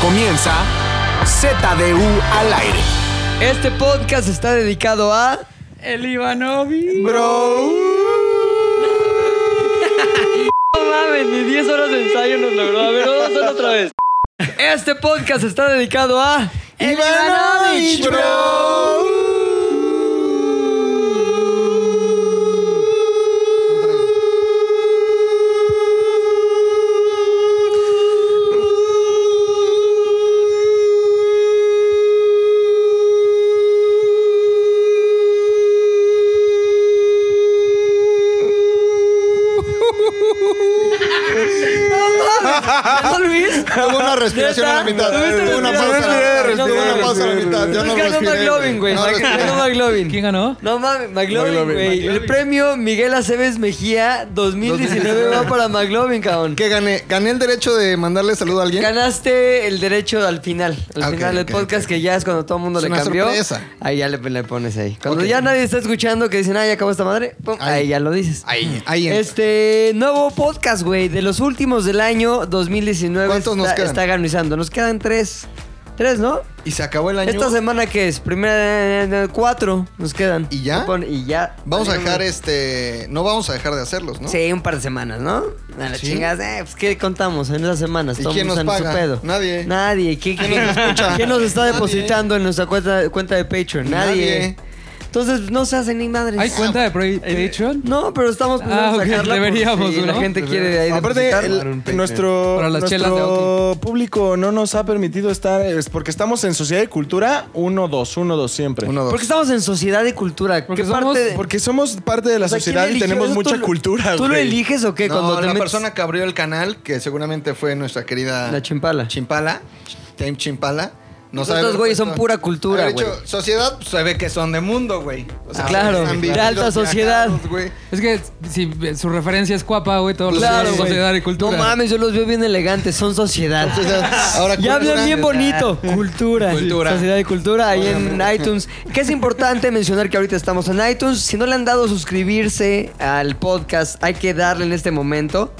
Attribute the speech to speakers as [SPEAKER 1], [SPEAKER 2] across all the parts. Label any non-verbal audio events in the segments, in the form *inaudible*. [SPEAKER 1] Comienza ZDU al aire.
[SPEAKER 2] Este podcast está dedicado a.
[SPEAKER 3] El Ivanovi.
[SPEAKER 1] Bro.
[SPEAKER 2] No mames, ni 10 horas de ensayo nos logró. A ver, vamos a hacerlo otra vez. Este podcast está dedicado a.
[SPEAKER 3] Ivanovich,
[SPEAKER 2] ¿No, Luis? *laughs*
[SPEAKER 4] Tuve una respiración a la mitad.
[SPEAKER 2] ¿Tuviste
[SPEAKER 4] Tuve una
[SPEAKER 2] respiración?
[SPEAKER 4] pausa.
[SPEAKER 2] No,
[SPEAKER 4] Tuve
[SPEAKER 2] no,
[SPEAKER 4] una pausa a la mitad. Ya
[SPEAKER 2] Luis
[SPEAKER 4] no
[SPEAKER 2] ganó
[SPEAKER 4] respiré.
[SPEAKER 2] McLovin, güey.
[SPEAKER 4] No respiré.
[SPEAKER 2] Ganó McLovin.
[SPEAKER 3] ¿Quién ganó?
[SPEAKER 2] No mames, McLovin,
[SPEAKER 4] McLovin,
[SPEAKER 2] güey. El premio Miguel Aceves Mejía 2019 va para McLovin, cabrón.
[SPEAKER 4] ¿Qué gané? ¿Gané el derecho de mandarle saludo a alguien?
[SPEAKER 2] Ganaste el derecho al final. Al
[SPEAKER 4] Ah, ok,
[SPEAKER 2] final del
[SPEAKER 4] ok,
[SPEAKER 2] podcast
[SPEAKER 4] ok.
[SPEAKER 2] que ya es cuando todo el mundo
[SPEAKER 4] Es
[SPEAKER 2] le
[SPEAKER 4] una
[SPEAKER 2] cambió.
[SPEAKER 4] sorpresa.
[SPEAKER 2] Ahí ya le, le pones ahí. Cuando
[SPEAKER 4] Ok.
[SPEAKER 2] ya nadie está escuchando que dicen, ah, ya acabó esta madre, pum, ahí.
[SPEAKER 4] Ahí.
[SPEAKER 2] ya lo dices.
[SPEAKER 4] Ahí, ahí. entra.
[SPEAKER 2] Este nuevo podcast, güey, de los últimos del año 2019.
[SPEAKER 4] ¿Cuántos nos
[SPEAKER 2] está,
[SPEAKER 4] quedan?
[SPEAKER 2] Está agonizando. Nos quedan tres. Tres, ¿no?
[SPEAKER 4] Y se acabó el año.
[SPEAKER 2] Esta semana que es, primera, cuatro nos quedan.
[SPEAKER 4] ¿Y ya?
[SPEAKER 2] Se pone- y ya.
[SPEAKER 4] Vamos a
[SPEAKER 2] Ay, no
[SPEAKER 4] dejar
[SPEAKER 2] me-
[SPEAKER 4] este. No vamos a dejar de hacerlos, ¿no?
[SPEAKER 2] Sí, un par de semanas, ¿no? A la
[SPEAKER 4] Sí.
[SPEAKER 2] chingas, eh, pues ¿qué contamos en esas semanas?
[SPEAKER 4] ¿Y
[SPEAKER 2] Todo
[SPEAKER 4] quién
[SPEAKER 2] mundo
[SPEAKER 4] nos
[SPEAKER 2] está en
[SPEAKER 4] paga?
[SPEAKER 2] su pedo.
[SPEAKER 4] Nadie.
[SPEAKER 2] Nadie. ¿Qui- ¿Quién,
[SPEAKER 4] nos escucha?
[SPEAKER 2] *laughs* quién nos está
[SPEAKER 4] Nadie.
[SPEAKER 2] depositando en nuestra cuenta, cuenta de Patreon? Nadie.
[SPEAKER 4] Nadie.
[SPEAKER 2] Entonces no se hacen ni madres.
[SPEAKER 3] ¿Hay cuenta de pre-
[SPEAKER 2] Eh,
[SPEAKER 3] Patreon?
[SPEAKER 2] No, pero estamos
[SPEAKER 3] Ah,
[SPEAKER 2] pensando
[SPEAKER 3] ok,
[SPEAKER 2] sacarla por
[SPEAKER 3] deberíamos,
[SPEAKER 2] si la
[SPEAKER 3] ¿no?
[SPEAKER 2] gente quiere de ahí
[SPEAKER 5] Eh, Aparte,
[SPEAKER 2] depositar.
[SPEAKER 5] el- nuestro,
[SPEAKER 3] Para las
[SPEAKER 5] nuestro
[SPEAKER 3] chelas de Audi.
[SPEAKER 5] público no nos ha permitido estar, es porque estamos en Sociedad de Cultura 1-2, 1-2 siempre.
[SPEAKER 4] Uno, dos.
[SPEAKER 2] Porque estamos en sociedad de cultura.
[SPEAKER 3] Porque
[SPEAKER 2] ¿Qué
[SPEAKER 3] somos-
[SPEAKER 2] parte de-
[SPEAKER 5] Porque somos parte de la
[SPEAKER 2] o sea,
[SPEAKER 5] sociedad
[SPEAKER 2] ¿quién
[SPEAKER 5] y
[SPEAKER 2] eligió
[SPEAKER 5] tenemos
[SPEAKER 2] eso? ¿Tú
[SPEAKER 5] mucha
[SPEAKER 2] lo-
[SPEAKER 5] cultura.
[SPEAKER 2] ¿Tú lo
[SPEAKER 5] güey.
[SPEAKER 2] eliges o qué?
[SPEAKER 4] No,
[SPEAKER 2] Cuando te
[SPEAKER 4] la
[SPEAKER 2] metes-
[SPEAKER 4] persona que abrió el canal, que seguramente fue nuestra querida.
[SPEAKER 2] La chimpala.
[SPEAKER 4] Chimpala. Time Chimpala. No
[SPEAKER 2] Estos
[SPEAKER 4] sabe-
[SPEAKER 2] güeyes son pura cultura,
[SPEAKER 4] Haber dicho,
[SPEAKER 2] güey.
[SPEAKER 4] sociedad, pues, se ve que son de mundo, güey. O
[SPEAKER 2] Ah, claro,
[SPEAKER 4] están
[SPEAKER 2] de
[SPEAKER 4] vividos,
[SPEAKER 2] alta sociedad.
[SPEAKER 4] viajados, güey.
[SPEAKER 3] Es que si su referencia es cuapa, güey, todos
[SPEAKER 2] Claro,
[SPEAKER 3] los de
[SPEAKER 2] güey.
[SPEAKER 3] sociedad y cultura.
[SPEAKER 2] No mames, yo los veo bien elegantes. Son sociedad.
[SPEAKER 4] *laughs* Ahora,
[SPEAKER 2] Ya hablan
[SPEAKER 4] cultura.
[SPEAKER 2] bien bonito. Cultura.
[SPEAKER 4] Cultura.
[SPEAKER 2] Sociedad de Cultura ahí en iTunes. Que es importante mencionar que ahorita estamos en iTunes. Si no le han dado suscribirse al podcast, hay que darle en este momento.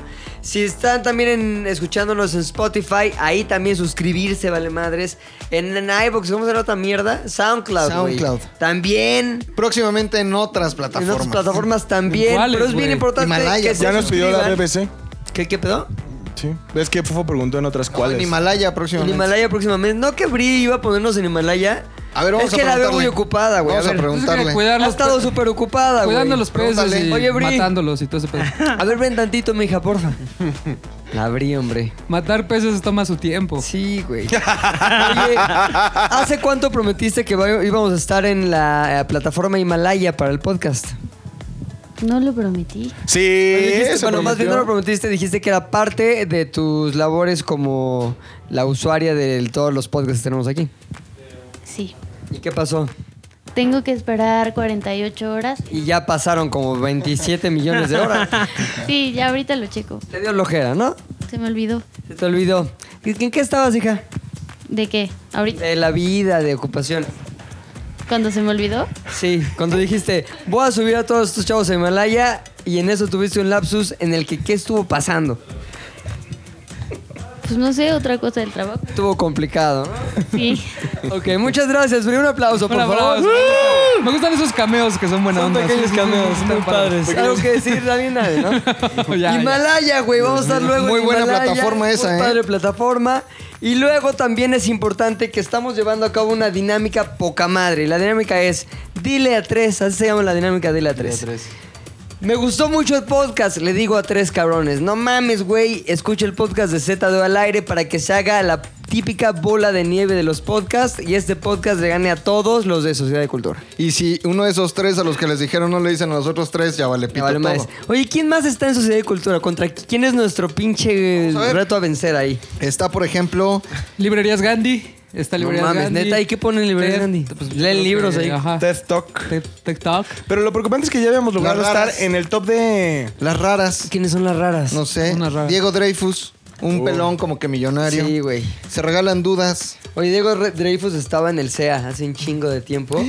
[SPEAKER 2] Si están también en- escuchándonos en Spotify, ahí también suscribirse, vale madres. En, en iVoox, ¿cómo se llama otra mierda? SoundCloud. güey.
[SPEAKER 4] SoundCloud.
[SPEAKER 2] También.
[SPEAKER 4] Próximamente en otras plataformas.
[SPEAKER 2] En otras plataformas también.
[SPEAKER 3] ¿En cuáles,
[SPEAKER 2] pero es bien
[SPEAKER 3] güey?
[SPEAKER 2] importante
[SPEAKER 4] Himalaya,
[SPEAKER 2] que
[SPEAKER 4] güey.
[SPEAKER 2] se
[SPEAKER 4] Ya
[SPEAKER 5] Ya nos pidió la
[SPEAKER 2] suscriban.
[SPEAKER 5] BBC.
[SPEAKER 2] ¿Qué, qué pedo?
[SPEAKER 5] Sí. Es que Fofo preguntó en otras
[SPEAKER 4] No,
[SPEAKER 5] cuáles.
[SPEAKER 4] En Himalaya
[SPEAKER 2] En
[SPEAKER 4] próximamente.
[SPEAKER 2] Himalaya próximamente. No que Bri iba a ponernos en Himalaya.
[SPEAKER 4] A ver, vamos
[SPEAKER 2] es que
[SPEAKER 4] a
[SPEAKER 2] la veo
[SPEAKER 4] preguntarle.
[SPEAKER 2] muy ocupada, güey. A
[SPEAKER 4] Vamos a
[SPEAKER 2] ver,
[SPEAKER 4] preguntar.
[SPEAKER 3] Entonces,
[SPEAKER 4] preguntarle.
[SPEAKER 3] cuidar
[SPEAKER 2] ha
[SPEAKER 3] los
[SPEAKER 2] estado
[SPEAKER 3] pre-
[SPEAKER 2] súper ocupada, güey.
[SPEAKER 3] cuidando a los presos
[SPEAKER 4] Pregúntale.
[SPEAKER 3] y
[SPEAKER 2] Oye, Bri.
[SPEAKER 3] matándolos y todo ese pedo.
[SPEAKER 2] A ver, ven tantito, mija,
[SPEAKER 5] *laughs*
[SPEAKER 2] porfa. La Bri, hombre.
[SPEAKER 3] Matar peces toma su tiempo.
[SPEAKER 2] Sí,
[SPEAKER 5] *laughs*
[SPEAKER 2] güey. Oye, ¿hace cuánto prometiste que va- íbamos a estar en la eh, plataforma Himalaya para el podcast?
[SPEAKER 6] No lo prometí.
[SPEAKER 5] Sí,
[SPEAKER 2] dijiste,
[SPEAKER 5] se
[SPEAKER 2] bueno, más bien no
[SPEAKER 5] prometió.
[SPEAKER 2] lo prometiste, dijiste que era parte de tus labores como la usuaria de todos los podcasts que tenemos aquí.
[SPEAKER 6] Sí.
[SPEAKER 2] ¿Y qué pasó?
[SPEAKER 6] Tengo que esperar 48 horas.
[SPEAKER 2] Y ya pasaron como 27 millones de
[SPEAKER 5] *laughs*
[SPEAKER 2] horas.
[SPEAKER 6] Sí, ya ahorita lo checo.
[SPEAKER 2] Te dio lojera, ¿no?
[SPEAKER 6] Se me olvidó.
[SPEAKER 2] Se te olvidó. ¿En en qué estabas, hija?
[SPEAKER 6] ¿De qué? Ahorita.
[SPEAKER 2] De la vida, de ocupación.
[SPEAKER 6] Cuando se me olvidó.
[SPEAKER 2] Sí, cuando dijiste, voy a subir a todos estos chavos a Himalaya, y en eso tuviste un lapsus en el que, ¿qué estuvo pasando?
[SPEAKER 6] Pues no sé, otra cosa del trabajo.
[SPEAKER 2] Estuvo complicado. *laughs*
[SPEAKER 6] Sí. *laughs*
[SPEAKER 2] ¿no? Ok, muchas gracias. Bri. Un aplauso, por
[SPEAKER 3] Un abrazo.
[SPEAKER 2] favor.
[SPEAKER 3] Me gustan esos cameos que son buena
[SPEAKER 2] Son
[SPEAKER 3] onda.
[SPEAKER 2] pequeños
[SPEAKER 3] Sí, sí, sí,
[SPEAKER 2] cameos,
[SPEAKER 3] están
[SPEAKER 2] muy padres. Algo que decir también nadie, ¿no? *laughs*
[SPEAKER 3] No, ya, ya.
[SPEAKER 2] Himalaya, güey, vamos a estar luego
[SPEAKER 4] Muy
[SPEAKER 2] en
[SPEAKER 4] buena
[SPEAKER 2] Himalaya,
[SPEAKER 4] plataforma esa,
[SPEAKER 2] muy
[SPEAKER 4] ¿eh?
[SPEAKER 2] padre plataforma. Y luego también es importante que estamos llevando a cabo una dinámica poca madre. La dinámica es dile a tres, así se llama la dinámica dile a tres. Me gustó mucho el podcast, le digo a tres cabrones. No mames, güey, escucha el podcast de Z2 al aire para que se haga la típica bola de nieve de los podcasts y este podcast le gane a todos los de Sociedad de Cultura.
[SPEAKER 4] Y si uno de esos tres a los que les dijeron no le dicen a los otros tres, ya vale
[SPEAKER 2] Ya
[SPEAKER 4] pito
[SPEAKER 2] vale
[SPEAKER 4] todo.
[SPEAKER 2] madres. Oye, ¿quién más está en Sociedad de Cultura? ¿Contra qui- quién es nuestro pinche eh,
[SPEAKER 4] Vamos a ver.
[SPEAKER 2] reto a vencer ahí?
[SPEAKER 4] Está, por ejemplo,
[SPEAKER 3] Librerías Gandhi. Está
[SPEAKER 2] No
[SPEAKER 3] librerías
[SPEAKER 2] mames,
[SPEAKER 3] Gandhi.
[SPEAKER 2] neta, ¿y qué pone en librerías
[SPEAKER 3] Ted-
[SPEAKER 2] Gandhi? Leen
[SPEAKER 3] creo
[SPEAKER 2] libros
[SPEAKER 3] que-
[SPEAKER 2] ahí.
[SPEAKER 3] Ajá.
[SPEAKER 5] TED Talk.
[SPEAKER 3] Ted- TikTok.
[SPEAKER 5] Pero lo preocupante es que ya habíamos logrado
[SPEAKER 4] Las
[SPEAKER 5] estar
[SPEAKER 4] raras.
[SPEAKER 5] en el top de.
[SPEAKER 4] las raras.
[SPEAKER 2] ¿Quiénes son las raras?
[SPEAKER 4] No sé.
[SPEAKER 3] Una rara.
[SPEAKER 4] Diego Dreyfus, un pelón como que millonario.
[SPEAKER 2] Sí, güey.
[SPEAKER 4] Se regalan dudas.
[SPEAKER 2] Oye, Diego Re- Dreyfus estaba en el CEA hace un chingo de
[SPEAKER 4] *gasps*
[SPEAKER 2] tiempo.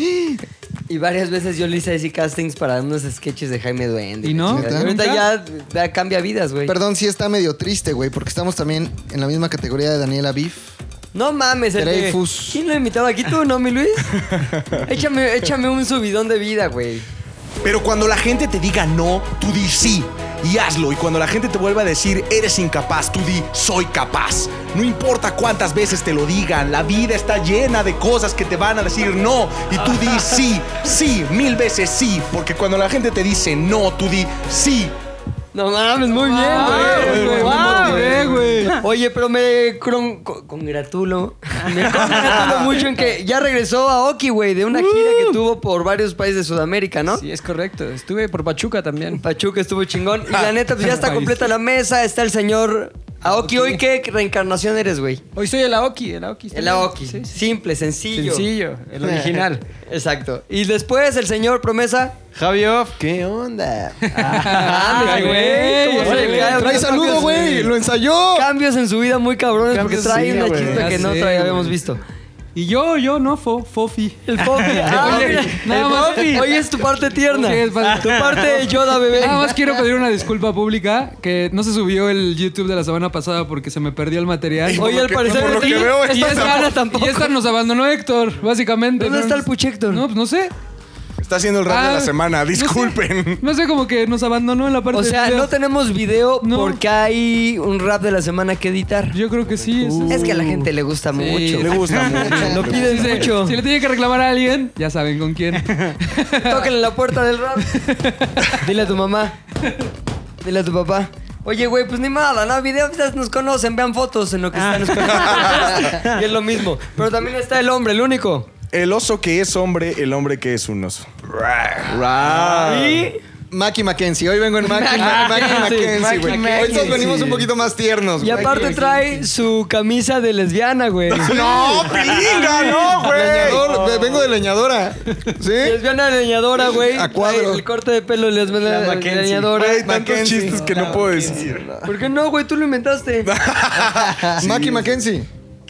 [SPEAKER 2] Y varias veces yo le hice así castings para unos sketches de Jaime Duende.
[SPEAKER 3] ¿Y no?
[SPEAKER 2] chingada. ahorita
[SPEAKER 3] ¿Nunca?
[SPEAKER 2] ya, ya cambia vidas, güey.
[SPEAKER 4] Perdón, sí está medio triste, güey, porque estamos también en la misma categoría de Daniela Biff.
[SPEAKER 2] No mames, el de-
[SPEAKER 4] Dreyfus.
[SPEAKER 2] ¿Quién lo invitaba aquí tú, no, mi
[SPEAKER 4] *laughs*
[SPEAKER 2] Luis? échame, échame un subidón de vida, güey.
[SPEAKER 7] Pero cuando la gente te diga no, tú di sí y hazlo. Y cuando la gente te vuelva a decir eres incapaz, tú di soy capaz. No importa cuántas veces te lo digan, la vida está llena de cosas que te van a decir no. Y tú
[SPEAKER 2] *laughs*
[SPEAKER 7] di sí, sí, mil veces sí. Porque cuando la gente te dice no, tú di sí.
[SPEAKER 2] No mames, muy bien, güey.
[SPEAKER 3] güey,
[SPEAKER 2] Wow,
[SPEAKER 3] me motivé, güey.
[SPEAKER 2] Oye, pero me cron- co- congratulo. Me congratulo mucho en que ya regresó a Oki, güey, de una gira que tuvo por varios países de Sudamérica, ¿no?
[SPEAKER 3] Sí, es correcto. Estuve por Pachuca también.
[SPEAKER 2] Pachuca estuvo chingón. Y la neta, pues ya está
[SPEAKER 3] País.
[SPEAKER 2] completa la mesa. Está el señor Aoki. Hoy, ¿qué reencarnación eres, güey?
[SPEAKER 3] Hoy soy el Aoki. El Aoki. está
[SPEAKER 2] El
[SPEAKER 3] bien.
[SPEAKER 2] Aoki.
[SPEAKER 3] Sí, sí.
[SPEAKER 2] Simple, sencillo.
[SPEAKER 3] Sencillo. El original.
[SPEAKER 2] *laughs* Exacto. Y después el señor Promesa.
[SPEAKER 5] Javioff, ¿qué onda?
[SPEAKER 2] Ah,
[SPEAKER 3] Ay, güey,
[SPEAKER 2] ¿cómo se
[SPEAKER 3] órale,
[SPEAKER 2] le cae?
[SPEAKER 4] Trae
[SPEAKER 2] Cambios-
[SPEAKER 4] saludo, güey. Lo ensayó.
[SPEAKER 2] Cambios en su vida muy cabrones
[SPEAKER 5] Cambios,
[SPEAKER 2] porque trae
[SPEAKER 5] sí,
[SPEAKER 2] una
[SPEAKER 5] güey.
[SPEAKER 2] chispa que
[SPEAKER 3] Ya
[SPEAKER 2] no
[SPEAKER 3] sé,
[SPEAKER 2] trae-
[SPEAKER 3] güey.
[SPEAKER 2] habíamos
[SPEAKER 3] *laughs*
[SPEAKER 2] visto.
[SPEAKER 3] Y yo, yo, no, fo, Fofi.
[SPEAKER 2] El Fofi.
[SPEAKER 3] *laughs*
[SPEAKER 2] Ah,
[SPEAKER 3] Oye,
[SPEAKER 2] mira,
[SPEAKER 3] nada
[SPEAKER 2] el
[SPEAKER 3] más-
[SPEAKER 2] Fofi. Oye, es tu parte tierna.
[SPEAKER 3] Oye, es pa-
[SPEAKER 2] tu parte de Yoda, bebé.
[SPEAKER 3] Nada más quiero pedir una disculpa pública que no se subió el YouTube de la semana pasada porque se me perdió el material.
[SPEAKER 2] Oye, al parecer
[SPEAKER 4] por lo
[SPEAKER 2] y-
[SPEAKER 4] que veo,
[SPEAKER 2] y
[SPEAKER 3] esta,
[SPEAKER 2] esta gana tampoco.
[SPEAKER 3] y esta nos abandonó Héctor, básicamente.
[SPEAKER 2] ¿Dónde
[SPEAKER 3] ¿no?
[SPEAKER 2] está el Puchector?
[SPEAKER 3] No, pues no sé.
[SPEAKER 5] Está haciendo el rap de
[SPEAKER 3] Ah,
[SPEAKER 5] la
[SPEAKER 3] no
[SPEAKER 5] semana,
[SPEAKER 3] sé.
[SPEAKER 5] disculpen.
[SPEAKER 3] No sé, como que nos abandonó en la parte
[SPEAKER 2] O sea,
[SPEAKER 3] de-
[SPEAKER 2] no tenemos video
[SPEAKER 3] No.
[SPEAKER 2] porque hay un rap de la semana que editar.
[SPEAKER 3] Yo creo que sí. eso.
[SPEAKER 2] Uh. Es que a la gente le gusta
[SPEAKER 3] Sí.
[SPEAKER 2] mucho. *laughs*
[SPEAKER 5] Le gusta *laughs* mucho.
[SPEAKER 2] Lo piden
[SPEAKER 3] Sí,
[SPEAKER 2] mucho.
[SPEAKER 3] Si le tiene que reclamar a alguien, ya saben con quién.
[SPEAKER 2] Tóquenle la puerta del
[SPEAKER 3] *laughs*
[SPEAKER 2] rap. Dile a tu mamá. Dile a tu papá. Oye, güey, pues ni nada, ¿no? Videos ya nos conocen, vean fotos en lo que
[SPEAKER 3] Ah.
[SPEAKER 2] están escuchando. *laughs* y es lo mismo. Pero también está el hombre, el único.
[SPEAKER 5] El oso que es hombre, el hombre que es un oso.
[SPEAKER 2] Y
[SPEAKER 4] Maki Ah. Mackenzie. Hoy vengo en
[SPEAKER 2] *laughs*
[SPEAKER 4] Maki Ma- Maki Mackenzie, güey. Hoy todos venimos un poquito más tiernos,
[SPEAKER 2] Y
[SPEAKER 4] güey.
[SPEAKER 2] aparte trae su camisa de lesbiana, güey.
[SPEAKER 5] ¡No, pinga, no, güey!
[SPEAKER 2] Oh.
[SPEAKER 4] Leñador, ve- vengo de leñadora. ¿Sí?
[SPEAKER 2] Lesbiana leñadora, güey.
[SPEAKER 4] A cuadro.
[SPEAKER 2] Trae El corte de pelo lesbiana leñadora.
[SPEAKER 5] Hay tantos
[SPEAKER 4] Mackenzie.
[SPEAKER 5] chistes que no puedo decir.
[SPEAKER 2] ¿Por qué no, güey? Tú lo inventaste.
[SPEAKER 4] Maki Mackenzie.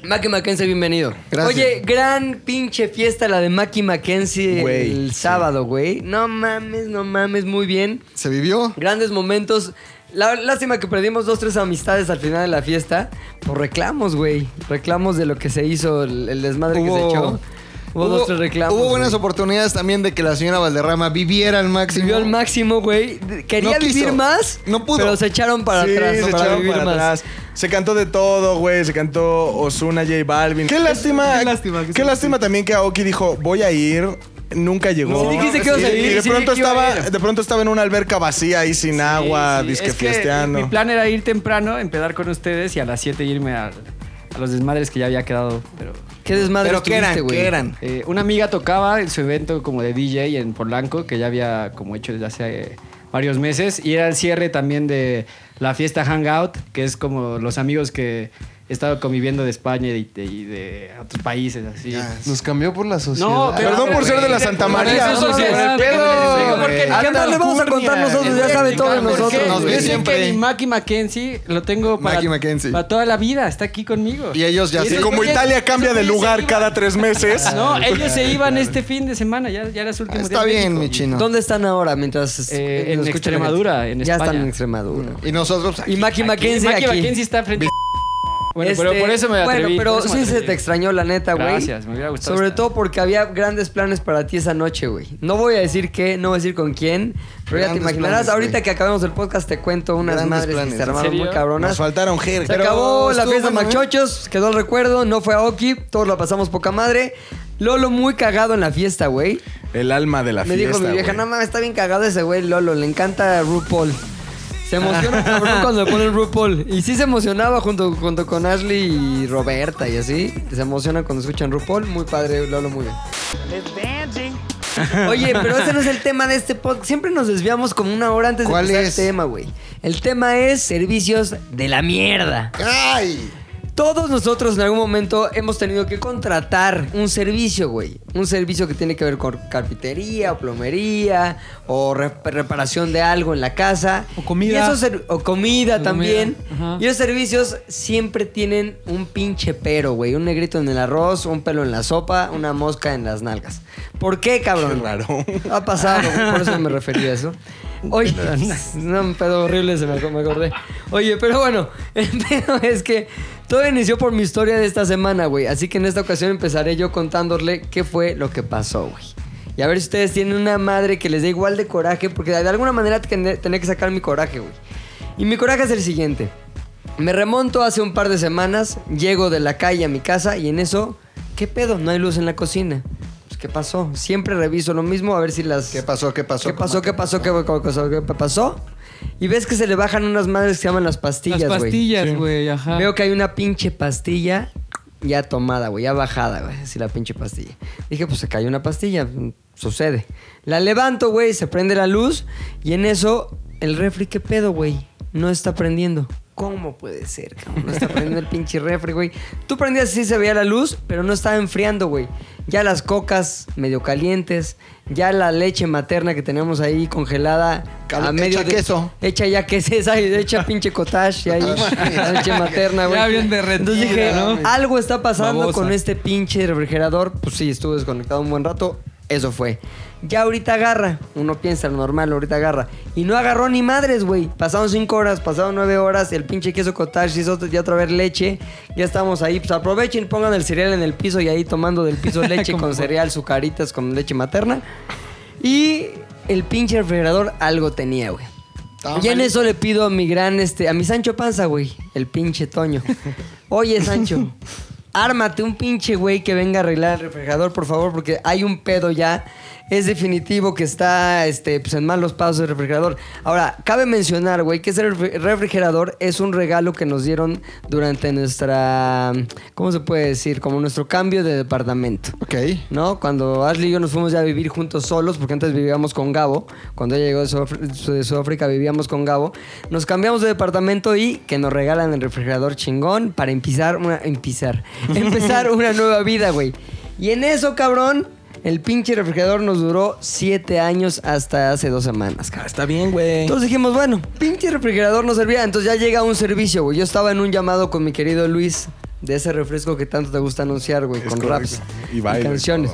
[SPEAKER 2] Maki Mackenzie, bienvenido.
[SPEAKER 4] Gracias.
[SPEAKER 2] Oye, gran pinche fiesta la de Maki Mackenzie
[SPEAKER 5] Güey,
[SPEAKER 2] el sábado, güey. No mames, no mames, muy bien.
[SPEAKER 4] Se vivió.
[SPEAKER 2] Grandes momentos. La- lástima que perdimos dos, tres amistades al final de la fiesta por reclamos, güey. Reclamos de lo que se hizo, el, el desmadre que se
[SPEAKER 4] Hubo-
[SPEAKER 2] echó. Hubo, dos, tres reclamos.
[SPEAKER 4] hubo buenas
[SPEAKER 2] güey.
[SPEAKER 4] oportunidades también de que la señora Valderrama viviera al máximo.
[SPEAKER 2] Vivió al máximo, güey. Quería
[SPEAKER 4] No quiso.
[SPEAKER 2] vivir más,
[SPEAKER 4] No pudo.
[SPEAKER 2] pero se echaron para
[SPEAKER 5] Sí,
[SPEAKER 2] atrás
[SPEAKER 5] se
[SPEAKER 2] para
[SPEAKER 5] echaron
[SPEAKER 2] vivir
[SPEAKER 5] para
[SPEAKER 2] más.
[SPEAKER 5] atrás. Se cantó de todo, güey. Se cantó Osuna, J Balvin. Qué lástima.
[SPEAKER 3] qué lástima que
[SPEAKER 5] Qué
[SPEAKER 3] se-
[SPEAKER 5] lástima también que Aoki dijo, voy a ir. Nunca llegó.
[SPEAKER 2] Sí dijiste que ibas a
[SPEAKER 5] Y-
[SPEAKER 2] ir,
[SPEAKER 5] Y de
[SPEAKER 2] sí
[SPEAKER 5] pronto
[SPEAKER 2] dije que iba
[SPEAKER 5] estaba,
[SPEAKER 2] a ir.
[SPEAKER 5] de pronto estaba en una alberca vacía ahí sin agua,
[SPEAKER 8] Sí,
[SPEAKER 5] disque
[SPEAKER 8] es que
[SPEAKER 5] fiesteando.
[SPEAKER 8] Mi plan era ir temprano, empezar con ustedes y a las 7 irme a, a los desmadres que ya había quedado. Pero,
[SPEAKER 2] ¿Qué desmadre
[SPEAKER 8] Pero ¿qué
[SPEAKER 2] estuviste,
[SPEAKER 8] eran?
[SPEAKER 2] güey?
[SPEAKER 8] ¿Qué eran? Eh, una amiga tocaba en su evento como de DJ en Polanco, que ya había como hecho desde hace eh, varios meses, y era el cierre también de la fiesta Hangout, que es como los amigos que he estado conviviendo de España y de, y de otros países, así.
[SPEAKER 9] Nos cambió por la sociedad.
[SPEAKER 8] No, pero-
[SPEAKER 5] Perdón por ser de la Santa María.
[SPEAKER 3] Eso sí, es-
[SPEAKER 5] No, qué pedo.
[SPEAKER 8] Digo, porque
[SPEAKER 2] ¿Qué más le vamos a contar nosotros? Ya sabe todo de
[SPEAKER 8] ¿Por qué?
[SPEAKER 2] nosotros.
[SPEAKER 4] Nos ve
[SPEAKER 8] Yo sé
[SPEAKER 4] siempre.
[SPEAKER 8] que mi Mackie Mackenzie lo tengo para,
[SPEAKER 4] Mackie Mackenzie.
[SPEAKER 8] para toda la vida, está aquí conmigo.
[SPEAKER 4] Y ellos ya
[SPEAKER 8] Y
[SPEAKER 4] sí.
[SPEAKER 8] esos
[SPEAKER 5] Como
[SPEAKER 8] güeyes-
[SPEAKER 5] Italia
[SPEAKER 8] esos
[SPEAKER 5] cambia de
[SPEAKER 8] güeyes se
[SPEAKER 5] lugar
[SPEAKER 8] iban.
[SPEAKER 5] cada tres
[SPEAKER 8] *laughs*
[SPEAKER 5] meses.
[SPEAKER 8] No, ellos se iban este fin de semana, ya, ya era su último día
[SPEAKER 4] Está
[SPEAKER 8] en
[SPEAKER 4] bien,
[SPEAKER 8] México.
[SPEAKER 4] mi chino.
[SPEAKER 2] ¿Dónde están ahora mientras es-
[SPEAKER 8] Eh,
[SPEAKER 2] nos
[SPEAKER 8] en
[SPEAKER 2] escucha la
[SPEAKER 8] Extremadura,
[SPEAKER 2] gente?
[SPEAKER 8] en
[SPEAKER 2] Ya están
[SPEAKER 8] España.
[SPEAKER 2] en Extremadores.
[SPEAKER 4] Y nosotros.
[SPEAKER 2] Y Maki
[SPEAKER 8] Aquí,
[SPEAKER 2] Mackenzie
[SPEAKER 8] Mackie
[SPEAKER 2] aquí.
[SPEAKER 8] Mackenzie está frente. Bueno, pero
[SPEAKER 2] Este,
[SPEAKER 8] por eso me atreví.
[SPEAKER 2] Bueno, pero
[SPEAKER 8] por eso me
[SPEAKER 2] sí se
[SPEAKER 8] atreví.
[SPEAKER 2] te extrañó la neta, güey.
[SPEAKER 8] Gracias, me hubiera gustado
[SPEAKER 2] Sobre
[SPEAKER 8] estar.
[SPEAKER 2] todo porque había grandes planes para ti esa noche, güey. No voy a decir qué, no voy a decir con quién, pero ya te
[SPEAKER 4] Grandes
[SPEAKER 2] imaginarás.
[SPEAKER 4] planes,
[SPEAKER 2] Ahorita
[SPEAKER 4] güey.
[SPEAKER 2] que acabemos el podcast te cuento unas
[SPEAKER 4] Grandes
[SPEAKER 2] madres
[SPEAKER 4] planes.
[SPEAKER 2] que se armaron
[SPEAKER 8] serio?
[SPEAKER 2] muy cabronas.
[SPEAKER 5] Nos faltaron
[SPEAKER 2] Se
[SPEAKER 5] jergas.
[SPEAKER 2] acabó la
[SPEAKER 4] estuvo
[SPEAKER 2] fiesta de
[SPEAKER 4] bueno, ¿eh?
[SPEAKER 2] Machochos, quedó el recuerdo, no fue a Oki, todos la pasamos poca madre. Lolo muy cagado en la fiesta, güey.
[SPEAKER 5] El alma de la
[SPEAKER 2] Me
[SPEAKER 5] fiesta.
[SPEAKER 2] dijo mi vieja,
[SPEAKER 5] güey.
[SPEAKER 2] no mames, está bien cagado ese güey Lolo, le encanta RuPaul. Se
[SPEAKER 5] *laughs*
[SPEAKER 2] emociona cabrón cuando le ponen RuPaul. Y sí se emocionaba junto, junto con Ashley y Roberta y así. Se emocionan cuando escuchan RuPaul. Muy padre, Lolo, muy bien. Oye, pero ese no es el tema de este podcast. Siempre nos desviamos como una hora antes de
[SPEAKER 4] ¿Cuál
[SPEAKER 2] empezar
[SPEAKER 4] es?
[SPEAKER 2] el tema, güey. El tema es servicios de la mierda.
[SPEAKER 4] ¡Ay!
[SPEAKER 2] Todos nosotros en algún momento hemos tenido que contratar un servicio, güey. Un servicio que tiene que ver con carpintería, o plomería, o rep- reparación de algo en la casa.
[SPEAKER 3] O comida.
[SPEAKER 2] Y esos ser- o comida
[SPEAKER 3] O
[SPEAKER 2] también.
[SPEAKER 3] comida, ajá.
[SPEAKER 2] Y esos servicios siempre tienen un pinche pero, güey. Un negrito en el arroz, un pelo en la sopa, una mosca en las nalgas. ¿Por qué, cabrón?
[SPEAKER 5] Qué raro.
[SPEAKER 2] *laughs* Ha pasado, güey, por eso me refería a eso. Oye, *laughs* no, un pedo horrible se me, me acordé. Oye, pero bueno, el pedo es que Todo inició por mi historia de esta semana, güey. Así que en esta ocasión empezaré yo contándole qué fue lo que pasó, güey. Y a ver si ustedes tienen una madre que les dé igual de coraje, porque de alguna manera ten- tenía que sacar mi coraje, güey. Y mi coraje es el siguiente. Me remonto hace un par de semanas, llego de la calle a mi casa y en eso, ¿qué pedo? No hay luz en la cocina. Pues, ¿Qué pasó? Siempre reviso lo mismo a ver si las...
[SPEAKER 4] ¿Qué pasó? ¿Qué pasó?
[SPEAKER 2] ¿Qué pasó? ¿Qué pasó? ¿Qué pasó? ¿Qué pasó? ¿Qué pasó? Y ves que se le bajan unas madres que se llaman las pastillas,
[SPEAKER 3] Las
[SPEAKER 2] güey.
[SPEAKER 3] pastillas, güey, ajá.
[SPEAKER 2] Veo que hay una pinche pastilla ya tomada, güey, ya bajada, güey, así la pinche pastilla. Dije, pues se cayó una pastilla, mm, sucede. La levanto, güey, se prende la luz y en eso el refri, ¿qué pedo, güey? No está prendiendo. ¿Cómo puede ser, cabrón? No está prendiendo el pinche refri, güey. Tú prendías y sí se veía la luz, pero no estaba enfriando, güey. Ya las cocas medio calientes, ya la leche materna que tenemos ahí congelada
[SPEAKER 4] Cal-
[SPEAKER 2] a medio
[SPEAKER 4] hecha queso.
[SPEAKER 2] Hecha ya queso, esa, *laughs* hecha pinche cottage, ya ahí, la leche materna, güey.
[SPEAKER 3] Ya bien derretida,
[SPEAKER 2] Entonces dije,
[SPEAKER 3] ¿no?
[SPEAKER 2] algo está pasando
[SPEAKER 3] Babosa.
[SPEAKER 2] con este pinche refrigerador. Pues sí, estuve desconectado un buen rato. Eso fue. Ya ahorita agarra. Uno piensa, lo normal, ahorita agarra. Y no agarró ni madres, güey. Pasaron cinco horas, pasaron nueve horas. El pinche queso cottage hizo otra- ya otra vez leche. Ya estamos ahí. Pues aprovechen, pongan el cereal en el piso y ahí tomando del
[SPEAKER 3] *laughs*
[SPEAKER 2] piso leche con cereal, sucaritas con leche materna. Y el pinche refrigerador algo tenía, güey.
[SPEAKER 4] Estaba
[SPEAKER 2] Y en
[SPEAKER 4] mal-
[SPEAKER 2] eso le pido a mi gran, este, a mi Sancho Panza, güey, el pinche Toño. Oye,
[SPEAKER 4] *laughs*
[SPEAKER 2] Sancho, ármate un pinche güey que venga a arreglar el refrigerador, por favor, porque hay un pedo ya. Es definitivo que está este, pues, en malos pasos el refrigerador. Ahora, cabe mencionar, güey, que ese refri- refrigerador es un regalo que nos dieron durante nuestra. ¿Cómo se puede decir? Como nuestro cambio de departamento.
[SPEAKER 4] Ok.
[SPEAKER 2] ¿no? Cuando Ashley y yo nos fuimos ya a vivir juntos solos, porque antes vivíamos con Gabo, cuando ella llegó de, Sudáfri- su- de Sudáfrica vivíamos con Gabo, nos cambiamos de departamento y que nos regalan el refrigerador chingón para empezar una, empezar, empezar una nueva vida, güey. Y en eso, cabrón, el pinche refrigerador nos duró siete años hasta hace dos semanas, cabrón.
[SPEAKER 5] Está bien, güey.
[SPEAKER 2] Entonces dijimos, bueno, pinche refrigerador no servía. Entonces ya llega un servicio, güey. Yo estaba en un llamado con mi querido Luis de ese refresco que tanto te gusta anunciar, güey, con raps
[SPEAKER 5] Y bailes,
[SPEAKER 2] canciones.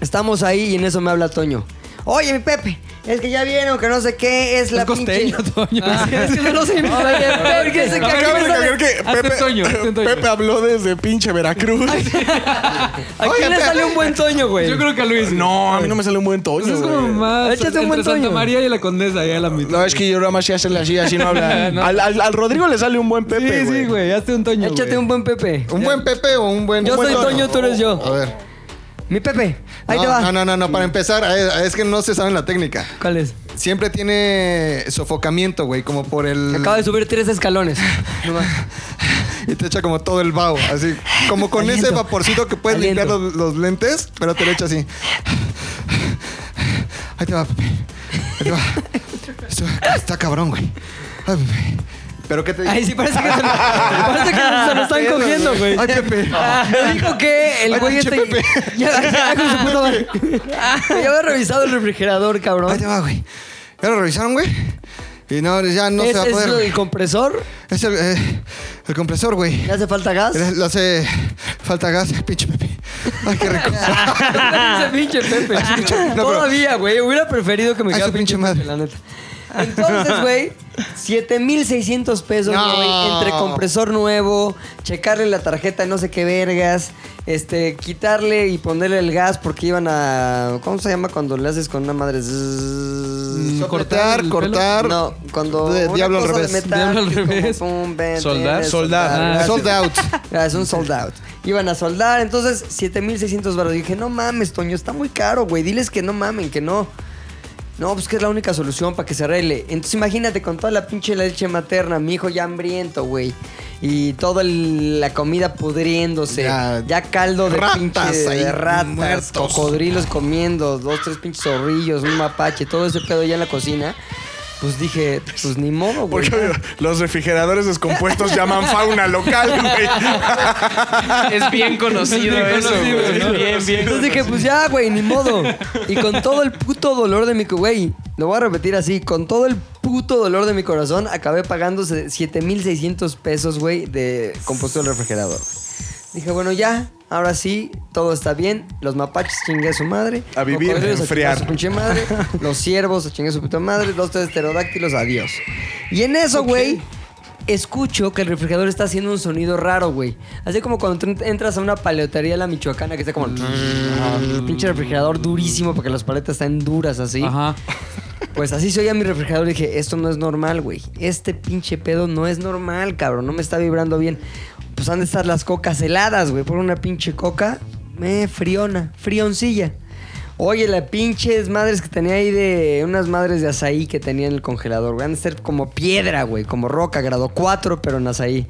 [SPEAKER 2] Estamos ahí y en eso me habla Toño. Oye, mi Pepe, es que ya vieron que no sé qué es la
[SPEAKER 3] Es costeño,
[SPEAKER 2] pinche...
[SPEAKER 3] Toño.
[SPEAKER 2] Ah, es que no *laughs* lo sé.
[SPEAKER 8] *laughs*
[SPEAKER 2] Pepe, que se cagó.
[SPEAKER 5] Acabo de cagar que
[SPEAKER 3] Hazte
[SPEAKER 5] Pepe,
[SPEAKER 3] Toño, hazte Toño.
[SPEAKER 5] Pepe habló desde pinche Veracruz.
[SPEAKER 2] ¿A quién le sale un buen Toño, güey?
[SPEAKER 3] Yo creo que a Luis.
[SPEAKER 5] No, a mí no me sale un buen
[SPEAKER 3] Pues
[SPEAKER 5] Toño.
[SPEAKER 3] es como
[SPEAKER 5] güey.
[SPEAKER 3] más.
[SPEAKER 2] Échate un buen
[SPEAKER 3] entre Santa
[SPEAKER 2] Toño.
[SPEAKER 3] María y la Condesa, ya la mitad.
[SPEAKER 5] No, es que yo nada más sí hacerle así, así no habla.
[SPEAKER 3] *laughs* No.
[SPEAKER 5] Al, al- al Rodrigo le sale un buen Pepe,
[SPEAKER 3] sí, sí, güey. Hazte un Toño.
[SPEAKER 2] Échate
[SPEAKER 3] güey.
[SPEAKER 2] un buen Pepe.
[SPEAKER 4] ¿Un buen Pepe o un buen
[SPEAKER 2] Yo
[SPEAKER 4] un buen
[SPEAKER 2] soy Toño, tú eres yo.
[SPEAKER 4] A ver.
[SPEAKER 2] Mi Pepe, ahí
[SPEAKER 4] no,
[SPEAKER 2] te va.
[SPEAKER 4] No, no, no, no, para empezar, eh, es que no se saben la técnica.
[SPEAKER 2] ¿Cuál es?
[SPEAKER 4] Siempre tiene sofocamiento, güey, como por el.
[SPEAKER 2] Acaba de subir tres escalones. No más.
[SPEAKER 4] Y te echa como todo el vaho, así. Como con
[SPEAKER 2] Aliento.
[SPEAKER 4] ese vaporcito que puedes
[SPEAKER 2] Aliento.
[SPEAKER 4] limpiar los, los lentes, pero te lo echa así. Ahí te va, Pepe. Ahí te va. Esto está cabrón, güey. Ay, Pepe. ¿Pero qué te digo?
[SPEAKER 2] Ay, sí, parece que se lo, parece que se lo están cogiendo, güey.
[SPEAKER 4] Ay, Pepe.
[SPEAKER 2] Me dijo que el
[SPEAKER 4] Ay,
[SPEAKER 2] güey este...
[SPEAKER 4] pinche Pepe.
[SPEAKER 2] Ya,
[SPEAKER 4] *laughs*
[SPEAKER 2] ya, con su puta madre.
[SPEAKER 4] Ah.
[SPEAKER 2] Ya había revisado el refrigerador,
[SPEAKER 4] Ahí
[SPEAKER 2] cabrón.
[SPEAKER 4] te va, güey. ¿Ya lo revisaron, güey? Y no, ya no
[SPEAKER 2] ¿Es,
[SPEAKER 4] se va a
[SPEAKER 2] es lo
[SPEAKER 4] poder.
[SPEAKER 2] del compresor?
[SPEAKER 4] Es el, eh, el compresor, güey.
[SPEAKER 2] ¿Le hace falta gas?
[SPEAKER 4] Le, le hace falta gas, pinche Pepe. Ay, qué
[SPEAKER 2] *laughs*
[SPEAKER 4] rico.
[SPEAKER 2] Ese
[SPEAKER 4] *laughs*
[SPEAKER 2] pinche Pepe.
[SPEAKER 3] Ah,
[SPEAKER 4] pero-
[SPEAKER 2] Todavía, güey. Hubiera preferido que me
[SPEAKER 4] Ay,
[SPEAKER 2] quedara
[SPEAKER 4] su pinche
[SPEAKER 2] pinche madre.
[SPEAKER 4] madre.
[SPEAKER 2] la neta. Entonces, güey, 7600 pesos,
[SPEAKER 4] No.
[SPEAKER 2] güey, entre compresor nuevo, checarle la tarjeta, no sé qué vergas, este, quitarle y ponerle el gas porque iban a ¿cómo se llama cuando le haces con una madre? Zzzz.
[SPEAKER 3] Mm,
[SPEAKER 4] Cortar,
[SPEAKER 3] el pelo.
[SPEAKER 4] cortar.
[SPEAKER 2] No, cuando
[SPEAKER 4] De-
[SPEAKER 2] una
[SPEAKER 4] diablo al
[SPEAKER 2] cosa de
[SPEAKER 4] revés.
[SPEAKER 2] metal,
[SPEAKER 3] Diablo al
[SPEAKER 2] que es como
[SPEAKER 3] revés.
[SPEAKER 2] pum, ven,
[SPEAKER 5] Soldar,
[SPEAKER 2] ven,
[SPEAKER 5] soldar.
[SPEAKER 2] soldar.
[SPEAKER 3] Ah,
[SPEAKER 4] Sold out.
[SPEAKER 2] *laughs* Ah, es un sold out. Iban a soldar, entonces 7600 baros. Dije, no mames, Toño, está muy caro, güey. Diles que no mamen, que no. No, pues que es la única solución para que se arregle. Entonces imagínate con toda la pinche leche materna, mi hijo ya hambriento, güey. Y toda el- la comida pudriéndose.
[SPEAKER 4] Ya-
[SPEAKER 2] Ya, caldo de
[SPEAKER 4] ratas
[SPEAKER 2] pinche
[SPEAKER 4] ahí,
[SPEAKER 2] de ratas,
[SPEAKER 4] muertos.
[SPEAKER 2] cocodrilos comiendo, dos, tres pinches zorrillos, un mapache, todo ese pedo ya en la cocina. Pues dije, pues ni modo, güey.
[SPEAKER 5] Porque los refrigeradores descompuestos llaman fauna local, güey.
[SPEAKER 8] *laughs*
[SPEAKER 9] Es bien conocido
[SPEAKER 3] bien
[SPEAKER 9] eso.
[SPEAKER 3] conocido,
[SPEAKER 9] güey.
[SPEAKER 3] ¿no?
[SPEAKER 9] Bien, bien.
[SPEAKER 2] Entonces dije, pues ya, güey, ni modo. Y con todo el puto dolor de mi... co- Güey, lo voy a repetir así. Con todo el puto dolor de mi corazón, acabé pagando se- 7,600 pesos, güey, de compostura del refrigerador. Dije, bueno, ya, ahora sí, todo está bien. Los mapaches chingué a su madre.
[SPEAKER 5] A vivir,
[SPEAKER 2] Cocodrilos
[SPEAKER 5] a enfriar.
[SPEAKER 2] chingué su pinche
[SPEAKER 5] *laughs*
[SPEAKER 2] madre. Los ciervos a chingué a su puta madre. Los tres pterodáctilos, adiós. Y en eso, güey... escucho que el refrigerador está haciendo un sonido raro, güey. Así como cuando tú entras a una paletería la michoacana que está como...
[SPEAKER 5] Mm.
[SPEAKER 2] el pinche refrigerador durísimo porque las paletas están duras así.
[SPEAKER 3] Ajá.
[SPEAKER 2] Pues así se oía mi refrigerador y dije, esto no es normal, güey. Este pinche pedo no es normal, cabrón. No me está vibrando bien. Pues han de estar las cocas heladas, güey. Por una pinche coca, me friona, frioncilla. Oye, las pinches madres que tenía ahí de... Unas madres de azaí que tenía en el congelador, güey. Han de ser como piedra, güey. Como roca, grado 4, pero en azaí.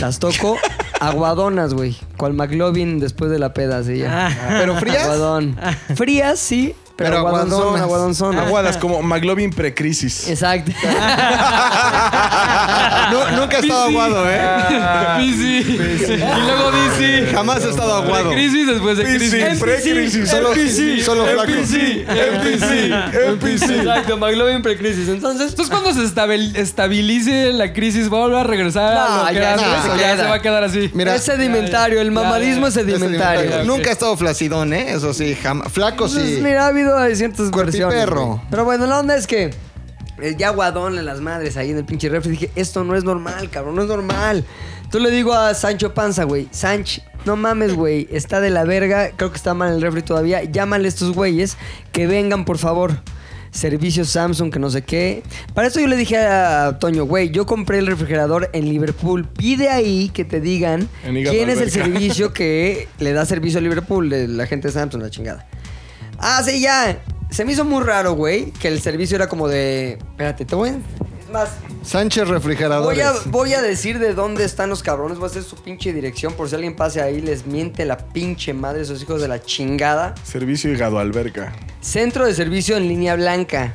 [SPEAKER 2] Las
[SPEAKER 4] *laughs*
[SPEAKER 2] toco aguadonas, güey. Cual McLovin después de la peda, así ya.
[SPEAKER 4] Ah. ¿Pero frías? Ah.
[SPEAKER 2] Aguadón. Frías, sí. Pero,
[SPEAKER 4] Pero
[SPEAKER 2] aguadonzona,
[SPEAKER 4] aguadonzonas.
[SPEAKER 2] aguadonzona.
[SPEAKER 5] Aguadas como McLovin precrisis.
[SPEAKER 2] Exacto.
[SPEAKER 5] *laughs*
[SPEAKER 4] No, nunca he estado aguado, ¿eh?
[SPEAKER 3] Pisi. Ah, Y luego DC.
[SPEAKER 4] Jamás he estado aguado.
[SPEAKER 3] Crisis después de crisis.
[SPEAKER 5] precrisis.
[SPEAKER 4] Solo, solo flaco.
[SPEAKER 2] Exacto, McLovin precrisis. Entonces,
[SPEAKER 3] Entonces, cuando se estabil- estabilice la crisis, va a volver a regresar a
[SPEAKER 2] No,
[SPEAKER 3] lo que
[SPEAKER 2] ya
[SPEAKER 3] era
[SPEAKER 2] no,
[SPEAKER 3] antes,
[SPEAKER 2] se
[SPEAKER 3] ya
[SPEAKER 2] queda.
[SPEAKER 3] se va a quedar así.
[SPEAKER 4] Mira,
[SPEAKER 2] es sedimentario, el mamadismo es
[SPEAKER 4] Ese
[SPEAKER 2] sedimentario.
[SPEAKER 4] alimentario.
[SPEAKER 2] Nunca-
[SPEAKER 4] Nunca he estado flacidón, ¿eh? Eso sí, jamás. Flaco
[SPEAKER 2] Entonces,
[SPEAKER 4] sí.
[SPEAKER 2] mira, ha habido hay ciertas versiones.
[SPEAKER 4] perro.
[SPEAKER 2] güey. Pero bueno, la onda es que eh, ya guadón en las madres ahí en el pinche refri. Dije, esto no es normal, cabrón, no es normal. Tú le digo a Sancho Panza, güey, Sanch, no mames, güey, está de la verga. Creo que está mal el refri todavía. Llámale a estos güeyes que vengan, por favor. Servicio Samsung, que no sé qué. Para eso yo le dije a Toño, güey, yo compré el refrigerador en Liverpool. Pide ahí que te digan
[SPEAKER 5] En Hígado
[SPEAKER 2] quién es el
[SPEAKER 5] Alberca.
[SPEAKER 2] servicio que le da servicio a Liverpool, de la gente de Samsung, la chingada. Ah, sí, ya. Se me hizo muy raro, güey, que el servicio era como de. Espérate, te voy a. Es más,
[SPEAKER 4] Sánchez refrigerador.
[SPEAKER 2] voy a, voy a decir de dónde están los cabrones. Voy a hacer su pinche dirección por si alguien pase ahí. Les miente la pinche madre, esos hijos de la chingada.
[SPEAKER 5] Servicio hígado alberca.
[SPEAKER 2] Centro de servicio en línea blanca.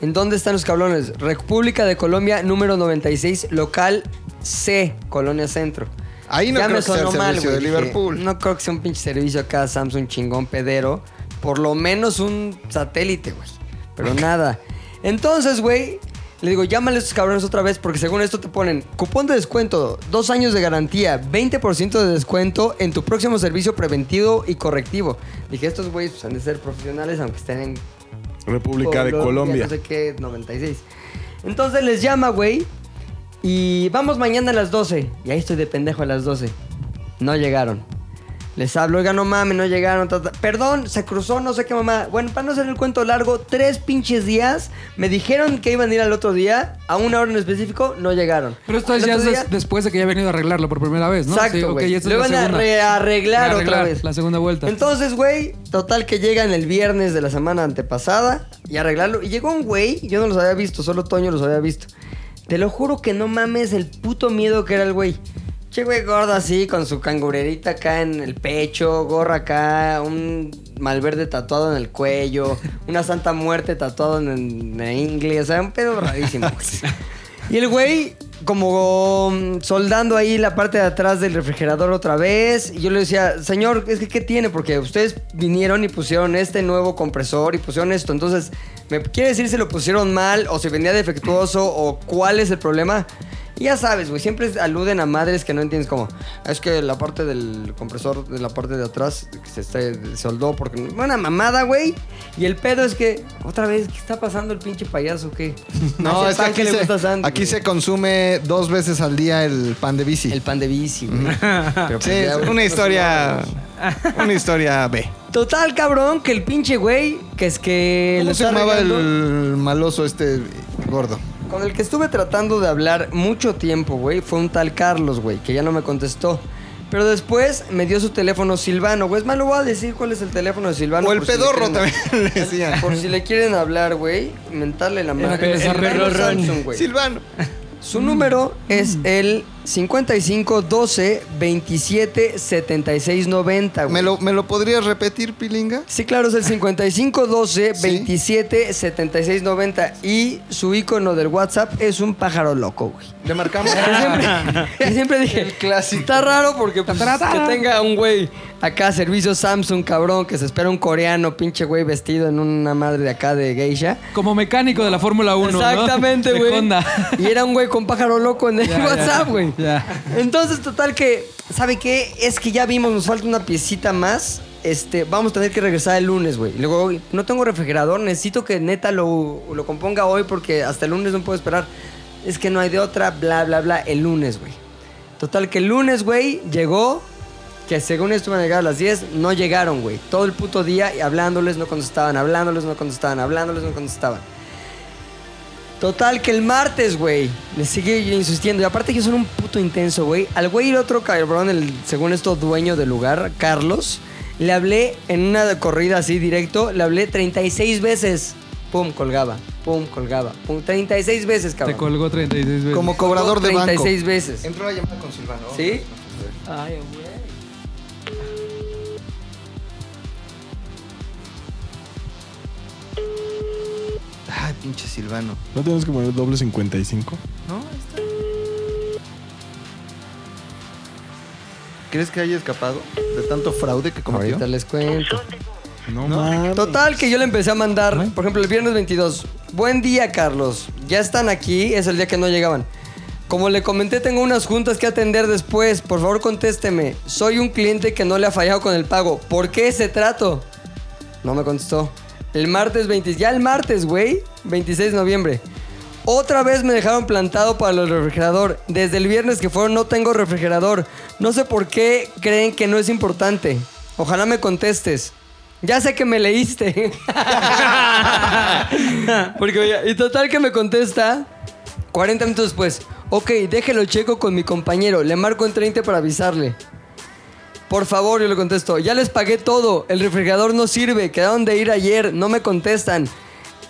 [SPEAKER 2] ¿En dónde están los cabrones? República de Colombia, número 96, local C, Colonia Centro.
[SPEAKER 4] Ahí no
[SPEAKER 2] Ya
[SPEAKER 4] creo
[SPEAKER 2] me
[SPEAKER 4] que sea el
[SPEAKER 2] sonó mal,
[SPEAKER 4] servicio
[SPEAKER 2] güey.
[SPEAKER 4] de
[SPEAKER 2] Dije,
[SPEAKER 4] Liverpool.
[SPEAKER 2] No creo que sea un pinche servicio acá, Samsung chingón pedero. Por lo menos un satélite, güey. Pero nada. Entonces, güey, le digo, llámale a estos cabrones otra vez porque según esto te ponen cupón de descuento, dos años de garantía, 20% de descuento en tu próximo servicio preventivo y correctivo. Dije, estos güeyes pues, han de ser profesionales aunque estén en
[SPEAKER 5] República de Colombia.
[SPEAKER 2] no sé qué, 96. Entonces les llama, güey. Y vamos mañana a las 12. Y ahí estoy de pendejo a las 12. No llegaron. Les hablo, oiga, no mames, no llegaron. ta, ta. Perdón, se cruzó, no sé qué mamá. Bueno, para no hacer el cuento largo, tres pinches días. Me dijeron que iban a ir al otro día. A una hora en específico, no llegaron.
[SPEAKER 3] Pero esto
[SPEAKER 2] Al
[SPEAKER 3] es ya
[SPEAKER 2] otro
[SPEAKER 3] des-
[SPEAKER 2] día-
[SPEAKER 3] después de que ya ha venido a arreglarlo por primera vez, ¿no? Sí,
[SPEAKER 2] Exacto,
[SPEAKER 3] ok,
[SPEAKER 2] güey.
[SPEAKER 3] esta es
[SPEAKER 2] Lo
[SPEAKER 3] la
[SPEAKER 2] van a
[SPEAKER 3] segunda.
[SPEAKER 2] rearreglar otra
[SPEAKER 3] Rearreglar,
[SPEAKER 2] vez.
[SPEAKER 3] La segunda vuelta.
[SPEAKER 2] Entonces, güey, total que llegan el viernes de la semana antepasada y arreglarlo. Y llegó un güey, yo no los había visto, solo Toño los había visto. Te lo juro que no mames el puto miedo que era el güey. Che, güey, gordo así, con su cangurerita acá en el pecho, gorra acá, un malverde tatuado en el cuello, una santa muerte tatuado en, en la ingle, o sea, un pedo rarísimo.
[SPEAKER 3] *laughs*
[SPEAKER 2] güey. Y el güey, como um, soldando ahí la parte de atrás del refrigerador otra vez. Y yo le decía, señor, es que ¿qué tiene? Porque ustedes vinieron y pusieron este nuevo compresor y pusieron esto. Entonces, ¿me quiere decir si lo pusieron mal o si venía defectuoso o cuál es el problema? Y ya sabes, güey, siempre aluden a madres que no entiendes como, es que la parte del compresor de la parte de atrás que se está- soldó porque... Buena mamada, güey. Y el pedo es que, otra vez, ¿qué está pasando el pinche payaso? o ¿Qué?
[SPEAKER 4] No,
[SPEAKER 2] Hace
[SPEAKER 4] es que
[SPEAKER 2] pan
[SPEAKER 4] aquí,
[SPEAKER 2] le
[SPEAKER 4] se,
[SPEAKER 2] gusta a Sandy,
[SPEAKER 4] aquí
[SPEAKER 2] güey.
[SPEAKER 4] se consume dos veces al día el pan de bici.
[SPEAKER 2] El pan de bici, güey. Pero
[SPEAKER 4] Sí,
[SPEAKER 2] pues ya, güey.
[SPEAKER 4] una historia. Una historia B.
[SPEAKER 2] Total, cabrón, que el pinche güey, que es que...
[SPEAKER 4] ¿Cómo
[SPEAKER 2] lo
[SPEAKER 4] se
[SPEAKER 2] está
[SPEAKER 4] llamaba
[SPEAKER 2] regando,
[SPEAKER 4] el maloso este gordo?
[SPEAKER 2] Con el que estuve tratando de hablar mucho tiempo, güey, fue un tal Carlos, güey, que ya no me contestó. Pero después me dio su teléfono Silvano, güey. Es más, lo voy a decir cuál es el teléfono de Silvano.
[SPEAKER 4] O el
[SPEAKER 2] Ah, por si le
[SPEAKER 4] pedorro
[SPEAKER 2] quieren-
[SPEAKER 4] también le
[SPEAKER 2] *laughs*
[SPEAKER 4] decían.
[SPEAKER 2] Por si le quieren hablar, güey, mentarle la madre.
[SPEAKER 3] El
[SPEAKER 2] Silvano
[SPEAKER 3] pedorrón.
[SPEAKER 2] Samsung, güey.
[SPEAKER 4] *laughs* Silvano.
[SPEAKER 2] Su número es el 55 12 27 76 90, güey.
[SPEAKER 4] ¿Me lo, ¿Me lo podrías repetir, Pilinga?
[SPEAKER 2] Sí, claro, es el 55 12
[SPEAKER 4] Sí.
[SPEAKER 2] 27 76 90 y su icono del WhatsApp es un pájaro loco, güey.
[SPEAKER 4] Le marcamos.
[SPEAKER 2] Y siempre dije, está raro porque pues, que tenga un güey acá, servicio Samsung, cabrón, que se espera un coreano, pinche güey vestido en una madre de acá de geisha.
[SPEAKER 3] Como mecánico de la Fórmula 1. ¿no?
[SPEAKER 2] Exactamente,
[SPEAKER 3] De
[SPEAKER 2] güey. *laughs*
[SPEAKER 3] Honda.
[SPEAKER 2] Y era un güey con pájaro loco en el
[SPEAKER 3] Ya, ya,
[SPEAKER 2] WhatsApp, güey.
[SPEAKER 3] ya.
[SPEAKER 2] *laughs* Entonces, total que, ¿sabe qué? Es que ya vimos, nos falta una piecita más. Este, vamos a tener que regresar el lunes, güey. Y Luego, "Oye, no tengo refrigerador, necesito que neta lo, lo componga hoy porque hasta el lunes no puedo esperar. es que no hay de otra, bla, bla, bla, el lunes, güey. Total, que el lunes, güey, llegó, que según esto iban a llegar a las 10, no llegaron, güey. Todo el puto día y hablándoles, no contestaban, hablándoles, no contestaban, hablándoles, no contestaban. Total, que el martes, güey, le sigue insistiendo. Y aparte que son un puto intenso, güey. Al güey el otro cabrón, el, según esto, dueño del lugar, Carlos, le hablé en una corrida así directo, le hablé 36 veces. Pum, colgaba. Pum, colgaba. Pum, 36 veces,
[SPEAKER 3] Te
[SPEAKER 2] cabrón.
[SPEAKER 3] colgó 36 veces.
[SPEAKER 4] Como cobrador de banco.
[SPEAKER 2] 36 veces.
[SPEAKER 4] Entró la llamada con Silvano.
[SPEAKER 2] ¿Sí?
[SPEAKER 4] Ay, pinche Silvano.
[SPEAKER 5] ¿No tienes que poner doble 55?
[SPEAKER 4] ¿Crees que haya escapado de tanto fraude que cometió?
[SPEAKER 2] Ahorita les cuento.
[SPEAKER 5] No, mames.
[SPEAKER 2] Total, que yo le empecé a mandar, por ejemplo, el viernes 22. Buen día, Carlos. Ya están aquí, es el día que no llegaban. Como le comenté, tengo unas juntas que atender después. Por favor, contésteme. Soy un cliente que no le ha fallado con el pago. ¿Por qué ese trato? No me contestó. El martes 20, ya el martes, güey, 26 de noviembre. Otra vez me dejaron plantado para el refrigerador. Desde el viernes que fueron no tengo refrigerador. No sé por qué creen que no es importante. Ojalá me contestes. Ya sé que me leíste. *laughs* Porque, oye, y total que me contesta 40 minutos después. Ok, déjelo checo con mi compañero. Le marco en 30 para avisarle. Por favor, yo le contesto, ya les pagué todo, el refrigerador no sirve, quedaron de ir ayer, no me contestan.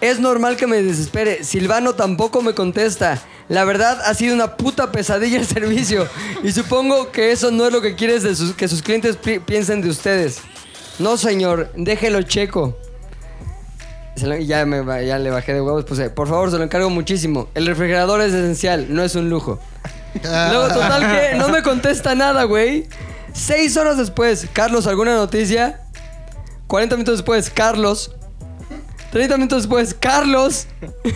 [SPEAKER 2] Es normal que me desespere, Silvano tampoco me contesta. La verdad ha sido una puta pesadilla el *laughs* servicio y supongo que eso no es lo que quieres de sus- que sus clientes pi- piensen de ustedes. No señor, déjelo checo. Se lo- ya, me, ba- ya le bajé de huevos, puse, por favor, se lo encargo muchísimo. El refrigerador es esencial, no es un lujo. Luego, total que no me contesta nada, güey. Seis horas después, Carlos, ¿alguna noticia? 40 minutos después, Carlos. 30 minutos después, Carlos. *laughs*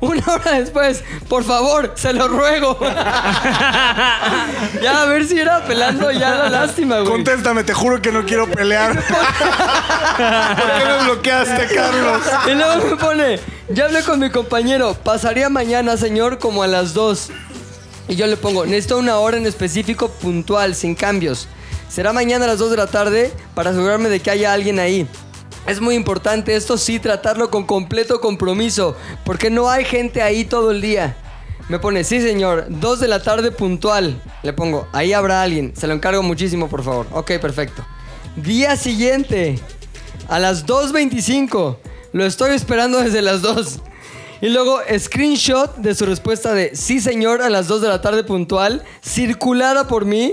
[SPEAKER 2] Una hora después, por favor, se lo ruego. *laughs* ya, a ver si era pelando ya la lástima, güey. *laughs*
[SPEAKER 5] Contéstame, te juro que no quiero pelear. ¿Por qué me bloqueaste, Carlos?
[SPEAKER 2] Y luego me pone, ya hablé con mi compañero, pasaría mañana, señor, como a las 2. Y yo le pongo, necesito una hora en específico puntual, sin cambios. Será mañana a las 2 de la tarde para asegurarme de que haya alguien ahí. Es muy importante esto sí tratarlo con completo compromiso, porque no hay gente ahí todo el día. Me pone, sí señor, 2 de la tarde puntual. Le pongo, ahí habrá alguien, se lo encargo muchísimo por favor. Ok, perfecto. Día siguiente, a las 2.25. Lo estoy esperando desde las 2. Y luego, screenshot de su respuesta de sí, señor, a las 2 de la tarde puntual, circulada por mí.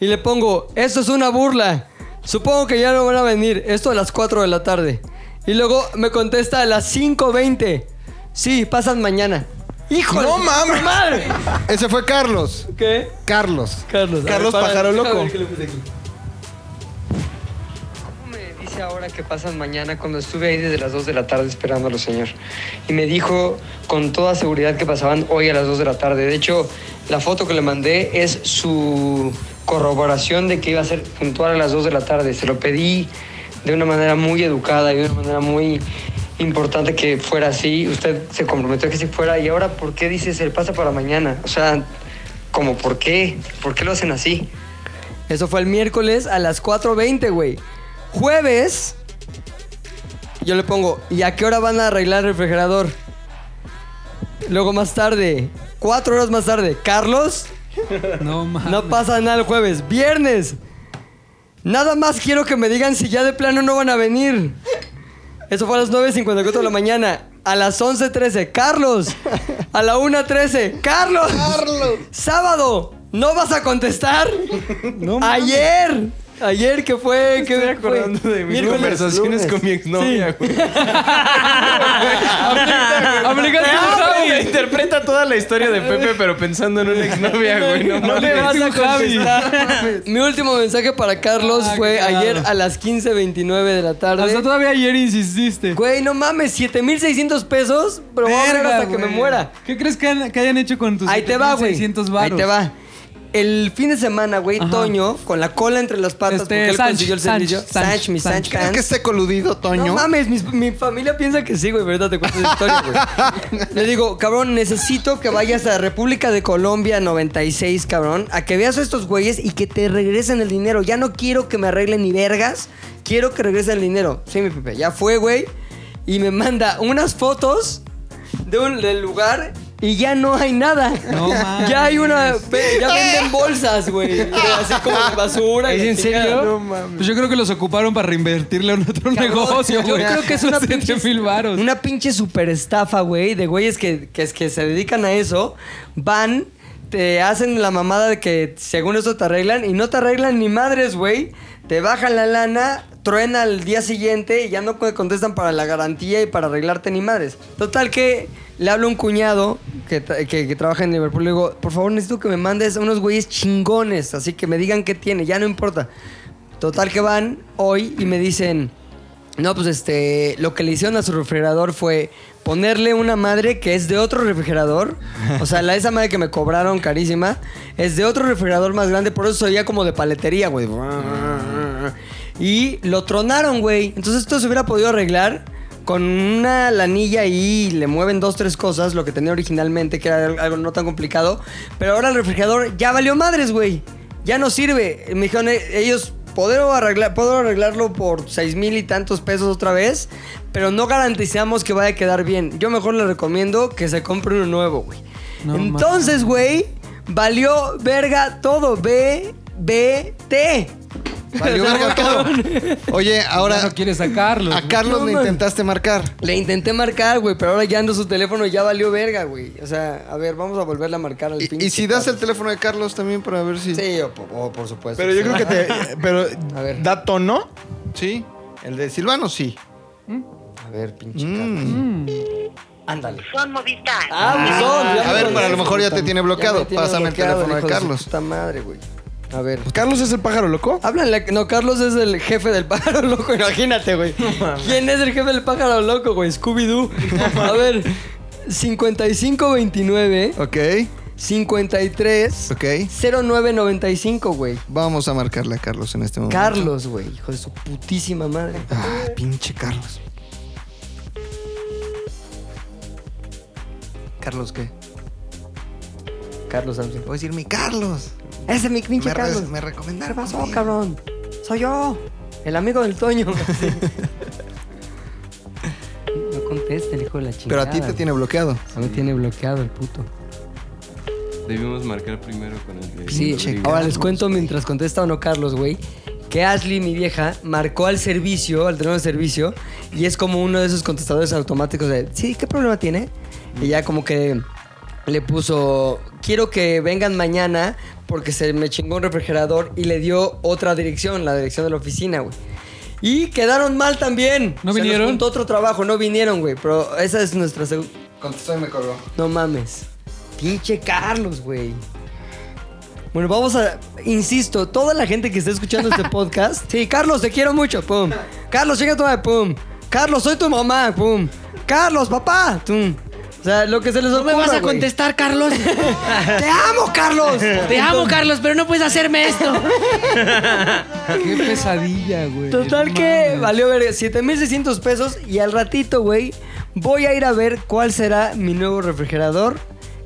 [SPEAKER 2] Y le pongo, esto es una burla. Supongo que ya no van a venir. Esto a las 4 de la tarde. Y luego me contesta a las 5.20. Sí, pasan mañana. ¡Híjole! ¡No mames! ¡Madre!
[SPEAKER 4] Ese fue Carlos.
[SPEAKER 2] ¿Qué?
[SPEAKER 4] Carlos.
[SPEAKER 2] Carlos. a
[SPEAKER 4] Carlos
[SPEAKER 2] para-
[SPEAKER 4] Pájaro
[SPEAKER 2] déjame
[SPEAKER 4] Loco.
[SPEAKER 2] ver qué le puse aquí. ¿Cómo me dice ahora que pasan mañana cuando estuve ahí desde las 2 de la tarde esperándolo, señor? Y me dijo con toda seguridad que pasaban hoy a las 2 de la tarde. De hecho, la foto que le mandé es su corroboración de que iba a ser puntual a las 2 de la tarde. Se lo pedí de una manera muy educada y de una manera muy importante que fuera así. Usted se comprometió a que sí fuera. ¿Y ahora por qué dice se pasa para mañana? O sea, como por qué? ¿Por qué lo hacen así? Eso fue el miércoles a las 4.20, güey. Jueves, yo le pongo, ¿y a qué hora van a arreglar el refrigerador? Luego más tarde, cuatro horas más tarde, Carlos,
[SPEAKER 3] No mames.
[SPEAKER 2] no pasa nada el jueves. Viernes, nada más quiero que me digan si ya de plano no van a venir. Eso fue a las 9.54 de la mañana. A las 11.13, Carlos. A la 1.13, Carlos. Carlos. Sábado, ¿no vas a contestar? Ayer. Ayer que fue. que Estoy acordando de mis
[SPEAKER 4] Conversaciones con mi exnovia,
[SPEAKER 2] *laughs*
[SPEAKER 4] güey.
[SPEAKER 3] Aplicaste un Javi.
[SPEAKER 9] Interpreta toda la historia de Pepe, pero pensando en una exnovia, güey. No,
[SPEAKER 3] No
[SPEAKER 9] mames.
[SPEAKER 3] le vas a Javi.
[SPEAKER 2] *laughs* Mi último mensaje para Carlos
[SPEAKER 3] Ah,
[SPEAKER 2] fue
[SPEAKER 3] claro.
[SPEAKER 2] ayer a las 15.29 de la tarde.
[SPEAKER 3] Hasta todavía ayer insististe.
[SPEAKER 2] Güey, no mames, 7600 pesos, pero voy a hablar hasta que me
[SPEAKER 3] güey.
[SPEAKER 2] muera.
[SPEAKER 3] ¿Qué crees que, han- que hayan hecho con tus
[SPEAKER 2] Ahí te va, güey.
[SPEAKER 3] 7,600
[SPEAKER 2] Ahí
[SPEAKER 3] varos?
[SPEAKER 2] te va. el fin de semana, güey,
[SPEAKER 3] Ajá.
[SPEAKER 2] Toño, con la cola entre las patas,
[SPEAKER 3] Este,
[SPEAKER 2] porque él
[SPEAKER 3] Sanch,
[SPEAKER 2] consiguió el
[SPEAKER 3] Sanch,
[SPEAKER 2] servicio.
[SPEAKER 3] Sanch,
[SPEAKER 2] Sanch, mi
[SPEAKER 3] Sanch.
[SPEAKER 2] Sanch, Sanch.
[SPEAKER 4] que esté coludido, Toño?
[SPEAKER 2] No mames, mis- mi, familia piensa que sí, güey, ¿verdad? Te cuento esa historia, güey. Le digo, cabrón, necesito que vayas a República de Colombia 96, cabrón, a que veas a estos güeyes y que te regresen el dinero. Ya no quiero que me arreglen ni vergas, quiero que regresen el dinero. Sí, mi Pepe, ya fue, güey. Y me manda unas fotos de un, del lugar y ya no hay nada.
[SPEAKER 3] No
[SPEAKER 2] *laughs*
[SPEAKER 3] mames.
[SPEAKER 2] Ya hay una. pe- Ya venden bolsas, güey. Así como de basura. y
[SPEAKER 8] ¿Es
[SPEAKER 2] la
[SPEAKER 8] en
[SPEAKER 2] chingada.
[SPEAKER 8] serio?
[SPEAKER 2] No,
[SPEAKER 3] Pues yo creo que los ocuparon para reinvertirle a un otro
[SPEAKER 2] Cabrón,
[SPEAKER 3] negocio,
[SPEAKER 2] yo
[SPEAKER 3] güey.
[SPEAKER 2] creo que es
[SPEAKER 3] *laughs*
[SPEAKER 2] una
[SPEAKER 3] Los
[SPEAKER 2] pinche-
[SPEAKER 3] 7,000 varos.
[SPEAKER 2] Una pinche super estafa, güey, de güeyes que, que, que se dedican a eso, van, te hacen la mamada de que según eso te arreglan y no te arreglan ni madres, güey. Te bajan la lana, truena al día siguiente y ya no te contestan para la garantía y para arreglarte ni madres. Total que le hablo a un cuñado que, tra- que- que trabaja en Liverpool y le digo, por favor necesito que me mandes unos güeyes chingones, así que me digan qué tiene, ya no importa. Total que van hoy y me dicen, no, pues este, lo que le hicieron a su refrigerador fue ponerle una madre que es de otro refrigerador. O sea, la esa madre que me cobraron carísima es de otro refrigerador más grande, por eso se oía como de paletería, güey. Y lo tronaron, güey. Entonces esto se hubiera podido arreglar con una lanilla ahí le mueven dos, tres cosas, lo que tenía originalmente, que era algo no tan complicado. Pero ahora el refrigerador ya valió madres, güey. Ya no sirve. Me dijeron eh, ellos, ¿puedo, arreglar, puedo arreglarlo por seis mil y tantos pesos otra vez, pero no garantizamos que vaya a quedar bien. Yo mejor le recomiendo que se compre uno nuevo, güey.
[SPEAKER 3] No
[SPEAKER 2] Entonces, güey, valió verga todo. B, B, T. *laughs*
[SPEAKER 4] Valió verga todo. Oye, ahora
[SPEAKER 3] Ya no quiere sacarlo.
[SPEAKER 4] a Carlos
[SPEAKER 2] No,
[SPEAKER 4] le
[SPEAKER 2] man.
[SPEAKER 4] intentaste marcar.
[SPEAKER 2] Le intenté marcar, güey, pero ahora ya ando su teléfono y ya valió verga, güey. O sea, a ver, vamos a volverle a marcar al
[SPEAKER 4] Y,
[SPEAKER 2] pinche
[SPEAKER 4] y si das el
[SPEAKER 2] Carlos.
[SPEAKER 4] teléfono de Carlos también para ver si. Oh,
[SPEAKER 2] Sí, o por, o por supuesto.
[SPEAKER 5] Pero yo creo que te. Pero
[SPEAKER 2] A ver.
[SPEAKER 5] da tono.
[SPEAKER 4] *laughs* Sí. El de Silvano, sí.
[SPEAKER 2] A ver, pinche Carlos.
[SPEAKER 4] Mm.
[SPEAKER 2] Ándale.
[SPEAKER 10] Son Movistar.
[SPEAKER 2] Ah, buzón. ya
[SPEAKER 4] A ver,
[SPEAKER 2] me
[SPEAKER 4] para lo mejor ya te tiene bloqueado.
[SPEAKER 2] me tiene
[SPEAKER 4] Pásame el
[SPEAKER 2] bloqueado,
[SPEAKER 4] teléfono de
[SPEAKER 2] hijo su
[SPEAKER 4] Carlos. Pues
[SPEAKER 2] Puta madre, güey. A ver.
[SPEAKER 5] Carlos es el pájaro loco.
[SPEAKER 2] Háblale. No, Carlos es el jefe del pájaro *laughs* loco, imagínate, güey. ¿Quién es el jefe del pájaro loco, güey? Scooby-Doo. A ver. 5529
[SPEAKER 4] Ok,
[SPEAKER 2] 53
[SPEAKER 4] ok.
[SPEAKER 2] 0995, güey.
[SPEAKER 4] Vamos a marcarle a Carlos en este momento.
[SPEAKER 2] Carlos, güey, hijo de su putísima madre.
[SPEAKER 4] Ah, pinche Carlos. ¿Carlos qué?
[SPEAKER 2] Carlos Samson.
[SPEAKER 4] Voy a decir mi Carlos.
[SPEAKER 2] Ese es mi pinche
[SPEAKER 4] Me, re-
[SPEAKER 2] Carlos.
[SPEAKER 4] me recomendaron.
[SPEAKER 2] pasó,
[SPEAKER 4] güey.
[SPEAKER 2] cabrón? Soy yo, el amigo del Toño.
[SPEAKER 4] *laughs*
[SPEAKER 2] Sí. no contesta el hijo de la
[SPEAKER 4] Pero
[SPEAKER 2] chingada.
[SPEAKER 4] a ti te
[SPEAKER 2] güey.
[SPEAKER 4] tiene bloqueado.
[SPEAKER 2] A mí tiene bloqueado el puto.
[SPEAKER 9] Debimos marcar primero con el de.
[SPEAKER 2] Sí,
[SPEAKER 4] Pinche
[SPEAKER 2] ahora
[SPEAKER 4] Carlos,
[SPEAKER 2] les cuento mientras contesta o no Carlos, güey, que Ashley, mi vieja, marcó al servicio, al teléfono de servicio, y es como uno de esos contestadores automáticos de, sí, ¿qué problema tiene? Y ya como que le puso, quiero que vengan mañana porque se me chingó un refrigerador y le dio otra dirección, la dirección de la oficina, güey. Y quedaron mal también.
[SPEAKER 3] ¿No
[SPEAKER 2] Se nos
[SPEAKER 3] vinieron?
[SPEAKER 2] juntó otro trabajo, no vinieron, güey, pero esa es nuestra segunda...
[SPEAKER 4] Contestó y me colgó.
[SPEAKER 2] No mames. Pinche Carlos, güey. Bueno, vamos a. Insisto, toda la gente que está escuchando
[SPEAKER 10] *laughs*
[SPEAKER 2] este podcast. Sí, Carlos, te quiero mucho. Pum. Carlos, llega tu madre. Pum. Carlos, soy tu mamá. Pum. Carlos, papá. Pum. O sea, lo que se les ocurra.
[SPEAKER 10] me vas a
[SPEAKER 2] güey.
[SPEAKER 10] contestar, Carlos.
[SPEAKER 2] *laughs* ¡Te amo, Carlos!
[SPEAKER 10] Te amo, Carlos, pero no puedes hacerme esto.
[SPEAKER 3] Qué pesadilla, güey.
[SPEAKER 2] Total
[SPEAKER 3] No
[SPEAKER 2] que
[SPEAKER 3] mames.
[SPEAKER 2] valió ver 7600 pesos y al ratito, güey, voy a ir a ver cuál será mi nuevo refrigerador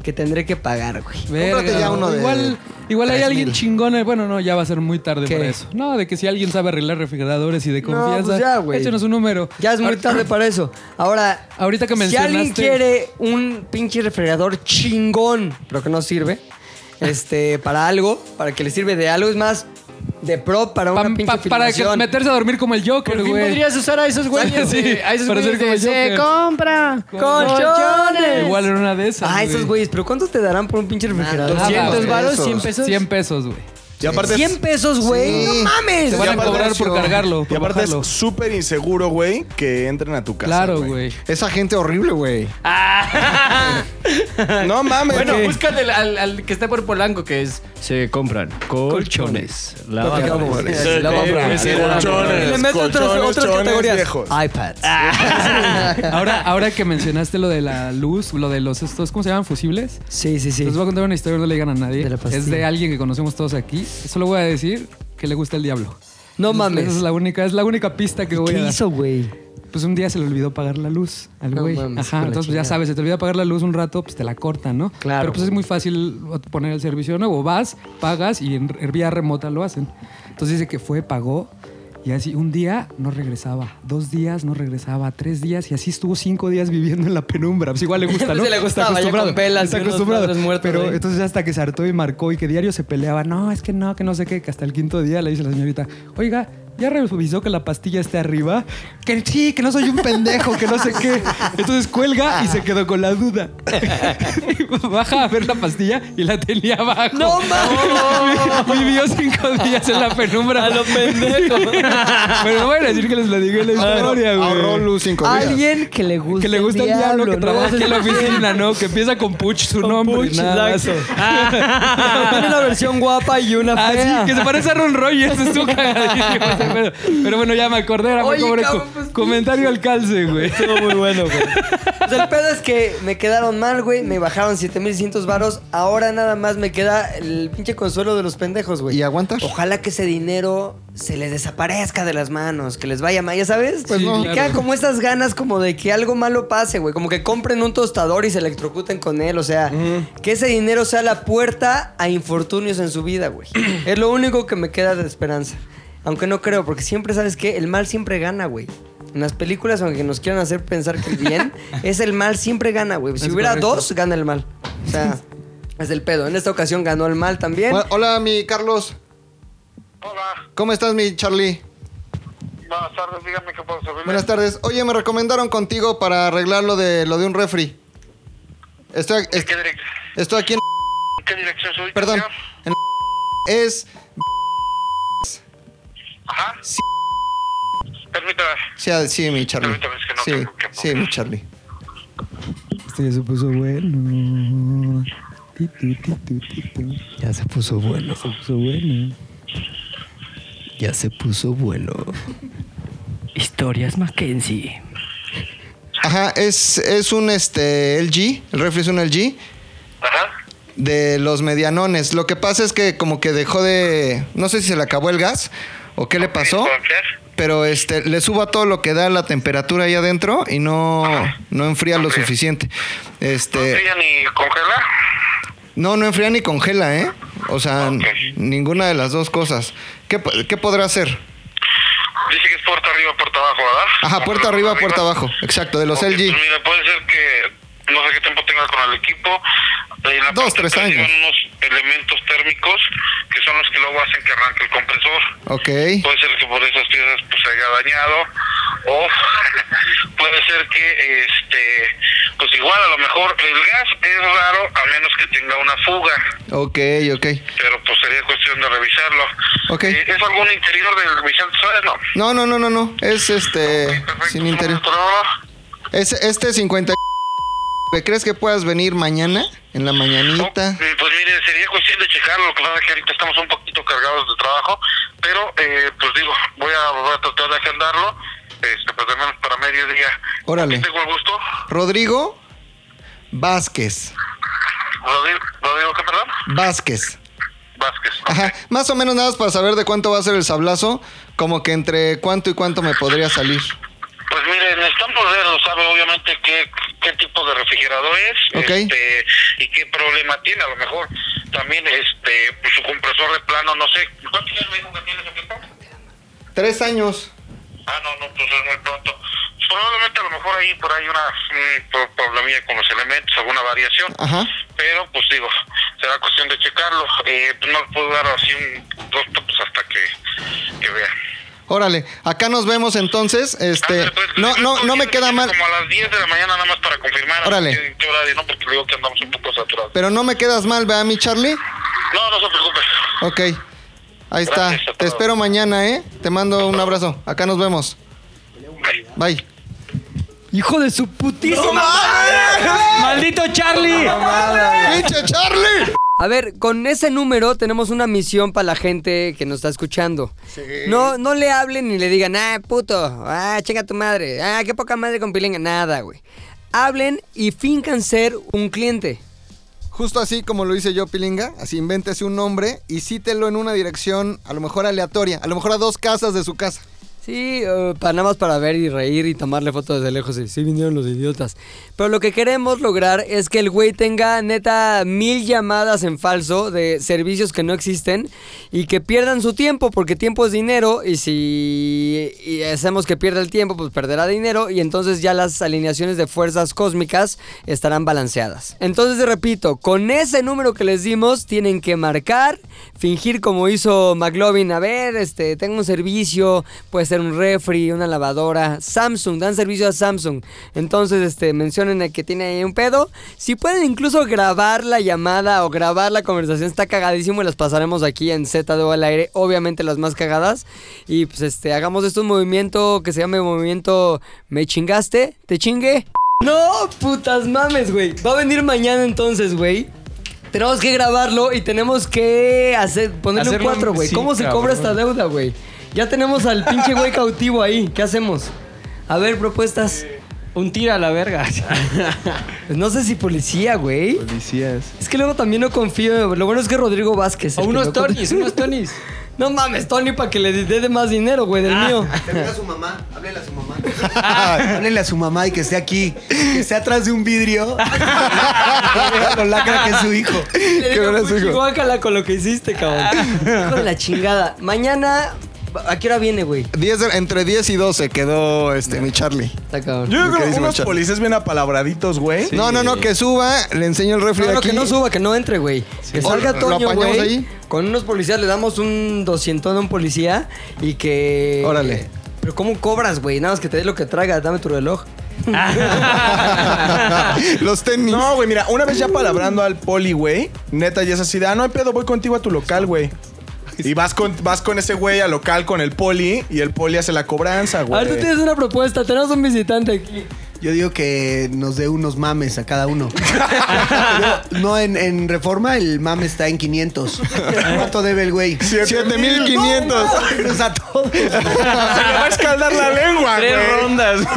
[SPEAKER 2] que tendré que pagar, güey.
[SPEAKER 3] Verga,
[SPEAKER 4] Cómprate ya
[SPEAKER 3] güey.
[SPEAKER 4] uno de
[SPEAKER 3] Igual, igual hay
[SPEAKER 4] 3,000.
[SPEAKER 3] alguien chingón. eh, Bueno, no, ya va a ser muy tarde
[SPEAKER 2] ¿Qué?
[SPEAKER 3] para eso. No, de que si alguien sabe arreglar refrigeradores y de
[SPEAKER 2] No,
[SPEAKER 3] confianza.
[SPEAKER 2] pues ya, güey.
[SPEAKER 3] Échenos un número.
[SPEAKER 2] Ya es muy
[SPEAKER 3] Ahorita-
[SPEAKER 2] tarde para eso. Ahora,
[SPEAKER 3] Ahorita que
[SPEAKER 2] si
[SPEAKER 3] mencionaste-
[SPEAKER 2] alguien quiere un pinche refrigerador chingón, pero que no sirve, este, para algo, para que le sirve de algo, es más, de pro para
[SPEAKER 3] Pa-
[SPEAKER 2] una pinche
[SPEAKER 3] pa- para que
[SPEAKER 2] filmación.
[SPEAKER 3] meterse a dormir como el Joker,
[SPEAKER 8] Por fin
[SPEAKER 3] güey.
[SPEAKER 8] podrías usar a esos *laughs* güeyes.
[SPEAKER 3] Sí,
[SPEAKER 8] de- a esos
[SPEAKER 3] para ser
[SPEAKER 8] güeyes de,
[SPEAKER 3] como
[SPEAKER 8] se
[SPEAKER 3] Joker".
[SPEAKER 8] compra.
[SPEAKER 2] ¡Colchones!
[SPEAKER 3] Igual en una de esas.
[SPEAKER 2] Ah, esos güeyes, pero ¿cuánto te darán por un pinche refrigerador?
[SPEAKER 4] Ah,
[SPEAKER 8] 200
[SPEAKER 3] güey.
[SPEAKER 8] varos, 100 pesos.
[SPEAKER 3] 100 pesos, güey.
[SPEAKER 5] Y aparte es-
[SPEAKER 2] 100 pesos, güey.
[SPEAKER 5] Sí.
[SPEAKER 2] No mames.
[SPEAKER 5] Y
[SPEAKER 3] van a
[SPEAKER 5] aparte-
[SPEAKER 3] cobrar por cargarlo, por
[SPEAKER 5] Y aparte
[SPEAKER 3] bajarlo.
[SPEAKER 5] es súper inseguro, güey, que entren a tu casa.
[SPEAKER 3] Claro, güey.
[SPEAKER 4] Esa gente horrible, güey.
[SPEAKER 2] Ah.
[SPEAKER 4] *laughs*
[SPEAKER 5] No mames.
[SPEAKER 8] Bueno,
[SPEAKER 5] que-
[SPEAKER 8] búscate al, al- al que está por Polanco, que es... Se compran colchones.
[SPEAKER 2] Colchones.
[SPEAKER 8] Lavadones.
[SPEAKER 2] Sí, lavadones.
[SPEAKER 5] Colchones,
[SPEAKER 2] Le meto otras-
[SPEAKER 5] colchones,
[SPEAKER 2] otras
[SPEAKER 5] colchones
[SPEAKER 2] categorías.
[SPEAKER 5] viejos. Ah.
[SPEAKER 2] iPads.
[SPEAKER 3] Ahora, ahora que mencionaste lo de la luz, lo de los estos, ¿cómo se llaman? Fusibles.
[SPEAKER 2] Sí, sí, sí.
[SPEAKER 3] Les voy a contar una historia, no le digan a nadie.
[SPEAKER 2] De la pastilla.
[SPEAKER 3] es de alguien que conocemos todos aquí. Solo voy a decir que le gusta el diablo.
[SPEAKER 2] No
[SPEAKER 3] Es-
[SPEAKER 2] mames.
[SPEAKER 3] Esa es la única, es la única pista que voy a
[SPEAKER 2] ¿Qué
[SPEAKER 3] dar.
[SPEAKER 2] hizo, güey?
[SPEAKER 3] Pues un día se le olvidó pagar la luz al
[SPEAKER 2] No
[SPEAKER 3] güey.
[SPEAKER 2] mames, con
[SPEAKER 3] Ajá,
[SPEAKER 2] la
[SPEAKER 3] entonces pues, ya
[SPEAKER 2] chingada.
[SPEAKER 3] sabes, se te olvida pagar la luz un rato, pues te la cortan, ¿no?
[SPEAKER 2] Claro,
[SPEAKER 3] Pero pues es
[SPEAKER 2] güey.
[SPEAKER 3] muy fácil poner el servicio nuevo. Vas, pagas y en en vía remota lo hacen. Entonces dice que fue, pagó y así un día no regresaba, dos días no regresaba, tres días y así estuvo cinco días viviendo en la penumbra. Pues igual le gusta,
[SPEAKER 2] Pues *laughs*
[SPEAKER 3] ¿no?
[SPEAKER 2] se le gustaba, ya con pelas
[SPEAKER 3] está
[SPEAKER 2] y unos
[SPEAKER 3] acostumbrado.
[SPEAKER 2] padres muertos
[SPEAKER 3] Pero
[SPEAKER 2] ahí.
[SPEAKER 3] entonces hasta que se hartó y marcó y que diario se peleaba. No, es que no, que no sé qué. Que hasta el quinto día le dice la señorita, oiga, ya revisó que la pastilla esté arriba. Que sí, que no soy un pendejo, que no sé qué. Entonces cuelga y se quedó con la duda. *laughs* Baja a ver la pastilla y la tenía abajo.
[SPEAKER 2] ¡No mames!
[SPEAKER 3] *laughs* Vivió cinco días en la penumbra. A lo pendejo. *laughs* Ah, Pero no voy a decir que les la digo en la historia, güey.
[SPEAKER 4] Ahorró luz cinco días.
[SPEAKER 2] Alguien que le gusta
[SPEAKER 3] Que le gusta el diablo, que trabaja aquí en la oficina, ¿no? Que empieza con Puch su nombre.
[SPEAKER 2] Puch,
[SPEAKER 3] nada más. *laughs*
[SPEAKER 2] exacto. Tiene una versión guapa y una
[SPEAKER 3] Ah,
[SPEAKER 2] fea.
[SPEAKER 3] sí, que se parece a Ron Rogers, estuvo cagadísimo ese pedo. Pero bueno, ya me acordé, era
[SPEAKER 2] Oye,
[SPEAKER 3] como un
[SPEAKER 2] cabrón,
[SPEAKER 3] co-
[SPEAKER 2] pues,
[SPEAKER 3] comentario al calce, güey.
[SPEAKER 2] muy bueno, güey. O sea, el pedo es que me quedaron mal, güey. Me bajaron 7.600 varos. Ahora nada más me queda el pinche consuelo de los pendejos, güey.
[SPEAKER 4] ¿Y aguantas?
[SPEAKER 2] Ojalá que ese dinero se les desaparezca de las manos, que les vaya mal, ¿ya sabes?
[SPEAKER 3] Pues Sí, no.
[SPEAKER 2] Me
[SPEAKER 3] claro.
[SPEAKER 2] quedan como estas ganas como de que algo malo pase, güey. Como que compren un tostador y se electrocuten con él. O sea, que ese dinero sea la puerta a infortunios en su vida, *clears throat* güey. es lo único que me queda de esperanza. Aunque no creo, porque siempre, ¿sabes qué? El mal siempre gana, güey. En las películas, aunque nos quieran hacer pensar que el *laughs* bien es el mal, siempre gana, güey. Si
[SPEAKER 3] Es
[SPEAKER 2] hubiera
[SPEAKER 3] correcto.
[SPEAKER 2] dos, gana el mal. O *laughs* sea, es el pedo. En esta ocasión ganó el mal también.
[SPEAKER 4] Bueno, Hola, mi Carlos.
[SPEAKER 11] Hola,
[SPEAKER 4] ¿Cómo estás, mi Charlie?
[SPEAKER 11] buenas tardes, dígame qué puedo servirle.
[SPEAKER 4] Buenas tardes. Oye, me recomendaron contigo para arreglar lo de, lo de un refri. Estoy,
[SPEAKER 11] ¿En qué,
[SPEAKER 4] est-
[SPEAKER 11] direc-
[SPEAKER 4] estoy aquí en...
[SPEAKER 11] en qué dirección soy?
[SPEAKER 4] Perdón.
[SPEAKER 11] señor?
[SPEAKER 4] en- es...
[SPEAKER 11] Ajá. Permítame.
[SPEAKER 4] Sí, ah, sí, mi Charlie.
[SPEAKER 11] Permítame, es que no
[SPEAKER 4] Sí,
[SPEAKER 11] tengo tiempo.
[SPEAKER 4] sí, mi Charlie.
[SPEAKER 3] Esto Este ya se puso bueno.
[SPEAKER 2] Ya se puso bueno. Se puso bueno. Ya se puso bueno.
[SPEAKER 10] Historias Mackenzie.
[SPEAKER 4] Ajá, es, es un este, LG. El refri es un LG
[SPEAKER 11] Ajá.
[SPEAKER 4] de los medianones. Lo que pasa es que como que dejó de... No sé si se le acabó el gas o qué le pasó.
[SPEAKER 11] ¿Puedo confiar?
[SPEAKER 4] Pero este, le suba todo lo que da la temperatura ahí adentro y no, no enfría lo
[SPEAKER 11] Enfría.
[SPEAKER 4] suficiente.
[SPEAKER 11] ¿No
[SPEAKER 4] Este,
[SPEAKER 11] fría ni congela?
[SPEAKER 4] No, no enfría ni congela, ¿eh? O sea,
[SPEAKER 11] Ok.
[SPEAKER 4] ninguna de las dos cosas. ¿Qué, po- qué podrá hacer?
[SPEAKER 11] Dice que es puerta arriba, puerta abajo, ¿verdad?
[SPEAKER 4] Ajá,
[SPEAKER 11] ¿O
[SPEAKER 4] puerta arriba, puerta abajo. Exacto, de los
[SPEAKER 11] Ok,
[SPEAKER 4] LG.
[SPEAKER 11] pues mira, puede ser que no sé qué tiempo tenga con el equipo. En la
[SPEAKER 4] Dos,
[SPEAKER 11] parte
[SPEAKER 4] tres
[SPEAKER 11] de atrás
[SPEAKER 4] años.
[SPEAKER 11] llevan unos elementos térmicos que son los que luego hacen que arranque el compresor.
[SPEAKER 4] Ok.
[SPEAKER 11] Puede ser que por esas piezas pues se haya dañado o *laughs* puede ser que este pues igual a lo mejor el gas es raro a menos que tenga una fuga
[SPEAKER 4] Ok, ok.
[SPEAKER 11] pero pues sería cuestión de revisarlo.
[SPEAKER 4] Ok.
[SPEAKER 11] Eh, ¿Es algún interior del Vicente Suárez? No.
[SPEAKER 4] No, no, no, no, no. Es este.
[SPEAKER 11] Perfecto,
[SPEAKER 4] Sin
[SPEAKER 11] un
[SPEAKER 4] interior.
[SPEAKER 11] momento, no, no.
[SPEAKER 4] Es, este 50. ¿Me ¿Crees que puedas venir mañana? En la mañanita.
[SPEAKER 11] No, eh, pues mire, sería cuestión de checarlo, lo que pasa es que ahorita estamos un poquito cargados de trabajo, pero eh, pues digo, voy a, voy a tratar de agendarlo, este, pues al menos para mediodía.
[SPEAKER 4] Órale.
[SPEAKER 11] ¿Con quién Tengo el gusto.
[SPEAKER 4] Rodrigo Vázquez.
[SPEAKER 11] Rodrigo, Rodrigo ¿qué perdón?
[SPEAKER 4] Vázquez.
[SPEAKER 11] Vázquez.
[SPEAKER 4] Ajá. Más o menos nada más para saber de cuánto va a ser el sablazo. Como que entre cuánto y cuánto me podría salir.
[SPEAKER 11] Pues mire, necesitamos ver, o sabe obviamente qué, qué tipo de refrigerador es
[SPEAKER 4] Ok.
[SPEAKER 11] este, y qué problema tiene. A lo mejor también este pues, su compresor de plano, no sé. ¿Cuántos años me dijo que tiene ese equipo?
[SPEAKER 4] Tres años.
[SPEAKER 11] Ah, no, no, pues es muy pronto. Probablemente a lo mejor ahí por ahí una mm, pro- problemilla con los elementos, alguna variación.
[SPEAKER 4] Ajá.
[SPEAKER 11] Pero pues digo, será cuestión de checarlo. Eh, pues no le puedo dar así un costo pues hasta que, que vea.
[SPEAKER 4] Órale, acá nos vemos entonces. Este,
[SPEAKER 11] Ándale, pues,
[SPEAKER 4] no, no, no me
[SPEAKER 11] sí,
[SPEAKER 4] queda
[SPEAKER 11] sí,
[SPEAKER 4] mal,
[SPEAKER 11] Como a las 10 de la mañana nada más para confirmar. a ver
[SPEAKER 4] Órale.
[SPEAKER 11] qué- qué horario, no, porque le digo que andamos un poco saturados.
[SPEAKER 4] pero no me quedas mal, ¿verdad, mi Charlie?
[SPEAKER 11] No, no se preocupe.
[SPEAKER 4] Ok. Ahí está.
[SPEAKER 11] Gracias a
[SPEAKER 4] Te
[SPEAKER 11] todos.
[SPEAKER 4] espero mañana, ¿eh? Te mando un abrazo. Acá nos vemos. Bye.
[SPEAKER 2] Hijo de su putísima
[SPEAKER 1] ¡No mames!
[SPEAKER 2] madre. Maldito Charlie.
[SPEAKER 1] ¡No mames! ¡Pinche
[SPEAKER 4] Charlie!
[SPEAKER 2] A ver, con ese número tenemos una misión para la gente que nos está escuchando. No, no le hablen ni le digan, ah, puto, ah, chinga tu madre, ah, qué poca madre con pilinga. Nada, güey. Hablen y fincan ser un cliente.
[SPEAKER 4] Justo así como lo hice yo, Pilinga, así invéntese un nombre y cítelo en una dirección a lo mejor aleatoria, a lo mejor a dos casas de su casa.
[SPEAKER 2] Sí, eh, pa- nada más para ver y reír y tomarle fotos desde lejos. Y sí, vinieron los idiotas. Pero lo que queremos lograr es que el güey tenga neta mil llamadas en falso de servicios que no existen y que pierdan su tiempo, porque tiempo es dinero. Y si y hacemos que pierda el tiempo, pues perderá dinero. Y entonces ya las alineaciones de fuerzas cósmicas estarán balanceadas. Entonces, repito, con ese número que les dimos, tienen que marcar, fingir como hizo McLovin. A ver, este, tengo un servicio, puede ser un refri, una lavadora. Samsung, dan servicio a Samsung. Entonces, este, mencionen el que tiene ahí un pedo. Si pueden incluso grabar la llamada o grabar la conversación, está cagadísimo y las pasaremos aquí en Z2 al aire. Obviamente las más cagadas. Y pues este, hagamos esto un movimiento que se llame movimiento Me chingaste, te chingue. No, putas mames, güey. Va a venir mañana entonces, güey. Tenemos que grabarlo y tenemos que hacer, ponerle
[SPEAKER 9] Hacerlo-
[SPEAKER 2] un cuatro, güey.
[SPEAKER 9] sí,
[SPEAKER 2] ¿Cómo se
[SPEAKER 9] cabrón.
[SPEAKER 2] cobra esta deuda, güey? Ya tenemos al pinche güey cautivo ahí. ¿Qué hacemos? A ver, propuestas. Un tira a la verga. Pues no sé si policía, güey. Policías. Es que luego también no confío. Lo bueno es que Rodrigo Vázquez.
[SPEAKER 8] O unos tonis, unos
[SPEAKER 2] tonis. *laughs* No mames, Tony, para que le dé de más dinero, güey, del mío.
[SPEAKER 12] Háblele a su mamá, háblele a su mamá. Háblele a su mamá y que esté aquí, que esté atrás de un vidrio. lo lacra que es su hijo.
[SPEAKER 2] Qué "Pues, Guácala con lo que hiciste, cabrón. Hijo de la chingada. Mañana, ¿a qué hora viene, güey?
[SPEAKER 4] 10 de- entre 10 y 12 quedó este mi Charlie.
[SPEAKER 2] Está cabrón.
[SPEAKER 5] Yo creo que unos policías bien apalabraditos, güey.
[SPEAKER 4] No, no, no, que suba, le enseño el refri
[SPEAKER 2] No,
[SPEAKER 4] de
[SPEAKER 2] no,
[SPEAKER 4] aquí.
[SPEAKER 2] que no suba, que no entre, güey. Que
[SPEAKER 4] O
[SPEAKER 2] salga
[SPEAKER 4] lo
[SPEAKER 2] Toño,
[SPEAKER 4] apañamos
[SPEAKER 2] güey.
[SPEAKER 4] ahí.
[SPEAKER 2] Con unos policías le damos un 200 a un policía y que. Órale. Pero ¿cómo cobras, güey? Nada más que te dé lo que traigas, dame tu reloj.
[SPEAKER 4] Los tenis.
[SPEAKER 5] No, güey, mira, una vez ya palabrando al poli, güey, neta, ya es así de, ah, no hay pedo, voy contigo a tu local, güey. Y vas con, vas con ese güey al local con el poli y el poli hace la cobranza,
[SPEAKER 2] A ver, tú
[SPEAKER 5] güey.
[SPEAKER 2] tienes una propuesta, tenemos un visitante aquí.
[SPEAKER 12] Yo digo que nos dé unos mames a cada
[SPEAKER 4] *laughs*
[SPEAKER 12] uno. No, no, en, en reforma el mame está en 500. ¿Cuánto debe el güey?
[SPEAKER 4] 7500.
[SPEAKER 12] Pues a todos. Se le
[SPEAKER 5] va a escaldar la lengua,
[SPEAKER 12] Tres
[SPEAKER 5] güey.
[SPEAKER 2] rondas,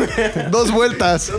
[SPEAKER 4] *laughs* Dos vueltas.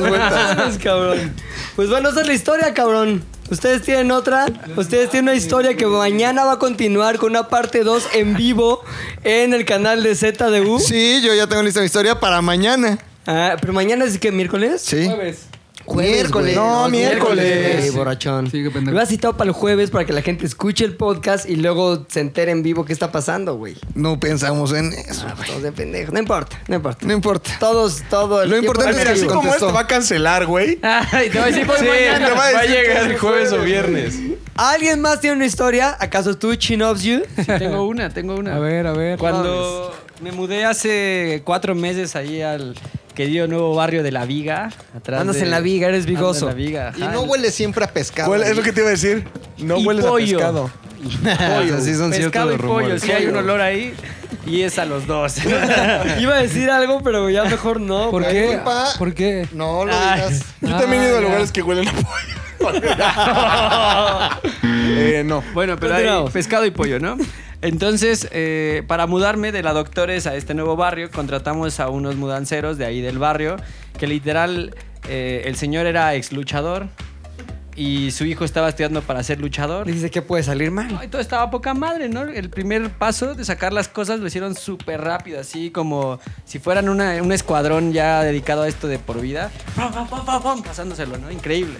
[SPEAKER 2] *laughs*
[SPEAKER 4] vueltas.
[SPEAKER 2] cabrón. Pues bueno, esa es la historia, cabrón. Ustedes tienen otra. Ustedes tienen una historia que mañana va a continuar con una parte 2 en vivo en el canal de ZDU.
[SPEAKER 4] Sí, yo ya tengo lista mi historia para mañana.
[SPEAKER 2] Ah, pero mañana es que miércoles?
[SPEAKER 4] Sí.
[SPEAKER 2] Jueves. Jueves,
[SPEAKER 4] Miércoles.
[SPEAKER 2] güey.
[SPEAKER 4] No, miércoles.
[SPEAKER 2] güey, borrachón. Lo has citado para el jueves para que la gente escuche el podcast y luego se entere en vivo qué está pasando, güey.
[SPEAKER 4] No pensamos en eso.
[SPEAKER 2] Todos de pendejo. No importa, no importa.
[SPEAKER 4] No importa.
[SPEAKER 2] Todos, todo el
[SPEAKER 4] Lo
[SPEAKER 2] tiempo-
[SPEAKER 4] importante es
[SPEAKER 5] Mira,
[SPEAKER 4] que
[SPEAKER 5] así
[SPEAKER 4] sí
[SPEAKER 5] como
[SPEAKER 4] contestó.
[SPEAKER 5] este va a cancelar, güey.
[SPEAKER 2] *laughs* Ay, te voy a decir, voy
[SPEAKER 9] Sí,
[SPEAKER 2] mañana.
[SPEAKER 9] te va a
[SPEAKER 2] Va a
[SPEAKER 9] decir que
[SPEAKER 2] llegar
[SPEAKER 9] es jueves o viernes.
[SPEAKER 2] ¿Alguien más tiene una historia? ¿Acaso tú, Chin Loves
[SPEAKER 8] *laughs*
[SPEAKER 2] You?
[SPEAKER 8] Tengo una, tengo una.
[SPEAKER 3] A ver, a ver.
[SPEAKER 8] Cuando me mudé hace cuatro meses ahí al querido nuevo barrio de La Viga. Atrás
[SPEAKER 2] Andas
[SPEAKER 8] de-
[SPEAKER 2] en la viga, eres
[SPEAKER 8] ando en
[SPEAKER 2] vigoso.
[SPEAKER 8] La Viga, Ah,
[SPEAKER 4] Y
[SPEAKER 8] ajá.
[SPEAKER 4] no huele siempre a pescado.
[SPEAKER 5] Huele- es lo que te iba a decir. No
[SPEAKER 8] Y
[SPEAKER 5] hueles
[SPEAKER 8] pollo.
[SPEAKER 5] a pescado.
[SPEAKER 8] pollo.
[SPEAKER 4] Así son
[SPEAKER 8] Pescado
[SPEAKER 4] ciertos
[SPEAKER 8] y pollo,
[SPEAKER 4] rumores.
[SPEAKER 8] si hay un olor ahí y es a los dos.
[SPEAKER 2] Iba a decir algo, pero ya mejor no.
[SPEAKER 3] ¿Por
[SPEAKER 2] güey.
[SPEAKER 3] qué?
[SPEAKER 4] Culpa.
[SPEAKER 3] ¿Por qué?
[SPEAKER 4] No lo
[SPEAKER 8] Ay.
[SPEAKER 4] digas.
[SPEAKER 5] Yo también he ido a
[SPEAKER 3] Ah, ya.
[SPEAKER 5] lugares que huelen a pollo. eh, no.
[SPEAKER 8] Bueno, pero hay
[SPEAKER 5] Continuamos.
[SPEAKER 8] pescado y pollo, ¿no? Entonces, eh, para mudarme de la Doctores a este nuevo barrio, contratamos a unos mudanceros de ahí del barrio, que literal eh, el señor era ex luchador y su hijo estaba estudiando para ser luchador.
[SPEAKER 2] Le Dice que puede salir mal.
[SPEAKER 8] Y todo estaba poca madre, ¿no? El primer paso de sacar las cosas lo hicieron súper rápido, así como si fueran una- un escuadrón ya dedicado a esto de por vida. ¡Pam, pam, pam, pam, pam! Pasándoselo, ¿no? Increíble.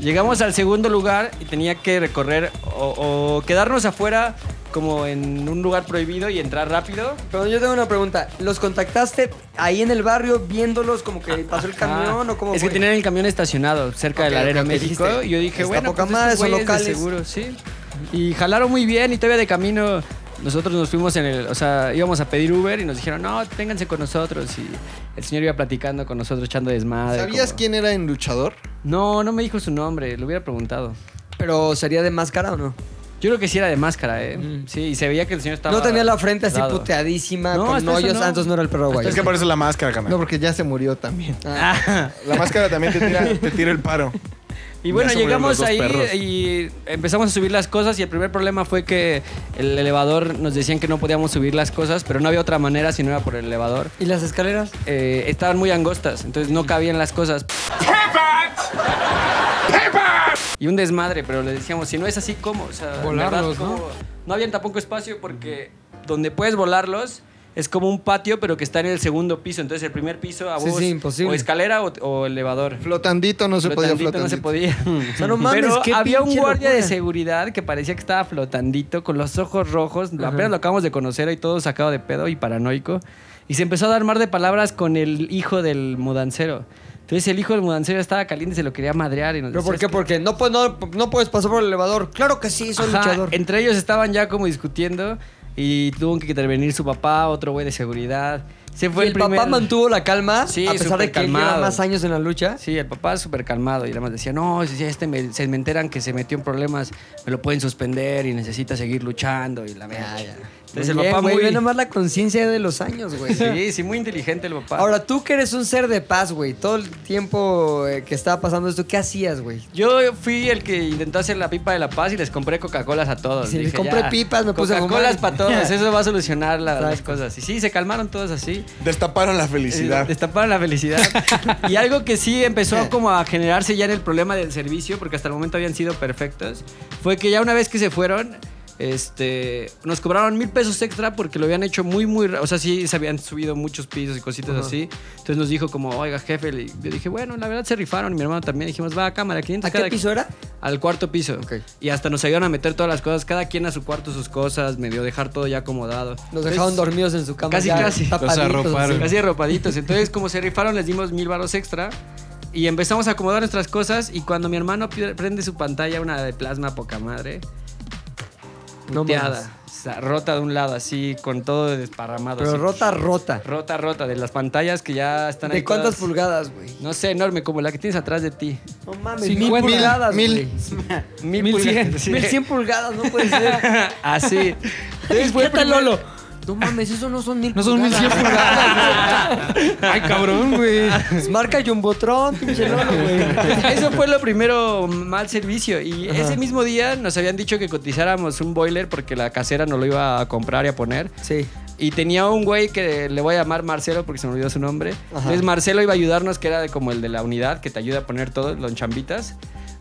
[SPEAKER 8] Llegamos al segundo lugar y tenía que recorrer o, o quedarnos afuera como en un lugar prohibido y entrar rápido.
[SPEAKER 2] Pero yo tengo una pregunta. ¿Los contactaste ahí en el barrio viéndolos como que pasó
[SPEAKER 8] Ah,
[SPEAKER 2] el camión o cómo
[SPEAKER 8] es
[SPEAKER 2] fue?
[SPEAKER 8] que tenían el camión estacionado cerca
[SPEAKER 2] Ok,
[SPEAKER 8] del Arena
[SPEAKER 2] ok,
[SPEAKER 8] México.
[SPEAKER 2] dijiste,
[SPEAKER 8] Y yo dije,
[SPEAKER 2] está
[SPEAKER 8] bueno,
[SPEAKER 2] poca
[SPEAKER 8] pues
[SPEAKER 2] madre,
[SPEAKER 8] estos
[SPEAKER 2] son
[SPEAKER 8] güeyes de
[SPEAKER 2] locales.
[SPEAKER 8] seguro, sí. Y jalaron muy bien y todavía de camino nosotros nos fuimos en el, o sea, íbamos a pedir Uber y nos dijeron, no, ténganse con nosotros. Y el señor iba platicando con nosotros, echando desmadre.
[SPEAKER 4] ¿Sabías
[SPEAKER 8] como-
[SPEAKER 4] quién era en luchador?
[SPEAKER 8] No, no me dijo su nombre, lo hubiera preguntado.
[SPEAKER 2] ¿Pero sería de máscara o no?
[SPEAKER 8] Yo creo que sí era de máscara, ¿eh? Sí, y se veía que el señor estaba.
[SPEAKER 2] No tenía la frente así
[SPEAKER 8] dado.
[SPEAKER 2] puteadísima,
[SPEAKER 8] No,
[SPEAKER 2] con
[SPEAKER 8] hasta eso
[SPEAKER 2] hoyos.
[SPEAKER 8] no.
[SPEAKER 2] Ah, entonces no era el perro Ah. guay.
[SPEAKER 5] Es que aparece la máscara, carnal.
[SPEAKER 4] No, porque ya se murió también.
[SPEAKER 5] La máscara también te tira, te tira el paro.
[SPEAKER 8] Y bueno,
[SPEAKER 5] Ya se murieron los
[SPEAKER 8] llegamos
[SPEAKER 5] dos
[SPEAKER 8] ahí
[SPEAKER 5] perros.
[SPEAKER 8] y empezamos a subir las cosas y el primer problema fue que el elevador nos decían que no podíamos subir las cosas, pero no había otra manera si no era por el elevador. Eh,
[SPEAKER 2] ¿Y las escaleras?
[SPEAKER 8] estaban muy angostas, entonces no cabían las cosas. Y un desmadre, pero le decíamos, si no es así, ¿cómo? O sea, en
[SPEAKER 3] Volarlos,
[SPEAKER 8] ¿cómo?
[SPEAKER 3] ¿no?
[SPEAKER 8] No había tampoco espacio porque donde puedes volarlos es como un patio, pero que está en el segundo piso. Entonces el primer piso a
[SPEAKER 2] Sí,
[SPEAKER 8] vos,
[SPEAKER 2] sí, imposible.
[SPEAKER 8] o escalera o, o elevador.
[SPEAKER 4] Flotandito no se podía
[SPEAKER 8] Flotandito no se podía.
[SPEAKER 2] *laughs* O sea, no mames,
[SPEAKER 8] Pero
[SPEAKER 2] qué
[SPEAKER 8] había un
[SPEAKER 2] pinche
[SPEAKER 8] guardia de
[SPEAKER 2] locura.
[SPEAKER 8] seguridad que parecía que estaba flotandito, con los ojos rojos. Apenas lo acabamos de conocer y todo sacado de pedo y paranoico. Y se empezó a armar de palabras con el hijo del mudancero. Entonces el hijo del mudancero estaba caliente y se lo quería madrear. Y nos
[SPEAKER 2] ¿Pero
[SPEAKER 8] decía,
[SPEAKER 2] por qué?
[SPEAKER 8] Pues "Es que-
[SPEAKER 2] Porque no, puedes- no, no puedes pasar por el elevador. Claro que sí, soy
[SPEAKER 8] Ajá,
[SPEAKER 2] luchador.
[SPEAKER 8] Entre ellos estaban ya como discutiendo y tuvo que intervenir su papá, otro güey de seguridad. Se fue
[SPEAKER 2] ¿Y
[SPEAKER 8] el,
[SPEAKER 2] el papá
[SPEAKER 8] primer-
[SPEAKER 2] mantuvo la calma
[SPEAKER 8] Sí,
[SPEAKER 2] a pesar de
[SPEAKER 8] súper
[SPEAKER 2] que él lleva
[SPEAKER 8] calmado.
[SPEAKER 2] más años en la lucha?
[SPEAKER 8] Sí, el papá súper calmado y además decía, no, si este me- se me enteran que se metió en problemas, me lo pueden suspender y necesita seguir luchando y la
[SPEAKER 2] Ah,
[SPEAKER 8] verdad. Entonces pues el papá
[SPEAKER 2] muy...
[SPEAKER 8] muy...
[SPEAKER 2] Ve nomás la conciencia de los años, güey.
[SPEAKER 8] Sí, sí, muy inteligente el papá.
[SPEAKER 2] Ahora, tú que eres un ser de paz, güey, todo el tiempo eh, que estaba pasando esto, ¿qué hacías, güey?
[SPEAKER 8] Yo fui el que intentó hacer la pipa de la paz y les compré Coca-Colas a todos.
[SPEAKER 2] Sí, les
[SPEAKER 8] Dije,
[SPEAKER 2] compré
[SPEAKER 8] "Ya,
[SPEAKER 2] pipas, me puse a
[SPEAKER 8] Coca-Colas
[SPEAKER 2] fumar".
[SPEAKER 8] para todos, eso va a solucionar la- las
[SPEAKER 2] Exacto.
[SPEAKER 8] cosas. Y sí, se calmaron todos así.
[SPEAKER 5] Destaparon la
[SPEAKER 8] Eh,
[SPEAKER 5] felicidad.
[SPEAKER 8] Destaparon la felicidad.
[SPEAKER 2] *laughs*
[SPEAKER 8] y algo que sí
[SPEAKER 2] Eh.
[SPEAKER 8] empezó como a generarse ya en el problema del servicio, porque hasta el momento habían sido perfectos, fue que ya una vez que se fueron, este, nos cobraron mil pesos extra porque lo habían hecho muy, muy... ra- O sea, sí, se habían subido muchos pisos y cositas
[SPEAKER 2] Ajá.
[SPEAKER 8] así. Entonces nos dijo como, oiga, jefe, y yo dije, bueno, la verdad se rifaron. Y mi hermano también dijimos, va, cámara, 500
[SPEAKER 2] ¿A qué
[SPEAKER 8] cada
[SPEAKER 2] piso era?
[SPEAKER 8] Al cuarto piso. Y hasta nos ayudaron a meter todas las cosas, cada quien a su cuarto sus cosas, medio dejar todo ya acomodado.
[SPEAKER 2] Los
[SPEAKER 8] Entonces,
[SPEAKER 2] dejaron dormidos en su cama.
[SPEAKER 8] Pues Casi,
[SPEAKER 2] ya,
[SPEAKER 8] casi.
[SPEAKER 2] tapaditos, así.
[SPEAKER 8] Casi arropaditos. Entonces, como se rifaron, les dimos mil varos extra. Y empezamos a acomodar nuestras cosas. Y cuando mi hermano pi- prende su pantalla, una de plasma poca madre,
[SPEAKER 2] No mames.
[SPEAKER 8] puteada, o sea, rota de un lado, así, con todo desparramado.
[SPEAKER 2] Pero
[SPEAKER 8] así.
[SPEAKER 2] rota, rota.
[SPEAKER 8] Rota, rota, de las pantallas que ya están ahí
[SPEAKER 2] ¿De cuántas
[SPEAKER 8] todas-
[SPEAKER 2] pulgadas, güey?
[SPEAKER 8] No sé, enorme, como la que tienes atrás de ti.
[SPEAKER 2] No mames,
[SPEAKER 8] Sí,
[SPEAKER 2] mil
[SPEAKER 8] mil-
[SPEAKER 2] pulgadas,
[SPEAKER 8] mil-
[SPEAKER 2] güey.
[SPEAKER 8] Mil,
[SPEAKER 2] Mil
[SPEAKER 8] pulgadas,
[SPEAKER 2] cien.
[SPEAKER 8] sí.
[SPEAKER 2] Mil cien pulgadas, no
[SPEAKER 8] *laughs*
[SPEAKER 2] puede ser. *laughs*
[SPEAKER 8] Así. Entonces fue el
[SPEAKER 2] tal,
[SPEAKER 8] primer-
[SPEAKER 2] Lolo? No mames, eso no son mil
[SPEAKER 3] No son
[SPEAKER 2] pulgadas.
[SPEAKER 3] 1100
[SPEAKER 2] *laughs*
[SPEAKER 8] Ay, cabrón, güey.
[SPEAKER 2] Es marca Jumbotron, pinche Lolo, güey.
[SPEAKER 8] *laughs* Eso fue lo primero mal servicio. Y ese mismo día nos habían dicho que cotizáramos un boiler porque la casera no lo iba a comprar y a poner.
[SPEAKER 2] Sí.
[SPEAKER 8] Y tenía un güey que le voy a llamar Marcelo porque se me olvidó su nombre. Entonces Marcelo iba a ayudarnos, que era de como el de la unidad, que te ayuda a poner todo, los chambitas.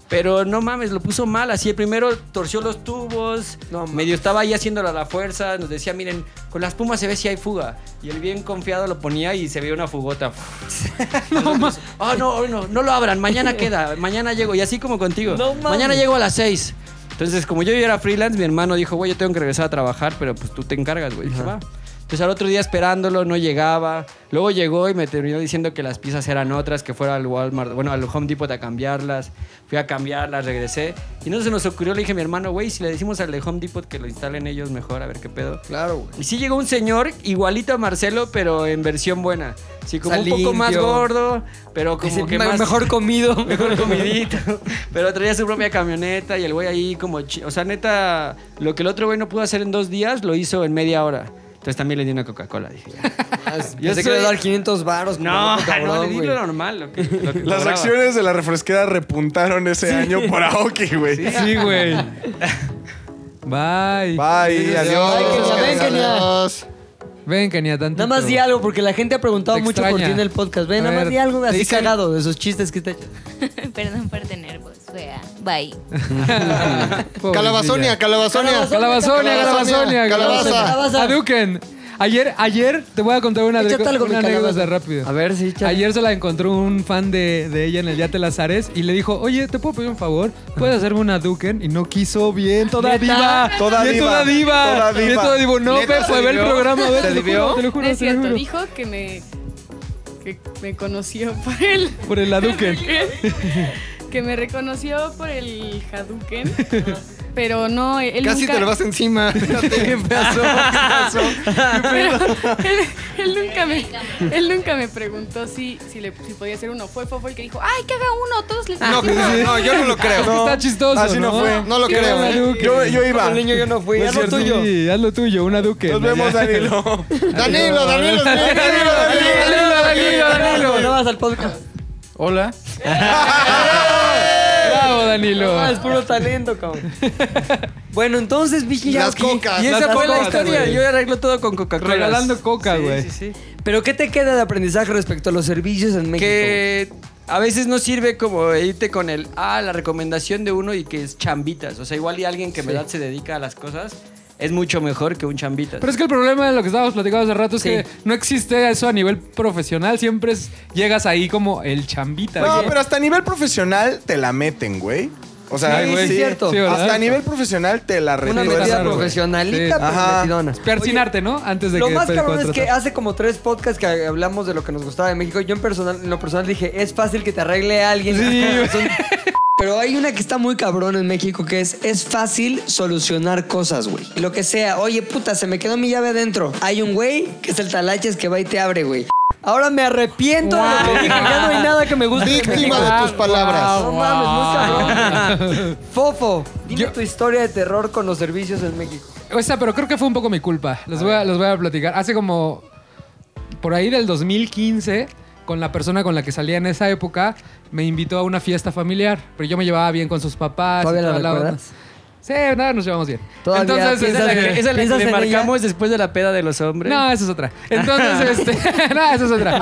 [SPEAKER 8] Pero no mames, lo puso mal. Así el primero torció los tubos, medio estaba ahí haciéndolo a la fuerza. Nos decía, miren, con las pumas se ve si hay fuga. Y él bien confiado lo ponía y se veía una fugota. no mames. Ah, no, hoy no, no lo abran, mañana queda, mañana llego. Y así como contigo.
[SPEAKER 2] No mames.
[SPEAKER 8] mañana llego a las 6. Entonces, como yo ya era freelance, mi hermano dijo, güey, yo tengo que regresar a trabajar, pero pues tú te encargas, güey. Dije, va. Entonces al otro día esperándolo, no llegaba. Luego llegó y me terminó diciendo que las piezas eran otras, que fuera al Walmart, bueno, al Home Depot a cambiarlas. Fui a cambiarlas, regresé. Y no se nos ocurrió, le dije a mi hermano, güey, si le decimos al de Home Depot que lo instalen ellos mejor, a ver qué pedo.
[SPEAKER 2] Claro, güey.
[SPEAKER 8] Y sí llegó un señor igualito a Marcelo, pero en versión buena. Sí, como
[SPEAKER 2] Está
[SPEAKER 8] un poco más
[SPEAKER 2] limpio.
[SPEAKER 8] gordo, pero como
[SPEAKER 2] Ese
[SPEAKER 8] que
[SPEAKER 2] me- *laughs*
[SPEAKER 8] más...
[SPEAKER 2] Mejor comido.
[SPEAKER 8] *laughs* Mejor
[SPEAKER 3] *laughs*
[SPEAKER 8] comidito. Pero traía su propia camioneta y el güey ahí como... chi- O sea, neta, lo que el otro güey no pudo hacer en dos días, lo hizo en media hora. Entonces también le di una Coca-Cola, dije.
[SPEAKER 2] Yo
[SPEAKER 8] Yo
[SPEAKER 2] sé que
[SPEAKER 8] soy-
[SPEAKER 2] le iba a dar 500 varos. como
[SPEAKER 3] *laughs*
[SPEAKER 8] *laughs* No,
[SPEAKER 2] loco, cabrón,
[SPEAKER 8] no, le di
[SPEAKER 2] güey.
[SPEAKER 8] lo normal. Lo que, lo que
[SPEAKER 5] Las
[SPEAKER 8] cobraba.
[SPEAKER 5] acciones de la refresquera repuntaron ese año por Aoki, güey.
[SPEAKER 3] Sí, güey. Bye.
[SPEAKER 5] Bye, adiós.
[SPEAKER 2] Kenia, ven, Kenia.
[SPEAKER 4] Adiós.
[SPEAKER 3] Ven, Kenia, tanto.
[SPEAKER 2] Nada más di algo, porque la gente ha preguntado
[SPEAKER 3] Te
[SPEAKER 2] mucho por ti
[SPEAKER 3] extraña.
[SPEAKER 2] en el podcast. Ven,
[SPEAKER 3] A
[SPEAKER 2] nada más
[SPEAKER 3] ver,
[SPEAKER 2] di algo
[SPEAKER 3] te
[SPEAKER 2] así
[SPEAKER 3] dicen-
[SPEAKER 2] cagado de esos chistes que te echas.
[SPEAKER 13] Perdón por tener voz fea. Bye.
[SPEAKER 4] Calabazonia, calabazonia.
[SPEAKER 3] Calabazonia, calabazonia.
[SPEAKER 4] Calabaza.
[SPEAKER 3] Aduken. Ayer, ayer te voy a contar una,
[SPEAKER 2] Échate
[SPEAKER 3] aneco-
[SPEAKER 2] algo, mi
[SPEAKER 3] una
[SPEAKER 2] calabaza.
[SPEAKER 3] anécdota rápido. A ver, sí, Ayer se la encontró un fan de, de ella en el Yate Lazares y le dijo, oye, ¿te puedo pedir un favor? ¿Puedes hacerme una Duken? Y no quiso bien, toda
[SPEAKER 2] ¿Neta?
[SPEAKER 3] diva.
[SPEAKER 5] Toda
[SPEAKER 3] bien,
[SPEAKER 5] diva,
[SPEAKER 3] toda diva.
[SPEAKER 5] toda diva.
[SPEAKER 3] Bien, toda diva. No,
[SPEAKER 5] ¿Neta?
[SPEAKER 3] ve,
[SPEAKER 5] ¿Se
[SPEAKER 3] fue a ver el
[SPEAKER 5] divió?
[SPEAKER 3] programa.
[SPEAKER 5] ¿Se
[SPEAKER 3] Ve, te lo
[SPEAKER 5] divió?
[SPEAKER 3] juro, te lo juro.
[SPEAKER 14] No es
[SPEAKER 3] te lo
[SPEAKER 14] cierto,
[SPEAKER 3] juro.
[SPEAKER 14] dijo que me, que me conoció por el...
[SPEAKER 3] Por el Hadouken.
[SPEAKER 14] que me reconoció por el Hadouken. Pero no, él
[SPEAKER 4] Casi
[SPEAKER 14] nunca...
[SPEAKER 4] te lo vas encima. ¿Qué pasó? ¿Qué pasó?
[SPEAKER 14] Pero él, él nunca me, él nunca me preguntó si, si, le, si podía hacer uno. Fue Fofo el que dijo, ay, que haga uno, todos le
[SPEAKER 4] No,
[SPEAKER 14] pedimos".
[SPEAKER 4] no, yo no lo creo.
[SPEAKER 3] No, Está chistoso,
[SPEAKER 4] Así no,
[SPEAKER 3] ¿no?
[SPEAKER 4] fue. No lo
[SPEAKER 3] Qué
[SPEAKER 4] creo.
[SPEAKER 3] buena
[SPEAKER 4] ¿eh?
[SPEAKER 3] Duque.
[SPEAKER 4] Yo, yo iba.
[SPEAKER 3] Como niño yo no fui. Haz lo tuyo. Sí, haz lo tuyo, una duque.
[SPEAKER 5] Nos vemos, Danilo.
[SPEAKER 4] Danilo, Danilo, Danilo,
[SPEAKER 3] Danilo, Danilo, Danilo.
[SPEAKER 2] No vas al podcast.
[SPEAKER 9] Hola.
[SPEAKER 3] Bravo, Danilo.
[SPEAKER 2] No, es puro talento, cabrón.
[SPEAKER 3] *laughs*
[SPEAKER 2] Bueno, entonces, Vicky, ya,
[SPEAKER 3] Las
[SPEAKER 2] ok.
[SPEAKER 3] cocas,
[SPEAKER 2] Y
[SPEAKER 3] las
[SPEAKER 2] esa fue la
[SPEAKER 3] cocas,
[SPEAKER 2] historia.
[SPEAKER 3] güey.
[SPEAKER 2] Yo arreglo todo con Coca-Cola.
[SPEAKER 3] Regalando coca, güey.
[SPEAKER 2] Pero, ¿qué te queda de aprendizaje respecto a los servicios en México?
[SPEAKER 9] Que a veces no sirve como irte con el, ah, la recomendación de uno y que es chambitas. O sea, igual y alguien que en
[SPEAKER 8] Sí.
[SPEAKER 9] verdad se dedica a las cosas es mucho mejor que un chambitas.
[SPEAKER 3] Pero es que el problema de lo que estábamos platicando hace rato es
[SPEAKER 9] Sí.
[SPEAKER 3] que no existe eso a nivel profesional. Siempre es- llegas ahí como el chambita.
[SPEAKER 5] No,
[SPEAKER 3] Oye,
[SPEAKER 4] *laughs*
[SPEAKER 5] pero hasta a nivel profesional te la meten, güey. O sea,
[SPEAKER 3] Sí,
[SPEAKER 5] güey,
[SPEAKER 3] sí, cierto. Sí, ¿verdad?
[SPEAKER 5] hasta a nivel profesional te la
[SPEAKER 2] Una
[SPEAKER 5] retuercen.
[SPEAKER 2] metida
[SPEAKER 5] güey.
[SPEAKER 2] profesionalita, pero
[SPEAKER 5] Ajá.
[SPEAKER 2] metidona.
[SPEAKER 3] Persinarte, ¿no? Antes de
[SPEAKER 2] Lo
[SPEAKER 3] que
[SPEAKER 2] más
[SPEAKER 3] te
[SPEAKER 2] cabrón es
[SPEAKER 3] contratan.
[SPEAKER 2] que hace como tres podcasts que hablamos de lo que nos gustaba de México. Yo en personal, en lo personal dije, es fácil que te arregle alguien. *laughs* Son- Pero hay una que está muy cabrón en México que es, es fácil solucionar cosas, güey. Lo que sea, oye, puta, se me quedó mi llave adentro. Hay un güey que es el talaches que va y te abre, güey. Ahora me arrepiento de lo que dije. Ya no hay nada que me guste. de
[SPEAKER 4] Víctima
[SPEAKER 2] México.
[SPEAKER 4] de tus palabras.
[SPEAKER 2] No mames, muy *laughs* cabrón. Fofo, dime tu historia de terror con los servicios en México.
[SPEAKER 3] O sea, pero creo que fue un poco mi culpa. Les voy, a, les voy a platicar. Hace como por ahí del 2015, con la persona con la que salía en esa época, me invitó a una fiesta familiar. Pero yo me llevaba bien con sus papás. y
[SPEAKER 2] ¿Todavía la
[SPEAKER 3] toda la onda.
[SPEAKER 2] recuerdas?
[SPEAKER 3] Sí, nada, nos llevamos bien.
[SPEAKER 2] Todavía
[SPEAKER 3] Entonces,
[SPEAKER 2] piensas
[SPEAKER 3] esa
[SPEAKER 2] en-
[SPEAKER 3] es la
[SPEAKER 2] esa
[SPEAKER 3] que-
[SPEAKER 2] es la que le marcamos
[SPEAKER 9] después de la peda de los hombres.
[SPEAKER 3] No, esa es otra.
[SPEAKER 2] *laughs*
[SPEAKER 3] Entonces, este. *laughs* no, esa es otra.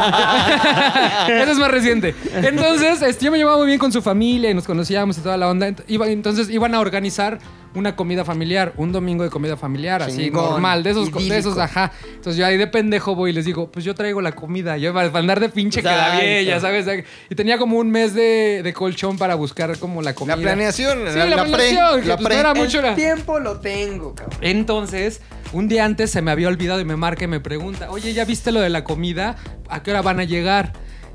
[SPEAKER 3] *laughs* esa es más reciente. Entonces, este, yo me llevaba muy bien con su familia y nos conocíamos y toda la onda. Ent- iba- entonces, iban a organizar una comida familiar, un domingo de comida familiar, así
[SPEAKER 2] Chingón,
[SPEAKER 3] normal, de esos, de esos,
[SPEAKER 2] idílico.
[SPEAKER 3] ajá. Entonces, yo ahí de pendejo voy y les digo, pues yo traigo la comida. Yo para andar de pinche que la
[SPEAKER 2] Exacto.
[SPEAKER 3] bien, ya sabes. Y tenía como un mes de, de colchón para buscar como la comida.
[SPEAKER 4] La planeación,
[SPEAKER 3] Sí,
[SPEAKER 4] la, la pre,
[SPEAKER 3] planeación, que,
[SPEAKER 4] la
[SPEAKER 3] pues,
[SPEAKER 4] pre.
[SPEAKER 3] no era mucho, era-
[SPEAKER 2] El tiempo lo tengo, cabrón.
[SPEAKER 3] entonces, un día antes se me había olvidado y me marca y me pregunta, oye, ¿ya viste lo de la comida? ¿A qué hora van a llegar?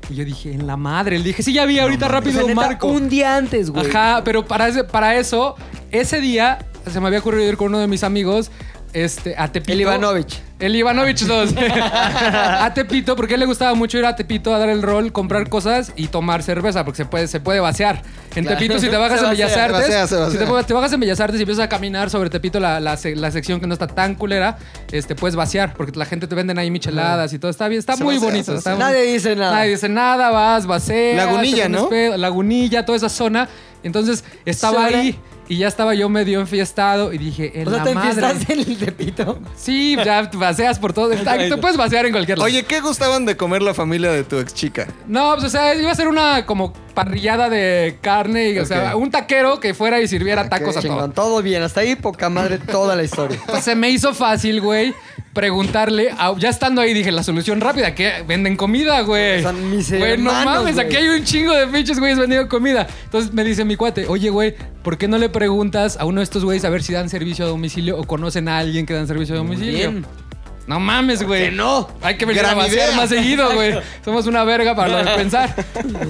[SPEAKER 3] Y yo dije, en la madre. Le dije, sí, ya vi, ahorita rápido,
[SPEAKER 2] O sea, neta,
[SPEAKER 3] Marco.
[SPEAKER 2] Un día antes, güey.
[SPEAKER 3] Ajá, pero para, ese- para eso, ese día se me había ocurrido ir con uno de mis amigos este, a Tepito.
[SPEAKER 2] El Ivanovich.
[SPEAKER 3] El Ivanovich
[SPEAKER 2] *laughs*
[SPEAKER 3] 2. *laughs* a Tepito, porque a él le gustaba mucho ir a Tepito a dar el rol, comprar cosas y tomar cerveza, porque se puede, se puede vaciar. En
[SPEAKER 4] Claro.
[SPEAKER 3] Tepito, si te bajas
[SPEAKER 4] Se
[SPEAKER 3] en
[SPEAKER 4] vacía,
[SPEAKER 3] Bellas
[SPEAKER 4] se
[SPEAKER 3] Artes,
[SPEAKER 4] vacía, se
[SPEAKER 3] si te,
[SPEAKER 4] vacía.
[SPEAKER 3] te bajas en Bellas Artes y empiezas a caminar sobre Tepito, la, la se- la sección que no está tan culera, este, puedes vaciar, porque la gente te venden ahí micheladas y todo. Está bien, está
[SPEAKER 2] Se
[SPEAKER 3] muy
[SPEAKER 2] vacía,
[SPEAKER 3] bonito.
[SPEAKER 2] se
[SPEAKER 3] está
[SPEAKER 2] vacía.
[SPEAKER 3] muy-
[SPEAKER 2] Nadie dice nada.
[SPEAKER 3] Nadie dice nada, vas, vaceas.
[SPEAKER 4] Lagunilla,
[SPEAKER 3] te pones
[SPEAKER 4] ¿no?
[SPEAKER 3] pedo, Lagunilla, toda esa zona. Entonces, estaba
[SPEAKER 2] Zona.
[SPEAKER 3] ahí y ya estaba yo medio enfiestado y dije, en
[SPEAKER 2] O sea,
[SPEAKER 3] la
[SPEAKER 2] te
[SPEAKER 3] madre.
[SPEAKER 2] empiezas en el *laughs* tepito.
[SPEAKER 3] Sí, ya vaceas por
[SPEAKER 4] *laughs*
[SPEAKER 3] todo. Te
[SPEAKER 4] Exacto.
[SPEAKER 3] puedes vaciar en cualquier lado.
[SPEAKER 4] Oye, ¿qué gustaban de comer la familia de tu ex chica?
[SPEAKER 3] No, pues, o sea, iba a ser una como parrillada de carne, y, o sea,
[SPEAKER 4] Ok.
[SPEAKER 3] un taquero que fuera y sirviera tacos a todo.
[SPEAKER 2] Chingón, todo bien, hasta ahí poca madre toda la historia.
[SPEAKER 3] Pues, se me hizo fácil, güey, preguntarle, a- ya estando ahí dije, la solución rápida, que venden comida, güey.
[SPEAKER 2] Son mis
[SPEAKER 3] Güey, no
[SPEAKER 2] hermanos,
[SPEAKER 3] mames,
[SPEAKER 2] güey.
[SPEAKER 3] aquí hay un chingo de pinches güeyes vendiendo comida. Entonces me dice mi cuate, oye, güey, ¿por qué no le preguntas a uno de estos güeyes a ver si dan servicio a domicilio o conocen a alguien que dan servicio a domicilio?
[SPEAKER 2] bien.
[SPEAKER 3] No mames, güey.
[SPEAKER 2] no.
[SPEAKER 3] Hay que venir
[SPEAKER 2] Gran
[SPEAKER 3] a vaciar
[SPEAKER 2] idea.
[SPEAKER 3] más seguido, güey.
[SPEAKER 2] Exacto.
[SPEAKER 3] Somos una verga
[SPEAKER 2] *laughs*
[SPEAKER 3] para lo de pensar.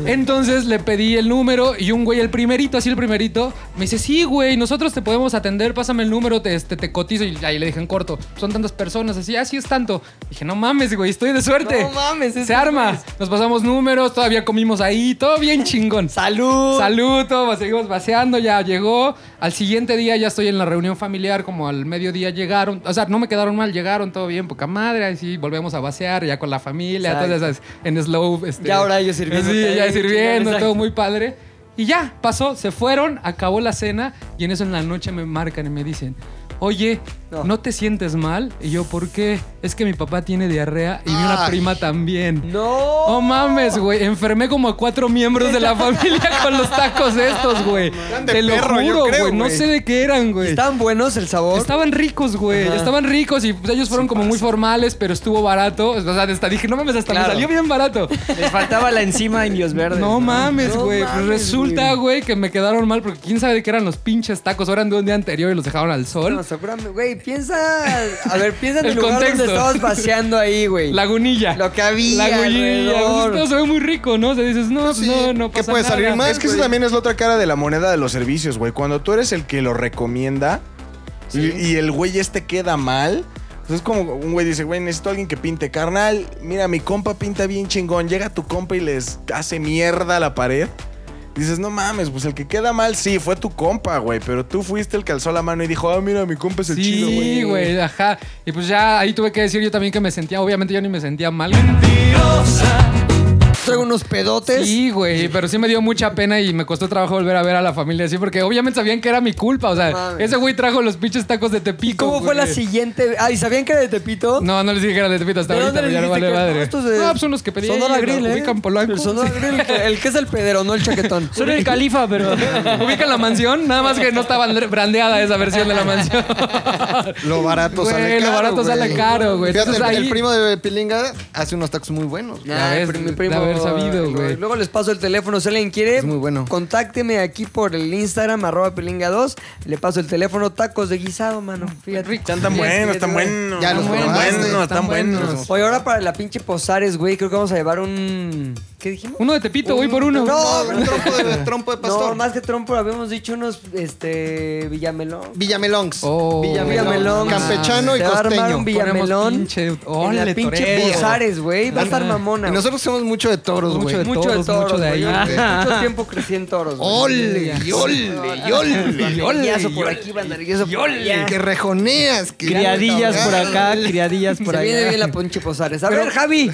[SPEAKER 3] Entonces le pedí el número y un güey, el primerito, así el primerito, me dice, sí, güey, nosotros te podemos atender, pásame el número, te, este, te cotizo. Y ahí le dije en corto, son tantas personas, así, así es tanto. Dije, no mames, güey, estoy de suerte.
[SPEAKER 2] No mames,
[SPEAKER 3] Se
[SPEAKER 2] estos
[SPEAKER 3] arma.
[SPEAKER 2] güeyes.
[SPEAKER 3] Nos pasamos números, todavía comimos ahí, todo bien
[SPEAKER 2] *laughs*
[SPEAKER 3] chingón.
[SPEAKER 2] Salud.
[SPEAKER 3] Salud, todo, seguimos vaciando, ya llegó. Al siguiente día ya estoy en la reunión familiar, como al mediodía llegaron. O sea, no me quedaron mal, llegaron, todo bien, poca madre. Así volvemos a vaciar ya con la familia,
[SPEAKER 2] Exacto.
[SPEAKER 3] todas esas, en slow. Este,
[SPEAKER 2] Ya ahora ellos sirviendo.
[SPEAKER 3] Sí, ya
[SPEAKER 2] Ahí,
[SPEAKER 3] sirviendo,
[SPEAKER 2] exacto.
[SPEAKER 3] todo muy padre. Y ya, pasó, se fueron, acabó la cena y en eso en la noche me marcan y me dicen, oye,
[SPEAKER 2] No.
[SPEAKER 3] ¿no, te sientes mal? Y yo, ¿por qué? Es que mi papá tiene diarrea y mi una
[SPEAKER 2] Ay.
[SPEAKER 3] prima también.
[SPEAKER 2] No.
[SPEAKER 3] No Oh, mames, güey. Enfermé como a cuatro miembros de la familia con los tacos estos, güey.
[SPEAKER 4] Eran de
[SPEAKER 3] Te lo
[SPEAKER 4] perro, yo
[SPEAKER 3] juro,
[SPEAKER 4] creo,
[SPEAKER 3] güey. No
[SPEAKER 4] güey.
[SPEAKER 3] sé de qué eran, güey.
[SPEAKER 2] ¿Están buenos el sabor?
[SPEAKER 3] Estaban ricos, güey.
[SPEAKER 2] Ajá.
[SPEAKER 3] Estaban ricos y pues, ellos fueron como muy formales, pero estuvo barato. O sea, hasta dije, no mames, hasta
[SPEAKER 9] Claro.
[SPEAKER 3] me salió bien barato.
[SPEAKER 9] Les faltaba la encima de indios verdes.
[SPEAKER 3] No mames,
[SPEAKER 2] No
[SPEAKER 3] güey. Pues
[SPEAKER 2] mames,
[SPEAKER 3] resulta, güey, que me quedaron mal porque quién sabe de qué eran los pinches tacos. O eran de un día anterior y los dejaron al sol.
[SPEAKER 2] No, seguramente, güey, piensa. A ver, piensa en el,
[SPEAKER 3] El
[SPEAKER 2] lugar
[SPEAKER 3] contexto.
[SPEAKER 2] donde estabas vaciando ahí, güey.
[SPEAKER 3] Lagunilla.
[SPEAKER 2] Lo que había.
[SPEAKER 3] Lagunilla.
[SPEAKER 2] alrededor.
[SPEAKER 3] Pues, esto se ve muy rico, ¿no? O sea, dices, no, pues, no, no
[SPEAKER 4] ¿qué
[SPEAKER 3] pasa
[SPEAKER 4] puede salir
[SPEAKER 3] nada.
[SPEAKER 4] mal?
[SPEAKER 5] Es que eso
[SPEAKER 4] güey.
[SPEAKER 5] también es la otra cara de la moneda de los servicios, güey. Cuando tú eres el que lo recomienda y y el güey este queda mal, Pues es como un güey dice, güey, necesito a alguien que pinte. Carnal, mira, mi compa pinta bien chingón. Llega tu compa y les hace mierda la pared. Dices, no mames, pues el que queda mal, sí, fue tu compa, güey. Pero tú fuiste el que alzó la mano y dijo, ah, mira, mi compa es el chido, güey.
[SPEAKER 3] Sí, güey, ajá. Y pues ya ahí tuve que decir yo también que me sentía, obviamente yo ni me sentía mal.
[SPEAKER 2] Traigo unos pedotes.
[SPEAKER 3] Sí, güey, pero sí me dio mucha pena y me costó trabajo volver a ver a la familia así, porque obviamente sabían que era mi culpa. O sea,
[SPEAKER 2] Mames.
[SPEAKER 3] ese güey trajo los pinches tacos de Tepito.
[SPEAKER 2] ¿Cómo fue la
[SPEAKER 3] güey.
[SPEAKER 2] siguiente? Ay, ¿sabían que era de Tepito?
[SPEAKER 3] No, no les dije que era de Tepito hasta
[SPEAKER 2] ¿De
[SPEAKER 3] ahorita,
[SPEAKER 2] dónde
[SPEAKER 3] pero ya
[SPEAKER 2] les
[SPEAKER 3] no vale
[SPEAKER 2] dijiste que-
[SPEAKER 3] madre.
[SPEAKER 2] no, estos de-
[SPEAKER 3] Ah, pues son los que pedí.
[SPEAKER 2] Sonora Grill, ¿eh?
[SPEAKER 3] Ubican Polanco.
[SPEAKER 2] El Sonora
[SPEAKER 3] *laughs*
[SPEAKER 2] Grill, el que- el que es el pedero, no el chaquetón. *laughs*
[SPEAKER 3] Soy el califa, pero- Ubican la mansión, nada más que no estaba brandeada esa versión de la mansión.
[SPEAKER 4] Lo barato
[SPEAKER 3] Güey,
[SPEAKER 4] sale
[SPEAKER 3] lo
[SPEAKER 4] caro.
[SPEAKER 3] barato
[SPEAKER 4] güey.
[SPEAKER 3] sale caro, güey.
[SPEAKER 4] Fíjate,
[SPEAKER 3] Entonces,
[SPEAKER 4] el,
[SPEAKER 3] ahí-
[SPEAKER 4] el primo de Pilinga hace unos tacos muy buenos. güey.
[SPEAKER 2] Ah,
[SPEAKER 3] ves,
[SPEAKER 2] pero mi
[SPEAKER 3] de
[SPEAKER 2] primo-
[SPEAKER 3] haber sabido, güey.
[SPEAKER 2] Luego les paso el teléfono. Si alguien quiere, contácteme aquí por el Instagram, arroba pilinga2. Le paso el teléfono, tacos de guisado, mano. Fíjate.
[SPEAKER 5] Están tan buenos, están buenos.
[SPEAKER 2] Ya los
[SPEAKER 5] Están
[SPEAKER 2] probaste.
[SPEAKER 5] buenos, están buenos.
[SPEAKER 2] Oye, ahora para la pinche Posares, güey, creo que vamos a llevar un... ¿Qué dijimos?
[SPEAKER 3] Uno de Tepito, güey, por uno.
[SPEAKER 2] No,
[SPEAKER 3] No,
[SPEAKER 2] trompo de,
[SPEAKER 4] trompo de
[SPEAKER 2] pastor. No, más que trompo, habíamos dicho unos, este, villamelón.
[SPEAKER 4] Villamelongs.
[SPEAKER 2] Villamelón.
[SPEAKER 4] Campechano y
[SPEAKER 2] Se va a armar
[SPEAKER 4] costeño.
[SPEAKER 2] un villamelón.
[SPEAKER 3] pinche-
[SPEAKER 2] en
[SPEAKER 3] ¡Órale,
[SPEAKER 2] la pinche
[SPEAKER 3] torero!
[SPEAKER 2] Posares, güey. Va a estar
[SPEAKER 4] Ajá.
[SPEAKER 2] mamona.
[SPEAKER 4] Y
[SPEAKER 2] güey.
[SPEAKER 4] nosotros somos mucho de toros, güey.
[SPEAKER 2] Mucho de toros, mucho de ahí. Mucho tiempo crecí en toros. güey.
[SPEAKER 4] Ole, y ole, y ole, y ole,
[SPEAKER 2] Banderguiazo
[SPEAKER 4] y
[SPEAKER 2] por
[SPEAKER 4] ole,
[SPEAKER 2] aquí, banderguiazo por allá.
[SPEAKER 4] Que rejoneas. Que
[SPEAKER 2] Criadillas por acá,
[SPEAKER 15] criadillas por
[SPEAKER 2] Se
[SPEAKER 15] allá.
[SPEAKER 2] viene
[SPEAKER 16] *laughs*
[SPEAKER 2] bien la ponche Posares. A ver, Javi.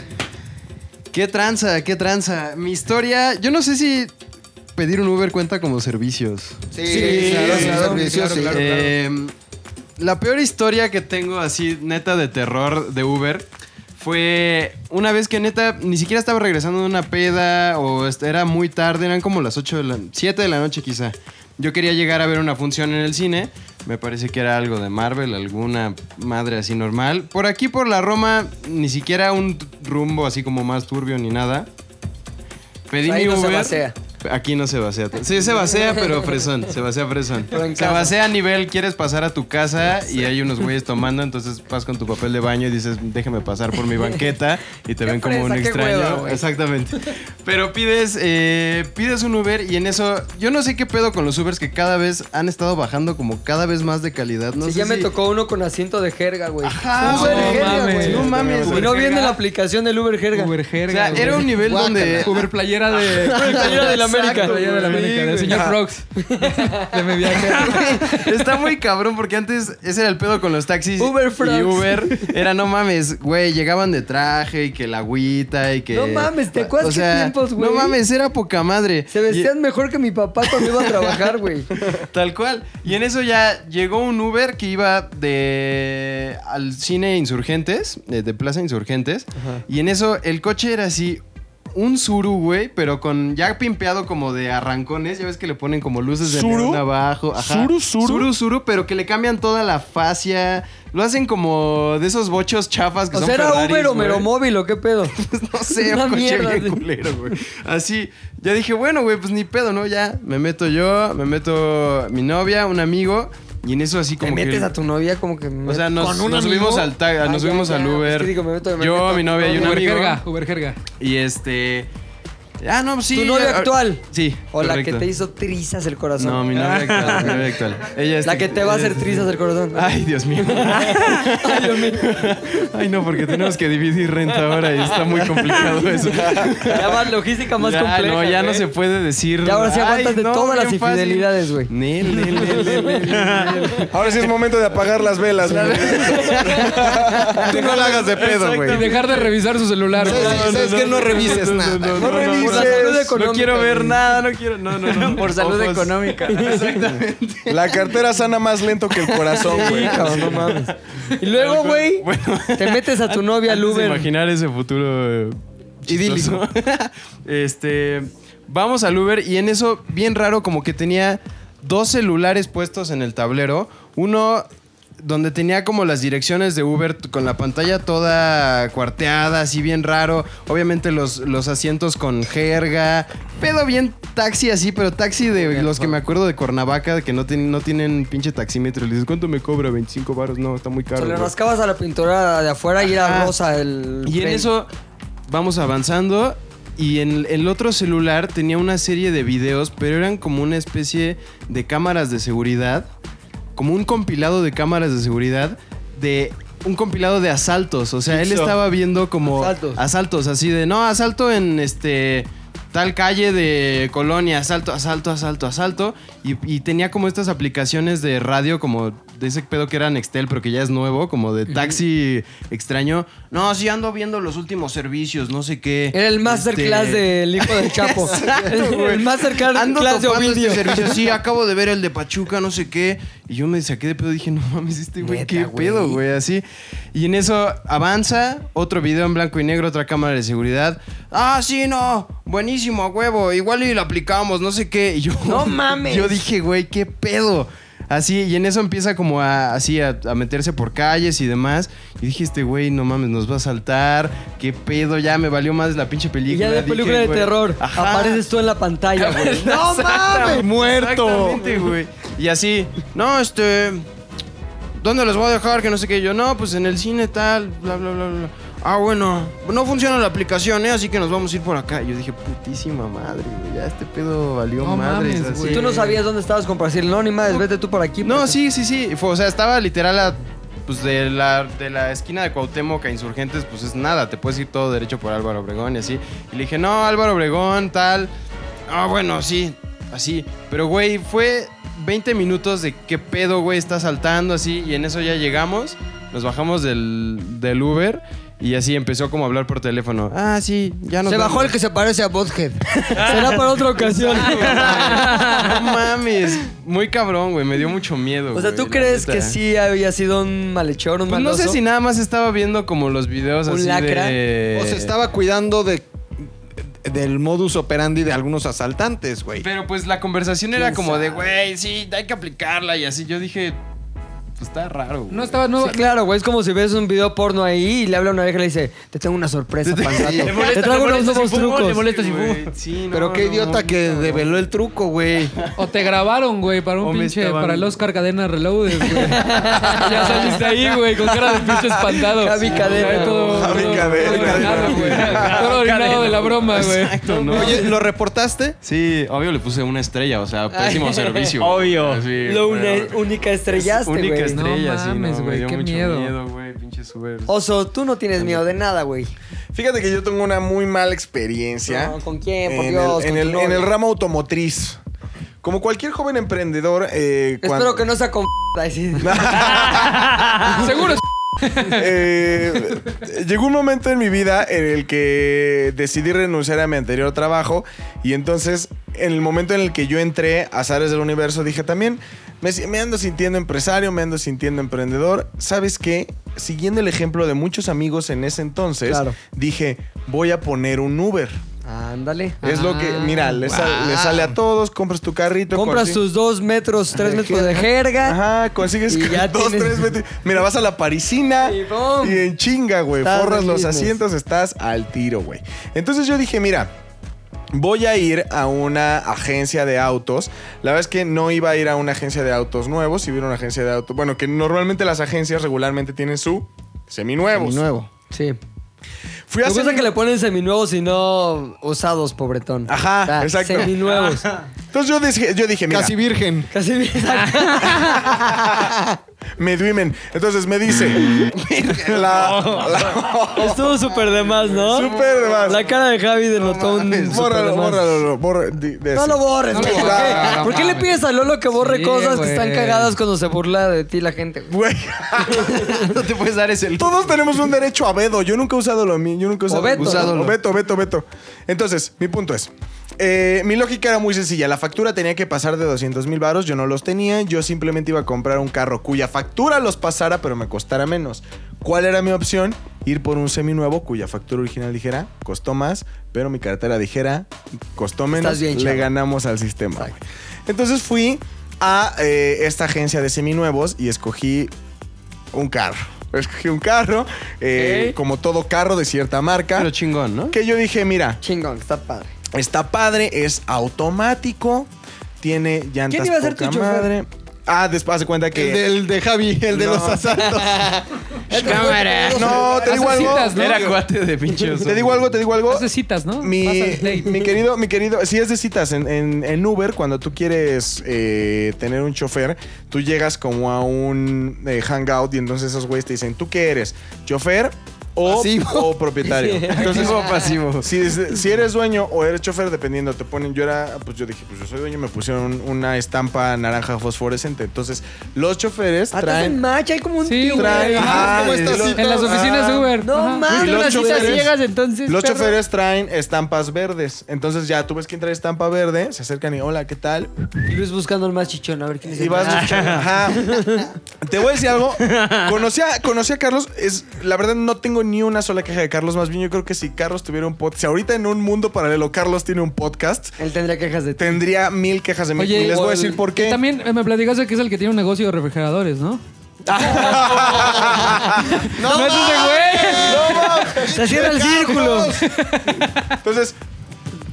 [SPEAKER 15] ¿Qué tranza? ¿Qué tranza? Mi historia, yo no sé si pedir un Uber cuenta como servicios.
[SPEAKER 4] Sí, Sí, claro, sí, claro, servicios, claro, sí. claro, claro.
[SPEAKER 15] Eh, la peor historia que tengo así, neta, de terror de Uber. Fue una vez que neta ni siquiera estaba regresando de una peda o est- era muy tarde, eran como las 8 de la 7 de la noche quizá. Yo quería llegar a ver una función en el cine, me parece que era algo de Marvel, alguna madre así normal. Por aquí por la Roma ni siquiera un t- rumbo así como más turbio ni nada. Pedí
[SPEAKER 2] Ahí
[SPEAKER 15] mi
[SPEAKER 2] no se
[SPEAKER 15] Uber.
[SPEAKER 2] basea.
[SPEAKER 15] Aquí no se basea. Sí, se basea, pero fresón. Se basea fresón.
[SPEAKER 2] Pero en
[SPEAKER 15] Se
[SPEAKER 2] casa.
[SPEAKER 15] basea a nivel, quieres pasar a tu casa y hay unos güeyes tomando, entonces vas con tu papel de baño y dices, déjeme pasar por mi banqueta y te ven como
[SPEAKER 7] fresa,
[SPEAKER 15] un
[SPEAKER 7] qué
[SPEAKER 15] extraño.
[SPEAKER 7] hueva, güey.
[SPEAKER 15] Exactamente. Pero pides, eh, pides un Uber y en eso, yo no sé qué pedo con los Ubers que cada vez han estado bajando como cada vez más de calidad. No
[SPEAKER 2] Sí,
[SPEAKER 15] sé
[SPEAKER 2] ya me
[SPEAKER 15] si-
[SPEAKER 2] tocó uno con asiento de jerga, güey.
[SPEAKER 15] Ajá,
[SPEAKER 2] Uber
[SPEAKER 15] güey.
[SPEAKER 2] jerga,
[SPEAKER 15] No
[SPEAKER 2] güey.
[SPEAKER 15] mames. No mames.
[SPEAKER 2] Y no
[SPEAKER 15] Uber
[SPEAKER 2] viene
[SPEAKER 15] jerga.
[SPEAKER 2] la aplicación del Uber jerga. Uber
[SPEAKER 3] jerga,
[SPEAKER 15] O sea,
[SPEAKER 4] *laughs*
[SPEAKER 15] era un nivel donde-
[SPEAKER 3] Uber playera de.
[SPEAKER 2] Uber playera del América.
[SPEAKER 3] Exacto, playera del América, del
[SPEAKER 15] Sí,
[SPEAKER 3] señor
[SPEAKER 15] güey.
[SPEAKER 3] Frogs. de mi viaje.
[SPEAKER 15] Está muy cabrón porque antes ese era el pedo con los taxis
[SPEAKER 2] Uber
[SPEAKER 15] y
[SPEAKER 2] Frogs. *laughs*
[SPEAKER 15] Uber. Era no mames, güey, llegaban de traje y que la agüita y que...
[SPEAKER 2] No mames, ¿te acuerdas
[SPEAKER 15] O sea,
[SPEAKER 2] qué tiempos, güey?
[SPEAKER 15] No mames, era poca madre.
[SPEAKER 2] Se vestían mejor que mi papá cuando iba a trabajar,
[SPEAKER 15] *laughs*
[SPEAKER 2] güey.
[SPEAKER 15] Tal cual. Y en eso ya llegó un Uber que iba de al cine Insurgentes, de, de Plaza Insurgentes. Y en eso el coche era así. Un suru, güey, pero con ya pimpeado como de arrancones. Ya ves que le ponen como luces de
[SPEAKER 7] ¿Suru?
[SPEAKER 15] neón abajo. Ajá.
[SPEAKER 7] ¿Suru, suru?
[SPEAKER 15] Suru, suru, pero que le cambian toda la fascia. Lo hacen como de esos bochos chafas que
[SPEAKER 2] O
[SPEAKER 15] son
[SPEAKER 2] sea, era
[SPEAKER 15] Ferraris,
[SPEAKER 2] Uber o
[SPEAKER 15] güey.
[SPEAKER 2] Meromóvil o
[SPEAKER 15] *laughs*
[SPEAKER 2] qué pedo.
[SPEAKER 15] Pues No
[SPEAKER 2] *laughs*
[SPEAKER 15] sé,
[SPEAKER 2] Una
[SPEAKER 15] un coche
[SPEAKER 2] mierda,
[SPEAKER 15] bien
[SPEAKER 2] sí.
[SPEAKER 15] culero, güey. Así, ya dije, bueno, güey, pues ni pedo, ¿no? Ya me meto yo, me meto mi novia, un amigo, y en eso así
[SPEAKER 2] Te
[SPEAKER 15] como que...
[SPEAKER 2] metes a tu novia como que...
[SPEAKER 15] O sea, nos, nos subimos al tag,
[SPEAKER 2] Ah,
[SPEAKER 15] nos subimos al Uber. yo, mi novia y un
[SPEAKER 3] Uber
[SPEAKER 15] amigo.
[SPEAKER 3] jerga, Uber jerga.
[SPEAKER 15] Y este... Ah, no, pues sí.
[SPEAKER 2] ¿Tu novia
[SPEAKER 15] ah,
[SPEAKER 2] actual?
[SPEAKER 15] Sí.
[SPEAKER 2] O la
[SPEAKER 15] correcto.
[SPEAKER 2] que te hizo trizas el corazón.
[SPEAKER 15] No, mi novia actual, mi novia
[SPEAKER 2] *laughs*
[SPEAKER 15] actual. Ella es-
[SPEAKER 2] La que te va a hacer trizas el corazón.
[SPEAKER 15] Ay, Dios
[SPEAKER 2] *laughs*
[SPEAKER 15] mío. Ay, no, porque tenemos que dividir renta ahora y está muy complicado
[SPEAKER 2] *laughs*
[SPEAKER 15] eso.
[SPEAKER 2] Ya más logística más
[SPEAKER 15] Ya,
[SPEAKER 2] compleja.
[SPEAKER 15] No, ya no
[SPEAKER 2] güey.
[SPEAKER 15] se puede decir.
[SPEAKER 2] Ya ahora sí aguantas
[SPEAKER 15] "Ay,
[SPEAKER 2] de
[SPEAKER 15] no,
[SPEAKER 2] todas las
[SPEAKER 15] bien fácil".
[SPEAKER 2] infidelidades, güey.
[SPEAKER 15] Nel, nel, nel, nel, nel, nel.
[SPEAKER 5] Ahora sí es momento de apagar las velas, güey.
[SPEAKER 15] Tú no la hagas de pedo, güey.
[SPEAKER 3] Y dejar de revisar su celular.
[SPEAKER 15] No, no, no, no, no, no, No, no, no, no, no, por la salud económica, No quiero ver nada, no quiero. No, no,
[SPEAKER 2] *laughs*
[SPEAKER 15] no.
[SPEAKER 5] Por salud
[SPEAKER 15] económica. *laughs* Exactamente.
[SPEAKER 5] La cartera sana más lento que el corazón, güey.
[SPEAKER 2] cabrón, no mames. Y luego, güey, te metes a tu novia al
[SPEAKER 15] Antes de
[SPEAKER 2] Uber.
[SPEAKER 15] imaginar ese futuro eh,
[SPEAKER 2] Idílico. *laughs*
[SPEAKER 15] chistoso. este, vamos al Uber y en eso bien raro como que tenía dos celulares puestos en el tablero, uno donde tenía como las direcciones de Uber t- con la pantalla toda cuarteada, así bien raro, obviamente los, los asientos con jerga, pedo bien taxi así, pero taxi de los que me acuerdo de Cuernavaca, de que no, tienen no tienen pinche taxímetro, le dices, ¿cuánto me cobra? 25 baros, no, está muy caro.
[SPEAKER 2] Se le
[SPEAKER 15] güey".
[SPEAKER 2] rascabas a la pintura de afuera y era
[SPEAKER 15] Ajá.
[SPEAKER 2] rosa el.
[SPEAKER 15] Y en
[SPEAKER 2] frame.
[SPEAKER 15] eso vamos avanzando. Y en el otro celular tenía una serie de videos, pero eran como una especie de cámaras de seguridad. Como un compilado de cámaras de seguridad de un compilado de asaltos. O sea, él
[SPEAKER 1] Jigsaw.
[SPEAKER 15] estaba viendo como
[SPEAKER 1] Asaltos.
[SPEAKER 15] asaltos. así de, no, asalto en este tal calle de colonia, asalto, asalto, asalto, asalto. Y, y tenía como estas aplicaciones de radio, como de ese pedo que era Nextel, pero que ya es nuevo, como de taxi extraño. No, sí ando viendo los últimos servicios, no sé qué. Este,
[SPEAKER 2] Era el masterclass
[SPEAKER 16] Este.
[SPEAKER 2] del hijo del Chapo. El- el masterclass
[SPEAKER 15] Ando
[SPEAKER 2] class de
[SPEAKER 15] topando este
[SPEAKER 2] Ovidio.
[SPEAKER 15] servicio.
[SPEAKER 2] *laughs*
[SPEAKER 15] Sí, acabo de ver el de Pachuca, no sé qué. Y yo me saqué de pedo dije, no mames, este güey, qué pedo, güey, así. Y en eso avanza, otro video en blanco y negro, otra cámara de seguridad. Ah, sí, no, buenísimo, a huevo. Igual y lo aplicamos, no sé qué. Y yo, *laughs*
[SPEAKER 2] No mames.
[SPEAKER 15] Yo dije, güey, qué pedo. Así, y en eso empieza como a, así a, a meterse por calles y demás. Y dije, este güey, no mames, nos va a saltar. Qué pedo, ya me valió más la pinche
[SPEAKER 2] Y
[SPEAKER 15] película.
[SPEAKER 2] ya de
[SPEAKER 15] Dije,
[SPEAKER 2] película de
[SPEAKER 15] güey,
[SPEAKER 2] terror.
[SPEAKER 15] ajá.
[SPEAKER 2] Apareces tú en la
[SPEAKER 15] *laughs*
[SPEAKER 2] pantalla, güey. ¡No mames!
[SPEAKER 15] Exactamente, güey. Y así, no, este. ¿Dónde los voy a dejar? Que no sé qué. Yo, no, pues en el cine tal, bla, bla, bla, bla. Ah, bueno, no funciona la aplicación, ¿eh? Así que nos vamos a ir por acá. Y Yo dije, putísima madre, güey. Ya este pedo valió
[SPEAKER 2] No
[SPEAKER 15] madre.
[SPEAKER 2] mames, güey. Tú no sabías dónde estabas con Brasil. No, ni madres, vete tú por aquí.
[SPEAKER 15] No, sí, sí, sí. Fue, o sea, estaba literal a- pues de la, de la esquina de Cuauhtémoc a Insurgentes, pues es nada, te puedes ir todo derecho por Álvaro Obregón y así. Y le dije, no, Álvaro Obregón, tal. Ah, bueno, sí, así. Pero, güey, fue 20 minutos de qué pedo, güey, está saltando así. Y en eso ya llegamos, nos bajamos del, del Uber y así empezó como a hablar por teléfono. Ah, sí, ya nos
[SPEAKER 2] Se bajó
[SPEAKER 15] vamos.
[SPEAKER 2] el que se parece a Bothead.
[SPEAKER 15] *laughs*
[SPEAKER 2] Será para otra ocasión.
[SPEAKER 15] No mames, muy cabrón, güey, me dio mucho miedo.
[SPEAKER 2] O sea,
[SPEAKER 15] güey,
[SPEAKER 2] ¿tú
[SPEAKER 15] la
[SPEAKER 2] crees
[SPEAKER 15] neta.
[SPEAKER 2] que sí había sido un malhechor, un
[SPEAKER 15] Pues no sé
[SPEAKER 2] maloso?
[SPEAKER 15] si nada más estaba viendo como los videos
[SPEAKER 2] Un
[SPEAKER 15] así
[SPEAKER 2] lacra.
[SPEAKER 15] de...
[SPEAKER 2] O se
[SPEAKER 4] Estaba cuidando de del modus operandi de algunos asaltantes, güey.
[SPEAKER 15] Pero pues la conversación era
[SPEAKER 4] ¿Quién
[SPEAKER 15] como de,
[SPEAKER 4] sabe?
[SPEAKER 15] güey, sí, hay que aplicarla y así. Yo dije, pues está raro, güey.
[SPEAKER 2] No estaba no, Claro, güey, es como si ves un video porno ahí y le habla a una vieja y le dice, te tengo una sorpresa,
[SPEAKER 15] *laughs*
[SPEAKER 2] para el rato. Te traigo unos nuevos trucos.
[SPEAKER 15] Güey, sí, no,
[SPEAKER 4] Pero qué
[SPEAKER 15] no,
[SPEAKER 4] idiota
[SPEAKER 15] no,
[SPEAKER 4] que
[SPEAKER 15] no.
[SPEAKER 4] develó el truco, güey.
[SPEAKER 16] O te grabaron, güey, para un
[SPEAKER 4] O me
[SPEAKER 16] pinche,
[SPEAKER 4] estaban-
[SPEAKER 16] para el Oscar Cadena Reloaded, güey. *laughs* ya saliste ahí, güey, con cara de pinche espantado.
[SPEAKER 2] Javi Cadena.
[SPEAKER 16] Ahí Todo,
[SPEAKER 4] Javi
[SPEAKER 16] todo-
[SPEAKER 4] Cadena.
[SPEAKER 16] todo orinado, güey. Todo orinado de la broma, güey.
[SPEAKER 15] Exacto, ¿no?
[SPEAKER 4] Oye, ¿lo reportaste?
[SPEAKER 15] Sí, obvio le puse una estrella, o sea, pésimo servicio.
[SPEAKER 2] Obvio.
[SPEAKER 15] Sí,
[SPEAKER 2] Lo
[SPEAKER 15] güey.
[SPEAKER 2] une- única estrellaste, güey.
[SPEAKER 15] Única estrella, sí,
[SPEAKER 16] mames,
[SPEAKER 15] no,
[SPEAKER 16] güey,
[SPEAKER 15] me dio
[SPEAKER 16] qué
[SPEAKER 15] mucho
[SPEAKER 16] miedo.
[SPEAKER 15] miedo, güey, pinche Uber.
[SPEAKER 2] Oso, tú no tienes miedo de nada, güey.
[SPEAKER 5] Fíjate que yo tengo una muy mala experiencia.
[SPEAKER 2] No, ¿con quién? Por
[SPEAKER 5] en
[SPEAKER 2] Dios,
[SPEAKER 5] El, en,
[SPEAKER 2] con tu
[SPEAKER 5] el, en
[SPEAKER 2] novia.
[SPEAKER 5] el ramo automotriz. Como cualquier joven emprendedor. eh,
[SPEAKER 2] Espero que no sea con... Ay,
[SPEAKER 5] *laughs*
[SPEAKER 2] sí. *laughs*
[SPEAKER 16] Seguro.
[SPEAKER 5] Eh, llegó un momento en mi vida en el que decidí renunciar a mi anterior trabajo y entonces en el momento en el que yo entré a Azares del Universo dije también, me, si- me ando sintiendo empresario, me ando sintiendo emprendedor. ¿Sabes qué? Siguiendo el ejemplo de muchos amigos en ese entonces,
[SPEAKER 2] Claro.
[SPEAKER 5] dije, voy a poner un Uber.
[SPEAKER 2] Ándale.
[SPEAKER 5] Es lo que, mira, le, sal- le sale a todos, compras tu carrito.
[SPEAKER 2] Ah, Compras
[SPEAKER 5] consi-
[SPEAKER 2] tus dos metros, tres metros de jerga.
[SPEAKER 5] Ajá, consigues
[SPEAKER 2] Y ya
[SPEAKER 5] dos,
[SPEAKER 2] tienes-
[SPEAKER 5] tres metros. Mira, vas a la parisina y,
[SPEAKER 2] ¡pum!
[SPEAKER 5] en chinga, güey.
[SPEAKER 2] Estás
[SPEAKER 5] Forras
[SPEAKER 2] en
[SPEAKER 5] los
[SPEAKER 2] business.
[SPEAKER 5] asientos, estás al tiro, güey. Entonces yo dije, mira. Voy a ir a una agencia de autos. La verdad es que no iba a ir a una agencia de autos nuevos, iba a ir a una agencia de autos. Bueno, que normalmente las agencias regularmente tienen su seminuevos.
[SPEAKER 4] Nuevo.
[SPEAKER 2] Sí.
[SPEAKER 5] Fui a
[SPEAKER 2] Me gusta
[SPEAKER 5] semi-
[SPEAKER 2] que le ponen seminuevos y no usados, pobretón. Ajá,
[SPEAKER 5] exacto.
[SPEAKER 2] Seminuevos.
[SPEAKER 5] Entonces yo dije, yo dije mira.
[SPEAKER 4] Casi virgen.
[SPEAKER 2] Casi virgen.
[SPEAKER 5] Me duimen. Entonces me
[SPEAKER 15] *laughs*
[SPEAKER 5] dice. la,
[SPEAKER 2] *laughs* Estuvo súper de más, ¿no?
[SPEAKER 5] Súper de más.
[SPEAKER 2] La cara de Javi denotó un. súper
[SPEAKER 5] *laughs* Bórralo,
[SPEAKER 2] de más.
[SPEAKER 5] bórralo, bórralo. di- de-
[SPEAKER 2] No lo borres, güey. ¿por qué? ¿Por qué le pides a Lolo que borre
[SPEAKER 5] Sí,
[SPEAKER 2] cosas que están
[SPEAKER 5] güey.
[SPEAKER 2] cagadas cuando se burla de ti la gente?
[SPEAKER 5] Güey.
[SPEAKER 15] *laughs* no te puedes dar ese
[SPEAKER 5] Todos tenemos un derecho a Bedo. Yo nunca he usado lo mío. Yo nunca he usado
[SPEAKER 2] Beto.
[SPEAKER 5] usado
[SPEAKER 2] Usadolo.
[SPEAKER 5] lo- Beto, Beto, Beto. Entonces, mi punto es. eh, mi lógica era muy sencilla. La factura tenía que pasar de 200 mil varos. Yo no los tenía. Yo simplemente iba a comprar un carro cuya factura los pasara, pero me costara menos. ¿Cuál era mi opción? Ir por un seminuevo cuya factura original dijera costó más, pero mi cartera dijera costó menos.
[SPEAKER 2] Estás bien,
[SPEAKER 5] le
[SPEAKER 2] chavo.
[SPEAKER 5] ganamos al sistema. güey. Entonces fui a eh, esta agencia de seminuevos y escogí un carro. *laughs* Escogí un carro, eh,
[SPEAKER 2] Ok.
[SPEAKER 5] como todo carro de cierta marca. Pero
[SPEAKER 15] chingón, ¿no?
[SPEAKER 5] Que yo dije, mira,
[SPEAKER 2] Chingón, está padre.
[SPEAKER 5] está padre, es automático, tiene llantas
[SPEAKER 2] ¿Quién iba a ser
[SPEAKER 5] poca
[SPEAKER 2] tu chofer?
[SPEAKER 5] madre. Ah, después se cuenta que...
[SPEAKER 4] El de, el de Javi, el
[SPEAKER 15] *laughs*
[SPEAKER 4] de
[SPEAKER 5] No.
[SPEAKER 4] los asaltos.
[SPEAKER 16] Cámara.
[SPEAKER 5] No, te digo algo.
[SPEAKER 15] Era cuate de pinche oso.
[SPEAKER 5] Te digo algo, te digo algo.
[SPEAKER 3] de citas, ¿no?
[SPEAKER 16] *laughs*
[SPEAKER 5] Mi,
[SPEAKER 3] Pasas date.
[SPEAKER 5] *laughs* mi querido, mi querido, si es de citas en, en- en Uber, cuando tú quieres eh, tener un chofer, tú llegas como a un eh, hangout y entonces esos güeyes te dicen, ¿tú qué eres? ¿Chofer? O, o propietario.
[SPEAKER 15] Sí.
[SPEAKER 5] Entonces,
[SPEAKER 15] Activo o pasivo.
[SPEAKER 5] Si, es- si eres dueño o eres chofer, dependiendo, te ponen. Yo era, pues yo dije, pues yo soy dueño, me pusieron una estampa naranja fosforescente. Entonces, los choferes
[SPEAKER 2] Atrás en
[SPEAKER 5] traen.
[SPEAKER 2] match, hay como un tío.
[SPEAKER 5] traen- Ah, Ajá, ¿cómo estás, Cito? Ajá.
[SPEAKER 2] No mames.
[SPEAKER 5] Y los choferes-
[SPEAKER 2] entonces.
[SPEAKER 5] Los
[SPEAKER 2] perro?
[SPEAKER 5] choferes traen estampas verdes. Entonces ya tú ves quién trae estampa verde, se acercan y hola, ¿qué tal?
[SPEAKER 2] Y Luis buscando el más chichón, a ver quién es
[SPEAKER 5] Y
[SPEAKER 2] el
[SPEAKER 5] vas
[SPEAKER 2] más
[SPEAKER 5] luchando. Ajá. Te voy a decir algo. Conocí a, conocí a Carlos. Es, la verdad, no tengo ni una sola queja de Carlos. Más bien, yo creo que si Carlos tuviera un podcast, si ahorita en un mundo paralelo Carlos tiene un podcast.
[SPEAKER 2] Él tendría quejas de
[SPEAKER 5] Tendría mil quejas de mí. y les voy a decir por qué.
[SPEAKER 3] También eh, me platicaste que es el que tiene un negocio de refrigeradores, ¿no?
[SPEAKER 5] No,
[SPEAKER 3] no es ese güey.
[SPEAKER 2] Se cierra el círculo.
[SPEAKER 5] Entonces,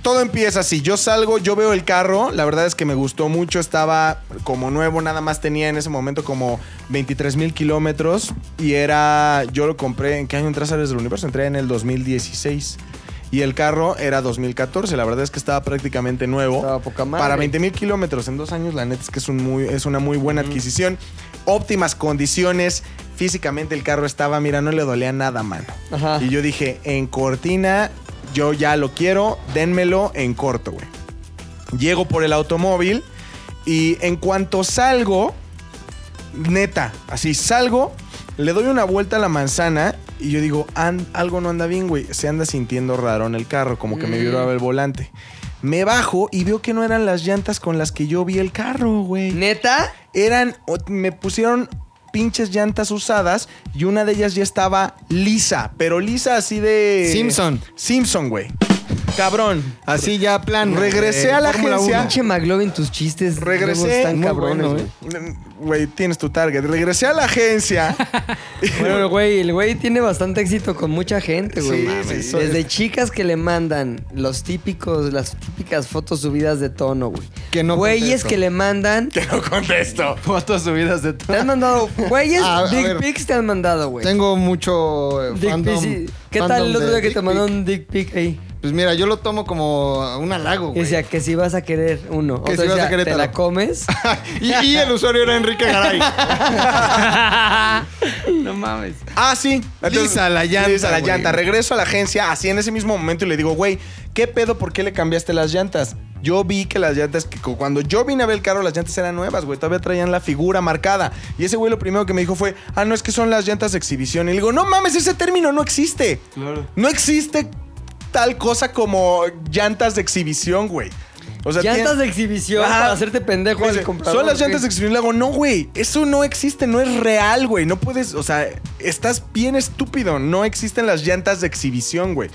[SPEAKER 5] todo empieza así. Yo salgo, yo veo el carro. La verdad es que me gustó mucho. Estaba como nuevo, nada más tenía en ese momento como 23 mil kilómetros. Y era. Yo lo compré. ¿En qué año entraste desde el universo? Entré en el 2016. Y el carro era 2014. La verdad es que estaba prácticamente nuevo.
[SPEAKER 2] Ah,
[SPEAKER 5] Para 20 mil kilómetros en dos años, la neta es que es, un muy, es una muy buena adquisición. Óptimas condiciones. Físicamente el carro estaba, mira, no le dolía nada, mano. Y yo dije, en cortina, yo ya lo quiero, denmelo en corto, güey. Llego por el automóvil y en cuanto salgo, neta, así salgo, le doy una vuelta a la manzana y yo digo, "An- algo no anda bien, güey. Se anda sintiendo raro en el carro, como que me
[SPEAKER 7] Mm.
[SPEAKER 5] vibraba el volante. Me bajo y veo que no eran las llantas con las que yo vi el carro, güey.
[SPEAKER 2] ¿Neta?
[SPEAKER 5] Eran, o- me pusieron pinches llantas usadas y una de ellas ya estaba lisa, pero lisa así de...
[SPEAKER 15] Simpson.
[SPEAKER 5] Simpson, güey. Cabrón.
[SPEAKER 4] Así ya plan.
[SPEAKER 5] Regresé a la agencia.
[SPEAKER 2] Pinche McLovin, tus chistes.
[SPEAKER 5] Regresé.
[SPEAKER 2] luego Están
[SPEAKER 5] Muy
[SPEAKER 2] cabrones,
[SPEAKER 5] bueno, ¿eh?
[SPEAKER 2] güey.
[SPEAKER 5] güey. Güey, tienes tu target. Regresé a la agencia.
[SPEAKER 2] *laughs* Bueno, el güey, el güey tiene bastante éxito con mucha gente, güey.
[SPEAKER 5] Sí,
[SPEAKER 2] Mames.
[SPEAKER 5] sí, soy-
[SPEAKER 2] Desde chicas que le mandan los típicos, las típicas fotos subidas de tono, güey. Que
[SPEAKER 4] no
[SPEAKER 2] Güeyes
[SPEAKER 4] contesto.
[SPEAKER 2] que le
[SPEAKER 5] *laughs*
[SPEAKER 2] mandan.
[SPEAKER 5] Que no *laughs* contesto.
[SPEAKER 15] Fotos subidas de
[SPEAKER 2] Te han mandado. Güeyes,
[SPEAKER 4] A- a
[SPEAKER 2] dick
[SPEAKER 4] ver.
[SPEAKER 2] pics te han mandado, güey.
[SPEAKER 4] Tengo mucho eh,
[SPEAKER 2] Dick
[SPEAKER 4] fandom.
[SPEAKER 2] pics, sí. ¿Qué
[SPEAKER 4] fandom
[SPEAKER 2] tal el otro
[SPEAKER 4] de
[SPEAKER 2] día que
[SPEAKER 4] dick
[SPEAKER 2] te mandó
[SPEAKER 4] pic?
[SPEAKER 2] un dick pic ahí?
[SPEAKER 4] Pues mira, yo lo tomo como un halago, güey.
[SPEAKER 2] Decía que si vas a querer uno.
[SPEAKER 4] Que
[SPEAKER 2] Otro
[SPEAKER 4] si vas a
[SPEAKER 2] decía,
[SPEAKER 4] Querétaro.
[SPEAKER 2] ¿Te la comes?
[SPEAKER 4] Y, y el usuario era Enrique Garay.
[SPEAKER 9] No mames.
[SPEAKER 5] Ah, sí.
[SPEAKER 15] Lisa la llanta,
[SPEAKER 5] Lisa la
[SPEAKER 15] güey.
[SPEAKER 5] llanta. Regreso a la agencia así en ese mismo momento y le digo, güey, ¿qué pedo? ¿Por qué le cambiaste las llantas? Yo vi que las llantas, que cu- cuando yo vine a ver el carro, las llantas eran nuevas, güey. Todavía traían la figura marcada. Y ese güey lo primero que me dijo fue, ah, no, es que son las llantas de exhibición. Y le digo, no mames, ese término no existe.
[SPEAKER 15] Claro.
[SPEAKER 5] No existe tal cosa como llantas de exhibición, güey. *laughs* O sea,
[SPEAKER 2] Llantas
[SPEAKER 5] tiene-
[SPEAKER 2] de exhibición
[SPEAKER 5] Ajá.
[SPEAKER 2] para hacerte pendejo
[SPEAKER 5] Me
[SPEAKER 2] al
[SPEAKER 5] dice,
[SPEAKER 2] comprador.
[SPEAKER 5] Son las
[SPEAKER 2] ¿o qué?
[SPEAKER 5] llantas de exhibición. Le hago, no, güey, eso no existe, no es real, güey. No puedes, o sea, estás bien estúpido. No existen las llantas de exhibición, güey.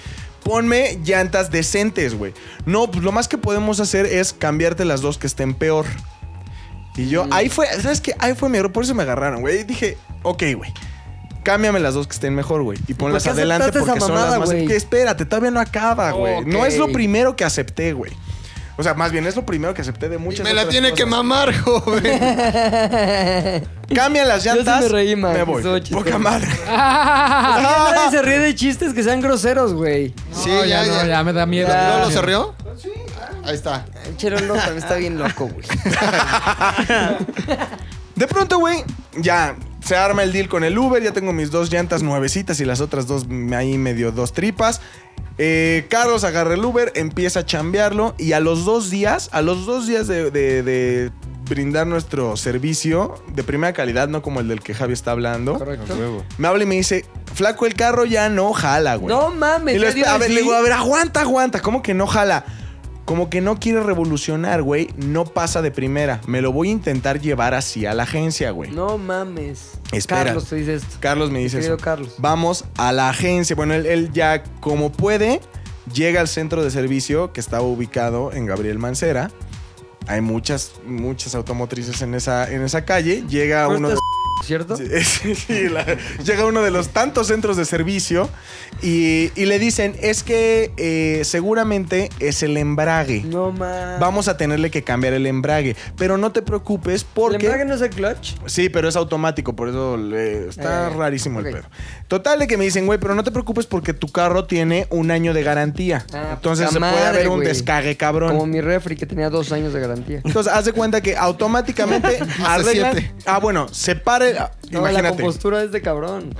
[SPEAKER 5] Ponme llantas decentes, güey. No, pues lo más que podemos hacer es cambiarte las dos que estén peor. Y
[SPEAKER 2] Mm.
[SPEAKER 5] yo, ahí fue, ¿sabes qué? Ahí fue mi error, por eso me agarraron, güey. Y dije, ok, güey. Cámbiame las dos que estén mejor, güey. Y ponlas
[SPEAKER 2] qué
[SPEAKER 5] adelante
[SPEAKER 2] aceptaste esa
[SPEAKER 5] porque son las
[SPEAKER 2] mamada,
[SPEAKER 5] más.
[SPEAKER 2] güey?
[SPEAKER 5] Que espérate, todavía no acaba, güey. No
[SPEAKER 2] Ok.
[SPEAKER 5] es lo primero que acepté, güey. O sea, más bien es lo primero que acepté de muchas
[SPEAKER 4] Me la
[SPEAKER 5] otras
[SPEAKER 4] tiene que
[SPEAKER 5] cosas.
[SPEAKER 4] mamar, *laughs* joven.
[SPEAKER 2] *laughs*
[SPEAKER 5] Cambian las
[SPEAKER 2] Yo sí
[SPEAKER 5] llantas.
[SPEAKER 2] me reí, man.
[SPEAKER 5] me voy.
[SPEAKER 2] Estuvo chistoso.
[SPEAKER 5] Poca madre.
[SPEAKER 2] Es que nadie se ríe de chistes que sean groseros, güey.
[SPEAKER 4] Sí,
[SPEAKER 3] No, ya, no, ya me da miedo.
[SPEAKER 4] ¿No lo cerró? Ahí está.
[SPEAKER 2] El Cherón loco también está bien loco, güey.
[SPEAKER 5] De pronto, güey, ya se arma el deal con el Uber. Ya tengo mis dos llantas nuevecitas y las otras dos mm, ahí medio dos tripas. Eh, Carlos agarra el Uber, empieza a chambearlo y a los dos días, a los dos días de, de- de brindar nuestro servicio de primera calidad, no como el del que Javi está hablando, me habla y me dice, flaco, el carro ya no jala, güey.
[SPEAKER 2] *laughs* No mames.
[SPEAKER 5] Y lo
[SPEAKER 2] ya dio
[SPEAKER 5] espe- a ver,
[SPEAKER 2] así.
[SPEAKER 5] le digo, a ver, aguanta, aguanta. ¿Cómo que no jala? Como que no quiere revolucionar, güey. No pasa de primera. Me lo voy a intentar llevar así a la agencia, güey.
[SPEAKER 2] No mames.
[SPEAKER 5] Espera.
[SPEAKER 2] Carlos, tú dices esto.
[SPEAKER 5] Carlos me dice
[SPEAKER 2] Querido
[SPEAKER 5] eso.
[SPEAKER 2] Carlos.
[SPEAKER 5] Vamos a la agencia. Bueno, él, él ya como puede llega al centro de servicio que estaba ubicado en Gabriel Mancera. Hay muchas, muchas automotrices en esa, en esa calle. Llega
[SPEAKER 2] Pero
[SPEAKER 5] uno de...
[SPEAKER 2] estás- ¿cierto?
[SPEAKER 5] Sí, *laughs* sí, la- llega a uno de los tantos centros de servicio y, y le dicen, es que eh, seguramente es el embrague.
[SPEAKER 2] No más.
[SPEAKER 5] Vamos a tenerle que cambiar el embrague, pero no te preocupes porque...
[SPEAKER 2] ¿El embrague no es el clutch?
[SPEAKER 5] Sí, pero es automático, por eso le- está
[SPEAKER 2] Eh,
[SPEAKER 5] rarísimo
[SPEAKER 2] ok.
[SPEAKER 5] el pedo. Total de que me dicen, güey, pero no te preocupes porque tu carro tiene un año de garantía. Entonces
[SPEAKER 2] Poca
[SPEAKER 5] se puede
[SPEAKER 2] Ah, madre,
[SPEAKER 5] haber un
[SPEAKER 2] güey.
[SPEAKER 5] descague, cabrón.
[SPEAKER 2] Como mi refri que tenía dos años de garantía.
[SPEAKER 5] Entonces, haz de cuenta que
[SPEAKER 2] *laughs*
[SPEAKER 5] automáticamente arreglan.
[SPEAKER 2] siete.
[SPEAKER 5] Ah, bueno, se para. el- ah,
[SPEAKER 2] No, la
[SPEAKER 5] imagínate.
[SPEAKER 2] compostura es de cabrón.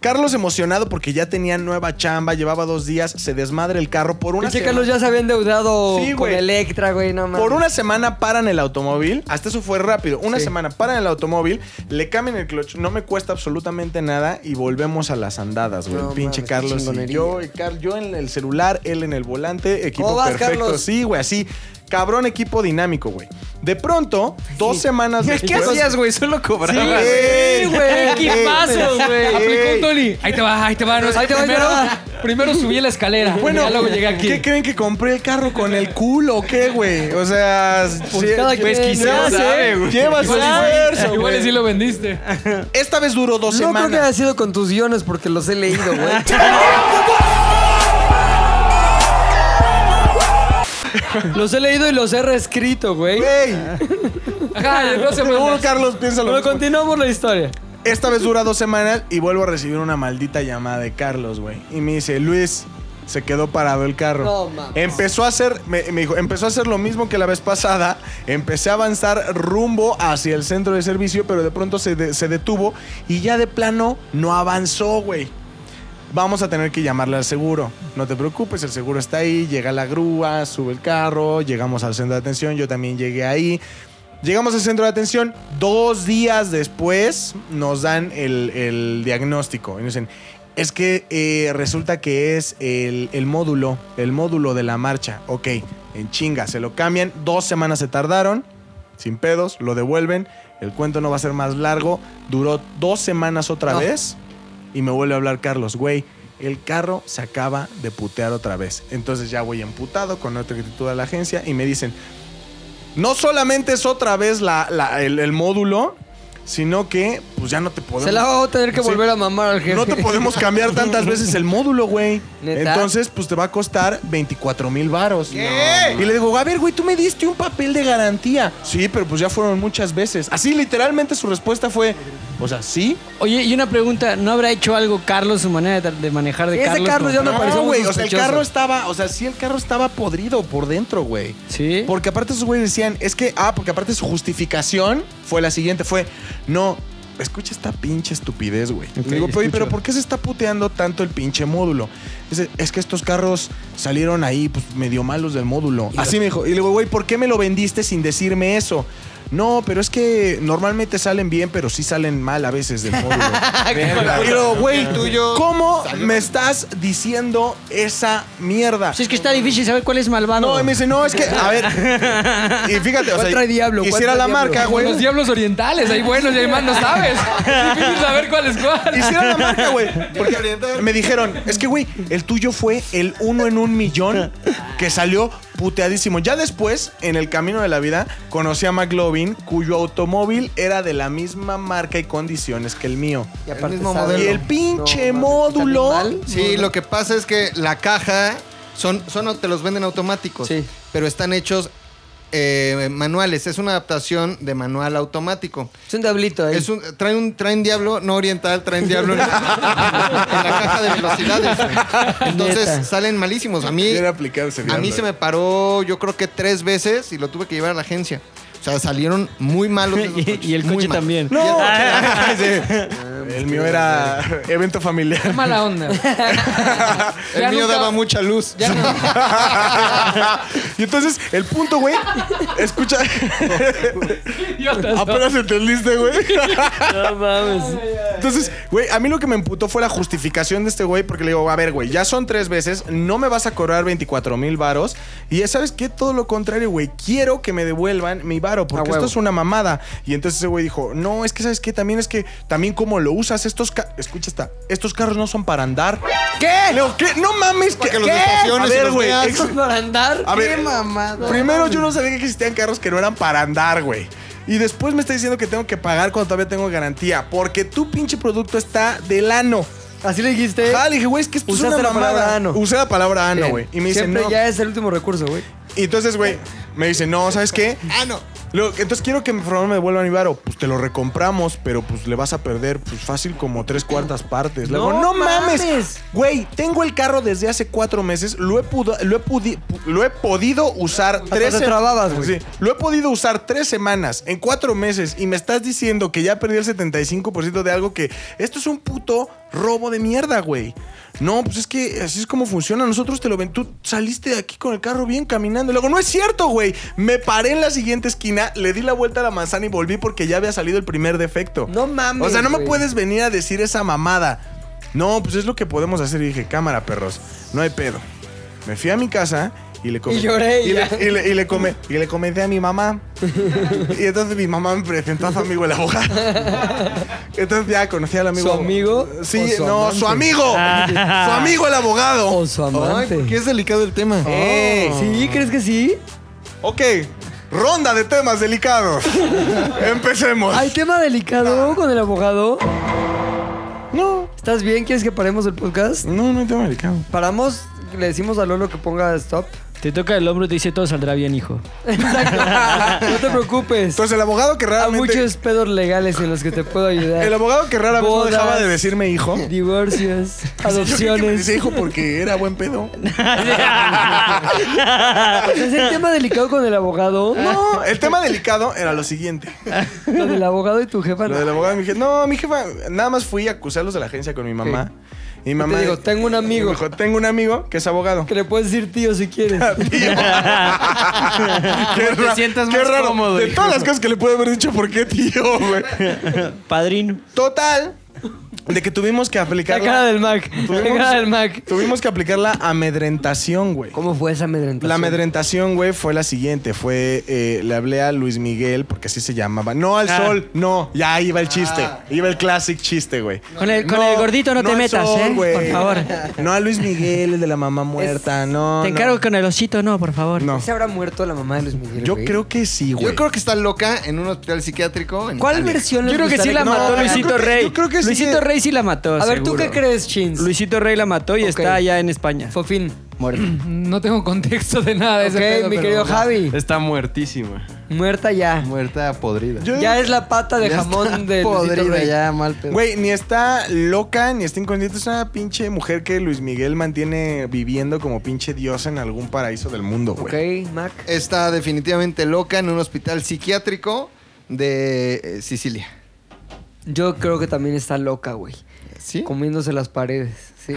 [SPEAKER 5] Carlos emocionado porque ya tenía nueva chamba, llevaba dos días, se desmadre el carro por una
[SPEAKER 2] Pinche
[SPEAKER 5] semana.
[SPEAKER 2] Carlos ya se había endeudado
[SPEAKER 5] Sí,
[SPEAKER 2] con
[SPEAKER 5] güey.
[SPEAKER 2] Electra, güey, no mames.
[SPEAKER 5] Por una semana paran el automóvil, hasta eso fue rápido. Una semana paran el automóvil, le cambian el clutch, no me cuesta absolutamente nada y volvemos a las andadas, güey.
[SPEAKER 2] No
[SPEAKER 5] Pinche
[SPEAKER 2] mames,
[SPEAKER 5] Carlos y
[SPEAKER 2] chingonería.
[SPEAKER 5] yo, y Car- yo en el celular, él en el volante, equipo
[SPEAKER 2] ¿Cómo vas,
[SPEAKER 5] perfecto.
[SPEAKER 2] Carlos?
[SPEAKER 5] Sí, güey, así. Cabrón equipo dinámico, güey. De pronto,
[SPEAKER 2] *laughs*
[SPEAKER 5] dos semanas después...
[SPEAKER 16] ¿Qué hacías, güey? Solo cobraba.
[SPEAKER 5] Sí,
[SPEAKER 16] Sí,
[SPEAKER 5] güey.
[SPEAKER 16] Equipazos, güey.
[SPEAKER 5] Ey.
[SPEAKER 16] Aplicó un Tony. Ahí te va, ahí te va. No,
[SPEAKER 5] Ahí te va, ahí te
[SPEAKER 16] primero,
[SPEAKER 5] va.
[SPEAKER 16] primero subí la escalera.
[SPEAKER 5] Bueno,
[SPEAKER 16] Pues ya luego llegué aquí.
[SPEAKER 5] ¿qué creen que compré el carro con el culo o qué, güey? O sea,
[SPEAKER 16] Pues cada Pues quien, Pues, quizás,
[SPEAKER 5] llevas-
[SPEAKER 16] sabe, güey.
[SPEAKER 5] Llevas
[SPEAKER 16] Igual y-
[SPEAKER 5] ¿eh? esfuerzo,
[SPEAKER 16] igual y
[SPEAKER 5] güey.
[SPEAKER 16] sí lo vendiste.
[SPEAKER 5] Esta vez duró dos
[SPEAKER 2] No creo
[SPEAKER 5] semanas.
[SPEAKER 2] que haya sido con tus guiones porque los he leído,
[SPEAKER 5] *laughs*
[SPEAKER 2] güey.
[SPEAKER 16] Los he leído y los he reescrito, güey. Ajá, no se
[SPEAKER 5] *laughs* Seguro Carlos piensa lo
[SPEAKER 16] Pero
[SPEAKER 5] mismo.
[SPEAKER 16] continuamos la historia.
[SPEAKER 5] Esta vez dura dos semanas y vuelvo a recibir una maldita llamada de Carlos, güey. Y me dice, Luis, se quedó parado el carro.
[SPEAKER 2] No, mames.
[SPEAKER 5] Empezó a hacer, me, me dijo, empezó a hacer lo mismo que la vez pasada. Empecé a avanzar rumbo hacia el centro de servicio, pero de pronto se, de- se detuvo y ya de plano no avanzó, güey. Vamos a tener que llamarle al seguro. No te preocupes, el seguro está ahí. Llega la grúa, sube el carro, llegamos al centro de atención. Yo también llegué ahí. Llegamos al centro de atención. Dos días después nos dan el, el diagnóstico. Y nos dicen, es que eh, resulta que es el, el módulo, el módulo de la marcha. Ok, en chinga, se lo cambian. Dos semanas se tardaron, sin pedos, lo devuelven. El cuento no va a ser más largo. Duró dos semanas otra
[SPEAKER 2] No.
[SPEAKER 5] vez. Y me vuelve a hablar Carlos, güey. El carro se acaba de putear otra vez. Entonces ya voy emputado con otra actitud a la agencia y me dicen, no solamente es otra vez la- la- el, el módulo, sino que pues ya no te podemos...
[SPEAKER 2] Se la va a tener que
[SPEAKER 5] Sí.
[SPEAKER 2] volver a mamar al jefe.
[SPEAKER 5] No te podemos cambiar tantas veces el módulo, güey.
[SPEAKER 2] ¿Neta?
[SPEAKER 5] Entonces, pues te va a costar 24 mil varos. Y le digo, a ver, güey, tú me diste un papel de garantía. Sí, pero pues ya fueron muchas veces. Así literalmente su respuesta fue, o sea, sí.
[SPEAKER 9] Oye, y una pregunta, ¿no habrá hecho algo Carlos su manera de, tra- de manejar de Carlos? como para-
[SPEAKER 5] No, güey, o sea, el carro estaba, o sea, sí, el carro estaba podrido por dentro, güey.
[SPEAKER 9] Sí.
[SPEAKER 5] Porque aparte esos güeyes decían, es que, ah, porque aparte su justificación fue la siguiente, fue, no, escucha esta pinche estupidez, güey. Le digo, "Oye, pero ¿por qué se está puteando tanto el pinche módulo? Dice, es que estos carros salieron ahí, pues, medio malos del módulo. Así me dijo. Y le digo, güey, ¿por qué me lo vendiste sin decirme eso? No, pero es que normalmente salen bien, pero sí salen mal a veces del módulo.
[SPEAKER 4] Verga.
[SPEAKER 5] Y luego, güey,
[SPEAKER 4] El tuyo
[SPEAKER 5] ¿cómo me estás diciendo esa mierda? Si
[SPEAKER 9] es que está difícil saber cuál es malvado.
[SPEAKER 5] No, y me dice, no, es que, a ver. Y fíjate, o sea,
[SPEAKER 16] ¿Cuál trae diablo? ¿Cuál
[SPEAKER 5] hiciera
[SPEAKER 16] trae
[SPEAKER 5] la
[SPEAKER 16] diablo?
[SPEAKER 5] marca, güey.
[SPEAKER 16] Los diablos orientales, hay buenos y hay malos, no sabes. Difícil saber cuál es cuál.
[SPEAKER 5] Hiciera la marca,
[SPEAKER 4] *laughs*
[SPEAKER 5] güey. Porque me dijeron, es que, güey, el tuyo fue el uno en un millón que salió puteadísimo. Ya después, en el camino de la vida, conocí a McLovin, cuyo automóvil era de la misma marca y condiciones que el mío.
[SPEAKER 2] Y
[SPEAKER 4] aparte sabe-
[SPEAKER 5] Y el pinche módulo.
[SPEAKER 4] Sí, lo que pasa es que la caja son, son te los venden automáticos, pero están hechos eh, manuales. Es una adaptación de manual automático.
[SPEAKER 2] Es un diablito
[SPEAKER 8] ¿eh?
[SPEAKER 2] ahí.
[SPEAKER 4] Es un, trae un traen diablo no oriental, traen diablo *laughs* en, en la caja de *laughs* velocidades. güey. Entonces
[SPEAKER 5] Neta.
[SPEAKER 4] salen malísimos. A mí,
[SPEAKER 5] Era aplicable ese
[SPEAKER 4] a mí
[SPEAKER 5] diablo.
[SPEAKER 4] se me paró, yo creo que tres veces y lo tuve que llevar a la agencia. O sea, salieron muy
[SPEAKER 8] *laughs*
[SPEAKER 4] malos. *laughs* y, el coche también. *laughs*
[SPEAKER 5] No. *laughs* El mío era evento familiar.
[SPEAKER 16] Mala onda.
[SPEAKER 4] El
[SPEAKER 16] Ya
[SPEAKER 4] mío
[SPEAKER 16] nunca-
[SPEAKER 4] daba mucha luz.
[SPEAKER 5] *laughs* y entonces, el punto, güey. Escucha. Apenas entendiste, güey. No mames. Entonces, güey, a mí lo que me emputó fue la justificación de este güey, porque le digo, a ver, güey, ya son tres veces, no me vas a cobrar 24 mil varos. Y ya sabes qué, todo lo contrario, güey, quiero que me devuelvan mi varo, porque esto
[SPEAKER 2] Ah, huevo.
[SPEAKER 5] es una mamada. Y entonces ese güey dijo, no, es que sabes qué, también es que, también como lo usas, estos, ca- escucha esta, estos carros no son para andar. ¿Qué? Le digo, ¿qué? No mames, que,
[SPEAKER 2] que los
[SPEAKER 5] ¿qué?
[SPEAKER 2] estaciones
[SPEAKER 5] A
[SPEAKER 2] y
[SPEAKER 5] ver,
[SPEAKER 2] los
[SPEAKER 5] güey,
[SPEAKER 2] veas.
[SPEAKER 5] ex-
[SPEAKER 2] para andar?
[SPEAKER 5] A ver,
[SPEAKER 2] ¡Qué mamada!
[SPEAKER 5] Primero, yo no sabía que existían carros que no eran para andar, güey. Y después me está diciendo que tengo que pagar cuando todavía tengo garantía. Porque tu pinche producto está del ano.
[SPEAKER 2] Así le dijiste.
[SPEAKER 5] Ah, le dije, güey, es que esto es
[SPEAKER 2] Usaste
[SPEAKER 5] una
[SPEAKER 2] Eh, la palabra
[SPEAKER 5] mamada.
[SPEAKER 2] ano.
[SPEAKER 5] Usé la palabra ano,
[SPEAKER 2] Bien.
[SPEAKER 5] güey. Y me dice,
[SPEAKER 2] Siempre
[SPEAKER 5] no.
[SPEAKER 2] ya es el último recurso, güey.
[SPEAKER 5] Y entonces, güey, me dice, no, ¿sabes qué? Ah, no. entonces quiero que por favor me devuelvan mi varo. Pues te lo recompramos, pero pues le vas a perder, pues fácil como tres cuartas partes. Luego,
[SPEAKER 7] ¡No
[SPEAKER 5] no, mames.
[SPEAKER 7] mames!
[SPEAKER 5] Güey, tengo el carro desde hace cuatro meses. Lo he, pudo- lo he, pudi- lo he podido usar tres
[SPEAKER 2] te
[SPEAKER 5] sem-
[SPEAKER 2] trababas, güey.
[SPEAKER 5] Sí. Lo he podido usar tres semanas, en cuatro meses, y me estás diciendo que ya perdí el 75% de algo que. Esto es un puto robo de mierda, güey. No, pues es que así es como funciona. Nosotros te lo ven. Tú saliste de aquí con el carro bien caminando. Y luego, no es cierto, güey. Me paré en la siguiente esquina, le di la vuelta a la manzana y volví porque ya había salido el primer defecto. No
[SPEAKER 2] mames,
[SPEAKER 5] O sea, no me
[SPEAKER 2] güey.
[SPEAKER 5] puedes venir a decir esa mamada. No, pues es lo que podemos hacer. Y dije, cámara, perros. No hay pedo. Me fui a mi casa y le comenté.
[SPEAKER 16] Y lloré,
[SPEAKER 5] Y
[SPEAKER 16] ya.
[SPEAKER 5] le, y le- y le come- y le comenté a mi mamá. y entonces mi mamá me presentó a su amigo el abogado. Entonces ya conocí al amigo.
[SPEAKER 2] ¿Su amigo?
[SPEAKER 5] Sí,
[SPEAKER 2] ¿O su
[SPEAKER 5] no, su
[SPEAKER 2] amante?
[SPEAKER 5] amigo.
[SPEAKER 2] Ah.
[SPEAKER 5] su amigo el abogado.
[SPEAKER 2] O su amante.
[SPEAKER 5] Ay, que es delicado el tema.
[SPEAKER 2] Eh, ¿Sí? ¿Crees que sí?
[SPEAKER 5] Ok. Ronda de
[SPEAKER 2] *laughs*
[SPEAKER 5] temas delicados. Empecemos.
[SPEAKER 2] ¿Hay tema delicado con el abogado?
[SPEAKER 5] No.
[SPEAKER 2] ¿Estás bien? ¿Quieres que paremos el podcast?
[SPEAKER 5] No, no hay tema delicado.
[SPEAKER 2] Paramos, le decimos a Lolo que ponga stop.
[SPEAKER 10] Te toca el hombro y te dice todo saldrá bien,
[SPEAKER 2] *laughs*
[SPEAKER 10] hijo.
[SPEAKER 2] No te preocupes.
[SPEAKER 5] *laughs* Entonces el abogado que
[SPEAKER 2] realmente... Hay muchos pedos legales en los que te puedo ayudar.
[SPEAKER 5] El abogado que rara vez no
[SPEAKER 2] Bodas,
[SPEAKER 5] dejaba de decirme
[SPEAKER 2] *laughs*
[SPEAKER 5] hijo.
[SPEAKER 2] Divorcios, adopciones.
[SPEAKER 5] Dice hijo porque era
[SPEAKER 2] *laughs*
[SPEAKER 5] buen pedo.
[SPEAKER 2] ¿Es el tema delicado con el abogado?
[SPEAKER 5] No, el tema delicado era lo siguiente.
[SPEAKER 2] Lo del abogado y tu jefa.
[SPEAKER 5] Lo del abogado de mi jefa. No, mi jefa, nada más fui a acusarlos de la agencia con mi mamá. Y mi mamá.
[SPEAKER 2] te digo, tengo un amigo.
[SPEAKER 5] Me dijo, tengo un amigo que es abogado.
[SPEAKER 2] Que le puedes decir tío si quieres.
[SPEAKER 5] qué
[SPEAKER 15] te
[SPEAKER 5] ra-
[SPEAKER 15] sientas
[SPEAKER 5] qué
[SPEAKER 15] más
[SPEAKER 5] raro.
[SPEAKER 15] cómodo,
[SPEAKER 5] De
[SPEAKER 15] hijo.
[SPEAKER 5] todas las cosas que le puede haber dicho, ¿por qué tío, güey?
[SPEAKER 10] Padrino.
[SPEAKER 5] Total. De que tuvimos que aplicar.
[SPEAKER 2] La cara del Mac. La cara del Mac.
[SPEAKER 5] Tuvimos que aplicar la amedrentación, güey.
[SPEAKER 2] ¿Cómo fue esa amedrentación?
[SPEAKER 5] La amedrentación, güey, fue la siguiente. Fue, eh, le hablé a Luis Miguel, porque así se llamaba. No al
[SPEAKER 10] Ah.
[SPEAKER 5] sol, no. Ya ahí iba el chiste. Iba el classic chiste, güey.
[SPEAKER 10] Con
[SPEAKER 8] Eh,
[SPEAKER 10] el- con el gordito no te
[SPEAKER 5] al
[SPEAKER 10] metas, ¿eh?
[SPEAKER 5] güey.
[SPEAKER 10] Por favor.
[SPEAKER 5] No a Luis Miguel, el de la mamá muerta, no.
[SPEAKER 10] te
[SPEAKER 5] no.
[SPEAKER 10] encargo con el osito, no, por favor.
[SPEAKER 5] No.
[SPEAKER 2] ¿Se habrá muerto la mamá de Luis Miguel?
[SPEAKER 5] Yo
[SPEAKER 2] güey?
[SPEAKER 5] creo que sí, güey.
[SPEAKER 4] Yo creo que está loca en un hospital psiquiátrico. en
[SPEAKER 2] ¿Cuál
[SPEAKER 4] Italia.
[SPEAKER 2] versión les
[SPEAKER 10] Yo creo que sí la
[SPEAKER 2] gustaría
[SPEAKER 10] mató
[SPEAKER 2] No,
[SPEAKER 10] Luisito
[SPEAKER 2] yo creo que-
[SPEAKER 10] Rey.
[SPEAKER 2] yo creo que sí
[SPEAKER 10] Luisito
[SPEAKER 2] que-
[SPEAKER 10] Rey sí la mató.
[SPEAKER 2] A ver, ¿tú
[SPEAKER 10] seguro.
[SPEAKER 2] qué crees, Chins?
[SPEAKER 10] Luisito Rey la mató y
[SPEAKER 2] Ok.
[SPEAKER 10] está allá en España.
[SPEAKER 2] Fofín.
[SPEAKER 10] Muerto.
[SPEAKER 3] No tengo contexto de nada de
[SPEAKER 2] Ok,
[SPEAKER 3] ese pedo,
[SPEAKER 2] mi
[SPEAKER 3] pero-
[SPEAKER 2] querido Javi.
[SPEAKER 15] Está muertísima.
[SPEAKER 2] Muerta ya.
[SPEAKER 4] Muerta podrida.
[SPEAKER 2] Ya es la pata de
[SPEAKER 4] Ya *laughs* está
[SPEAKER 2] jamón de
[SPEAKER 4] podrida,
[SPEAKER 2] Luisito Rey.
[SPEAKER 4] ya mal pedo.
[SPEAKER 5] Güey, ni está loca, ni está inconsciente. Es una pinche mujer que Luis Miguel mantiene viviendo como pinche diosa en algún paraíso del mundo, güey.
[SPEAKER 2] Ok, Mac.
[SPEAKER 4] Está definitivamente loca en un hospital psiquiátrico de eh, Sicilia.
[SPEAKER 2] Yo creo que también está loca, güey.
[SPEAKER 4] ¿Sí?
[SPEAKER 2] Comiéndose las paredes. Sí.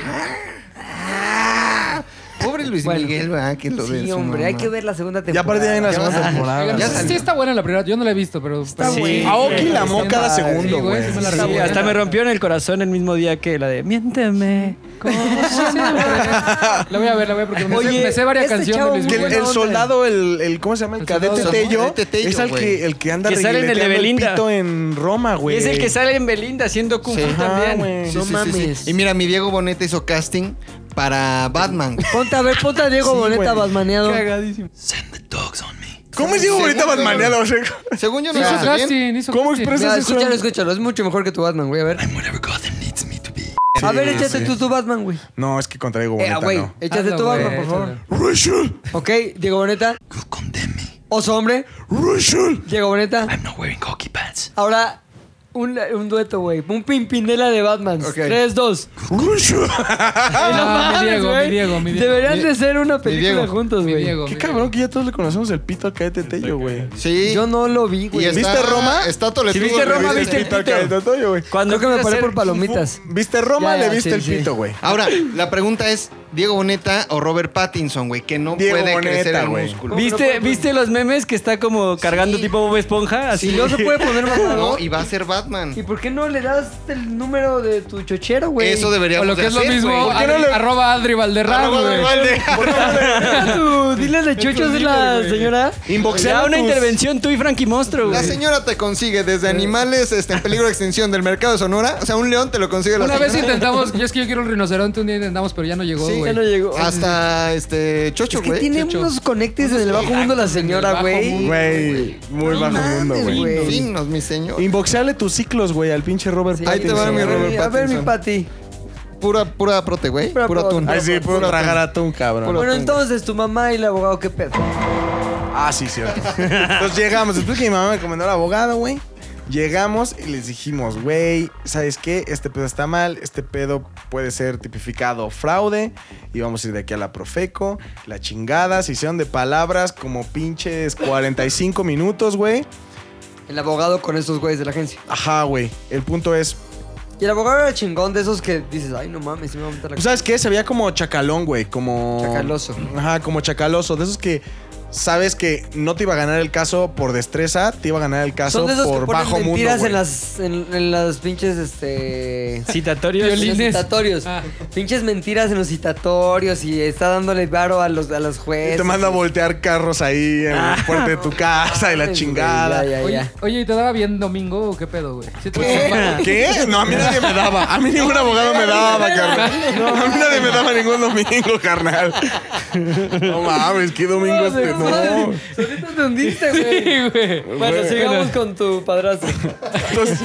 [SPEAKER 4] Ah, Pobre Luis
[SPEAKER 2] Bueno.
[SPEAKER 4] Miguel, ¿verdad? Que lo de
[SPEAKER 2] Sí,
[SPEAKER 4] su
[SPEAKER 2] hombre, hay
[SPEAKER 4] mamá.
[SPEAKER 2] que ver la segunda
[SPEAKER 5] Ya
[SPEAKER 2] temporada.
[SPEAKER 5] perdí ahí en la segunda temporada.
[SPEAKER 3] Oigan,
[SPEAKER 5] güey.
[SPEAKER 3] sí- sí está buena la primera, yo no la he visto, pero... Está
[SPEAKER 5] buena. Aoki la amó cada segundo,
[SPEAKER 3] Sí, güey,
[SPEAKER 5] güey.
[SPEAKER 3] sí me la
[SPEAKER 5] Sí,
[SPEAKER 3] regaló.
[SPEAKER 10] Sí, hasta me rompió en el corazón el mismo día que la de Miénteme.
[SPEAKER 3] *laughs* La voy a ver, la voy a ver porque me,
[SPEAKER 2] Oye,
[SPEAKER 3] sé, me sé varias
[SPEAKER 2] este
[SPEAKER 3] canciones.
[SPEAKER 2] chavo
[SPEAKER 3] Luis
[SPEAKER 5] Que el,
[SPEAKER 3] Miguel.
[SPEAKER 5] el soldado, el, el- ¿cómo se llama? El, cadete
[SPEAKER 3] soldado.
[SPEAKER 5] Tello,
[SPEAKER 4] Cadete Tello,
[SPEAKER 5] es el
[SPEAKER 4] güey.
[SPEAKER 5] que, el que anda
[SPEAKER 10] Que sale en el de
[SPEAKER 5] reguileteando
[SPEAKER 10] Belinda.
[SPEAKER 5] pito en Roma, güey.
[SPEAKER 10] Y es el que sale en Belinda haciendo kung fu también.
[SPEAKER 4] Sí, sí, sí, sí. Y mira, mi Diego Boneta hizo casting para Batman.
[SPEAKER 2] Ponte a ver, ponte a Diego
[SPEAKER 4] Sí,
[SPEAKER 2] Boneta
[SPEAKER 4] güey.
[SPEAKER 2] basmaneado.
[SPEAKER 15] Cagadísimo.
[SPEAKER 5] ¿Cómo es Diego
[SPEAKER 4] Según
[SPEAKER 5] ahorita
[SPEAKER 4] yo-
[SPEAKER 5] Batmaneado? O sea,
[SPEAKER 4] Según yo no
[SPEAKER 3] Hizo
[SPEAKER 4] lo hace bien.
[SPEAKER 3] casting, hizo
[SPEAKER 5] ¿Cómo
[SPEAKER 3] casting.
[SPEAKER 5] expresas
[SPEAKER 2] Mira,
[SPEAKER 5] eso?
[SPEAKER 2] escúchalo, escúchalo. Es mucho mejor que tu Batman, güey. A ver. A ver,
[SPEAKER 5] Sí,
[SPEAKER 2] échate
[SPEAKER 5] sí.
[SPEAKER 2] tú tu Batman, güey.
[SPEAKER 5] No, es que contra Diego
[SPEAKER 2] Eh,
[SPEAKER 5] Boneta
[SPEAKER 2] güey,
[SPEAKER 5] no.
[SPEAKER 2] échate
[SPEAKER 3] Hazlo,
[SPEAKER 2] tu
[SPEAKER 3] güey,
[SPEAKER 2] Batman, por favor.
[SPEAKER 5] Rachel,
[SPEAKER 2] Ok, Diego Boneta. Oso hombre.
[SPEAKER 5] Rachel.
[SPEAKER 2] Diego Boneta. Ahora, un, un dueto, güey. Un pimpinela de Batman.
[SPEAKER 4] Ok.
[SPEAKER 2] 3, 2.
[SPEAKER 3] Ah, *laughs* mi Diego, mi Diego, mi Diego.
[SPEAKER 2] Deberían de ser una película
[SPEAKER 4] Diego.
[SPEAKER 2] juntos,
[SPEAKER 3] Mi
[SPEAKER 2] güey.
[SPEAKER 3] Diego,
[SPEAKER 5] Qué
[SPEAKER 3] mi
[SPEAKER 5] cabrón que ya todos le conocemos el pito al cadete
[SPEAKER 10] Este
[SPEAKER 5] Tello, güey.
[SPEAKER 4] Sí.
[SPEAKER 2] Yo no lo vi, güey.
[SPEAKER 4] Y está-
[SPEAKER 5] ¿Viste Roma?
[SPEAKER 4] Está toletudo.
[SPEAKER 5] ¿Viste Roma?
[SPEAKER 4] güey.
[SPEAKER 5] ¿Viste el pito al cadete Tello, güey?
[SPEAKER 10] Cuando
[SPEAKER 2] Creo que me
[SPEAKER 10] quiso
[SPEAKER 2] paré
[SPEAKER 10] hacer
[SPEAKER 2] por palomitas.
[SPEAKER 5] ¿Viste Roma?
[SPEAKER 2] Ya,
[SPEAKER 5] Le
[SPEAKER 2] ya,
[SPEAKER 5] viste
[SPEAKER 2] sí,
[SPEAKER 5] el
[SPEAKER 2] sí.
[SPEAKER 5] pito, güey.
[SPEAKER 4] Ahora, la pregunta es, ¿Diego Boneta o Robert Pattinson, güey? Que no
[SPEAKER 5] Diego
[SPEAKER 4] puede
[SPEAKER 5] Boneta,
[SPEAKER 4] crecer el
[SPEAKER 5] güey.
[SPEAKER 4] músculo.
[SPEAKER 10] ¿Viste, ¿Viste los memes que está como cargando
[SPEAKER 4] Sí.
[SPEAKER 10] tipo Bob Esponja? Así.
[SPEAKER 2] Si no se puede
[SPEAKER 3] *laughs*
[SPEAKER 2] poner mamado.
[SPEAKER 4] No, y va a ser Batman.
[SPEAKER 2] ¿Y por qué no le das el número de tu chochero, güey? *laughs*
[SPEAKER 4] Eso deberíamos
[SPEAKER 3] O lo que
[SPEAKER 4] de
[SPEAKER 3] es lo
[SPEAKER 4] hacer,
[SPEAKER 3] mismo,
[SPEAKER 4] pues, güey.
[SPEAKER 5] qué no
[SPEAKER 3] Adri-
[SPEAKER 5] le-
[SPEAKER 3] arroba Adri Valderrama,
[SPEAKER 4] Arroba
[SPEAKER 3] güey.
[SPEAKER 4] Valde.
[SPEAKER 2] Tú, Dile de chochos de la señora.
[SPEAKER 10] Ya una intervención tú y Frankie Monstro, güey.
[SPEAKER 4] La señora te consigue desde animales este, en peligro de extinción del mercado de Sonora. O sea, un león te lo consigue la
[SPEAKER 3] Una vez
[SPEAKER 4] señora.
[SPEAKER 3] intentamos, yo es que yo quiero un rinoceronte, un día intentamos, pero ya no llegó.
[SPEAKER 4] Sí, güey.
[SPEAKER 2] Ya no llegó.
[SPEAKER 4] Hasta este Chocho,
[SPEAKER 2] Es que
[SPEAKER 4] güey.
[SPEAKER 2] tiene
[SPEAKER 4] Chocho.
[SPEAKER 2] unos conectes en el bajo mundo la señora, güey.
[SPEAKER 5] Güey, muy bajo mundo, güey.
[SPEAKER 4] Finos, mi señor.
[SPEAKER 5] Inboxeale tus ciclos, güey, al pinche Robert
[SPEAKER 4] Ahí te va mi Robert
[SPEAKER 2] A ver, mi
[SPEAKER 4] Pattinson.
[SPEAKER 2] Pati.
[SPEAKER 4] Pura, pura prote, güey.
[SPEAKER 2] Pura
[SPEAKER 4] Puro
[SPEAKER 2] prote.
[SPEAKER 4] atún.
[SPEAKER 5] Ay, sí, puedo
[SPEAKER 4] Puro
[SPEAKER 5] tragar
[SPEAKER 4] atún.
[SPEAKER 5] atún, cabrón.
[SPEAKER 2] Bueno, entonces, tu mamá y el abogado, ¿qué pedo?
[SPEAKER 5] Ah, sí, cierto. Entonces llegamos, después que mi mamá me recomendó al abogado, güey. Llegamos y les dijimos, güey, ¿sabes qué? Este pedo está mal, este pedo puede ser tipificado fraude y vamos a ir de aquí a la Profeco, la chingada, se hicieron de palabras como pinches 45 minutos, güey.
[SPEAKER 2] El abogado con esos güeyes de la agencia.
[SPEAKER 5] Ajá, güey. El punto es,
[SPEAKER 2] Y el abogado era chingón de esos que dices, ay, no mames, me va a meter la
[SPEAKER 5] Pues, ¿sabes qué? Se veía como chacalón, güey. Como.
[SPEAKER 2] Chacaloso.
[SPEAKER 5] Ajá, como chacaloso. De esos que sabes que no te iba a ganar el caso por destreza, te iba a ganar el caso
[SPEAKER 2] Son de esos
[SPEAKER 5] por
[SPEAKER 2] que ponen
[SPEAKER 5] bajo mundo.
[SPEAKER 2] mentiras
[SPEAKER 5] güey.
[SPEAKER 2] en las en, en las pinches este
[SPEAKER 10] Citatorios.
[SPEAKER 2] en los
[SPEAKER 10] Violines.
[SPEAKER 2] citatorios. Ah. Pinches mentiras en los citatorios y está dándole varo a los a los
[SPEAKER 5] Y
[SPEAKER 2] jueces.
[SPEAKER 5] te manda a voltear carros ahí en el puerto de tu casa y la chingada.
[SPEAKER 2] Ya, ya,
[SPEAKER 16] Oye,
[SPEAKER 2] ya.
[SPEAKER 16] oye, ¿y te daba bien domingo o qué pedo, güey? ¿Sí
[SPEAKER 5] Pues,
[SPEAKER 16] te-
[SPEAKER 5] *laughs* ¿Qué? No, a mí nadie me daba. A mí ningún abogado me daba, carnal. No, a mí nadie me daba ningún domingo, carnal. No mames, qué domingo este. No.
[SPEAKER 2] Solito te hundiste, güey. Bueno,
[SPEAKER 5] Güey.
[SPEAKER 2] sigamos con tu
[SPEAKER 10] *laughs*
[SPEAKER 2] padrastro.
[SPEAKER 5] Entonces,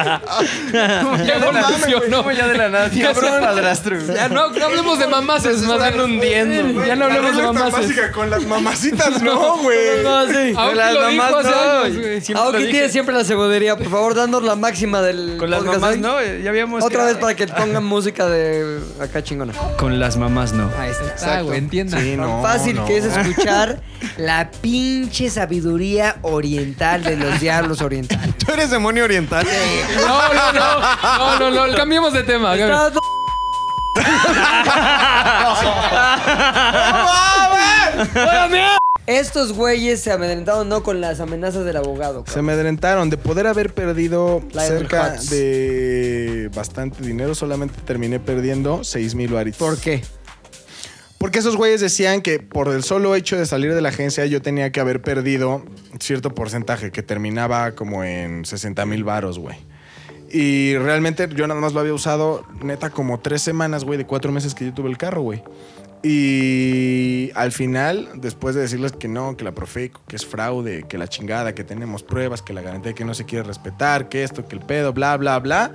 [SPEAKER 16] Ya de la no,
[SPEAKER 10] ya de la nada.
[SPEAKER 16] Cabrón.
[SPEAKER 10] Ya
[SPEAKER 16] Ya no, no hablemos de mamás, es más bien hundiendo. Ya no hablemos de
[SPEAKER 5] regla tan
[SPEAKER 16] mamás.
[SPEAKER 5] básica con las mamacitas, no, güey.
[SPEAKER 2] No, Ah, sí.
[SPEAKER 16] Aoki
[SPEAKER 2] Las
[SPEAKER 16] lo dijo
[SPEAKER 2] mamás
[SPEAKER 16] hace
[SPEAKER 2] no.
[SPEAKER 16] años, güey. Siempre
[SPEAKER 2] Aoki
[SPEAKER 16] lo dije.
[SPEAKER 2] tiene siempre la segundería. Por favor, dándonos la máxima del
[SPEAKER 10] Con las
[SPEAKER 2] podcast
[SPEAKER 10] mamás,
[SPEAKER 2] hoy.
[SPEAKER 10] ¿no? Eh, Ya habíamos.
[SPEAKER 2] Otra
[SPEAKER 10] quedado.
[SPEAKER 2] vez para
[SPEAKER 10] *laughs*
[SPEAKER 2] que pongan música de acá chingona.
[SPEAKER 10] Con las mamás, no.
[SPEAKER 2] Ahí está.
[SPEAKER 16] Ah, güey, entiendan.
[SPEAKER 5] Sí,
[SPEAKER 2] Tan
[SPEAKER 5] no,
[SPEAKER 2] fácil
[SPEAKER 5] no.
[SPEAKER 2] que es
[SPEAKER 5] *laughs*
[SPEAKER 2] escuchar la pinche sabiduría oriental de los diablos orientales.
[SPEAKER 4] ¿Tú eres demonio oriental?
[SPEAKER 16] No, no, no, no, no, no, cambiemos de tema. cambiemos.
[SPEAKER 2] Estás- *laughs*
[SPEAKER 10] *laughs*
[SPEAKER 2] Estos güeyes se amedrentaron no con las amenazas del abogado.
[SPEAKER 5] Se me amedrentaron. De poder haber perdido
[SPEAKER 2] Lionel
[SPEAKER 5] cerca
[SPEAKER 2] Hutz.
[SPEAKER 5] de bastante dinero, solamente terminé perdiendo 6 mil varitos.
[SPEAKER 2] ¿Por qué?
[SPEAKER 5] Porque esos güeyes decían que por el solo hecho de salir de la agencia yo tenía que haber perdido cierto porcentaje, que terminaba como en 60 mil varos, güey. Y realmente yo nada más lo había usado, neta, como tres semanas, güey, de cuatro meses que yo tuve el carro, güey. Y al final, después de decirles que no, que la Profeco, que es fraude, que la chingada, que tenemos pruebas, que la garantía que no se quiere respetar, que esto, que el pedo, bla, bla, bla,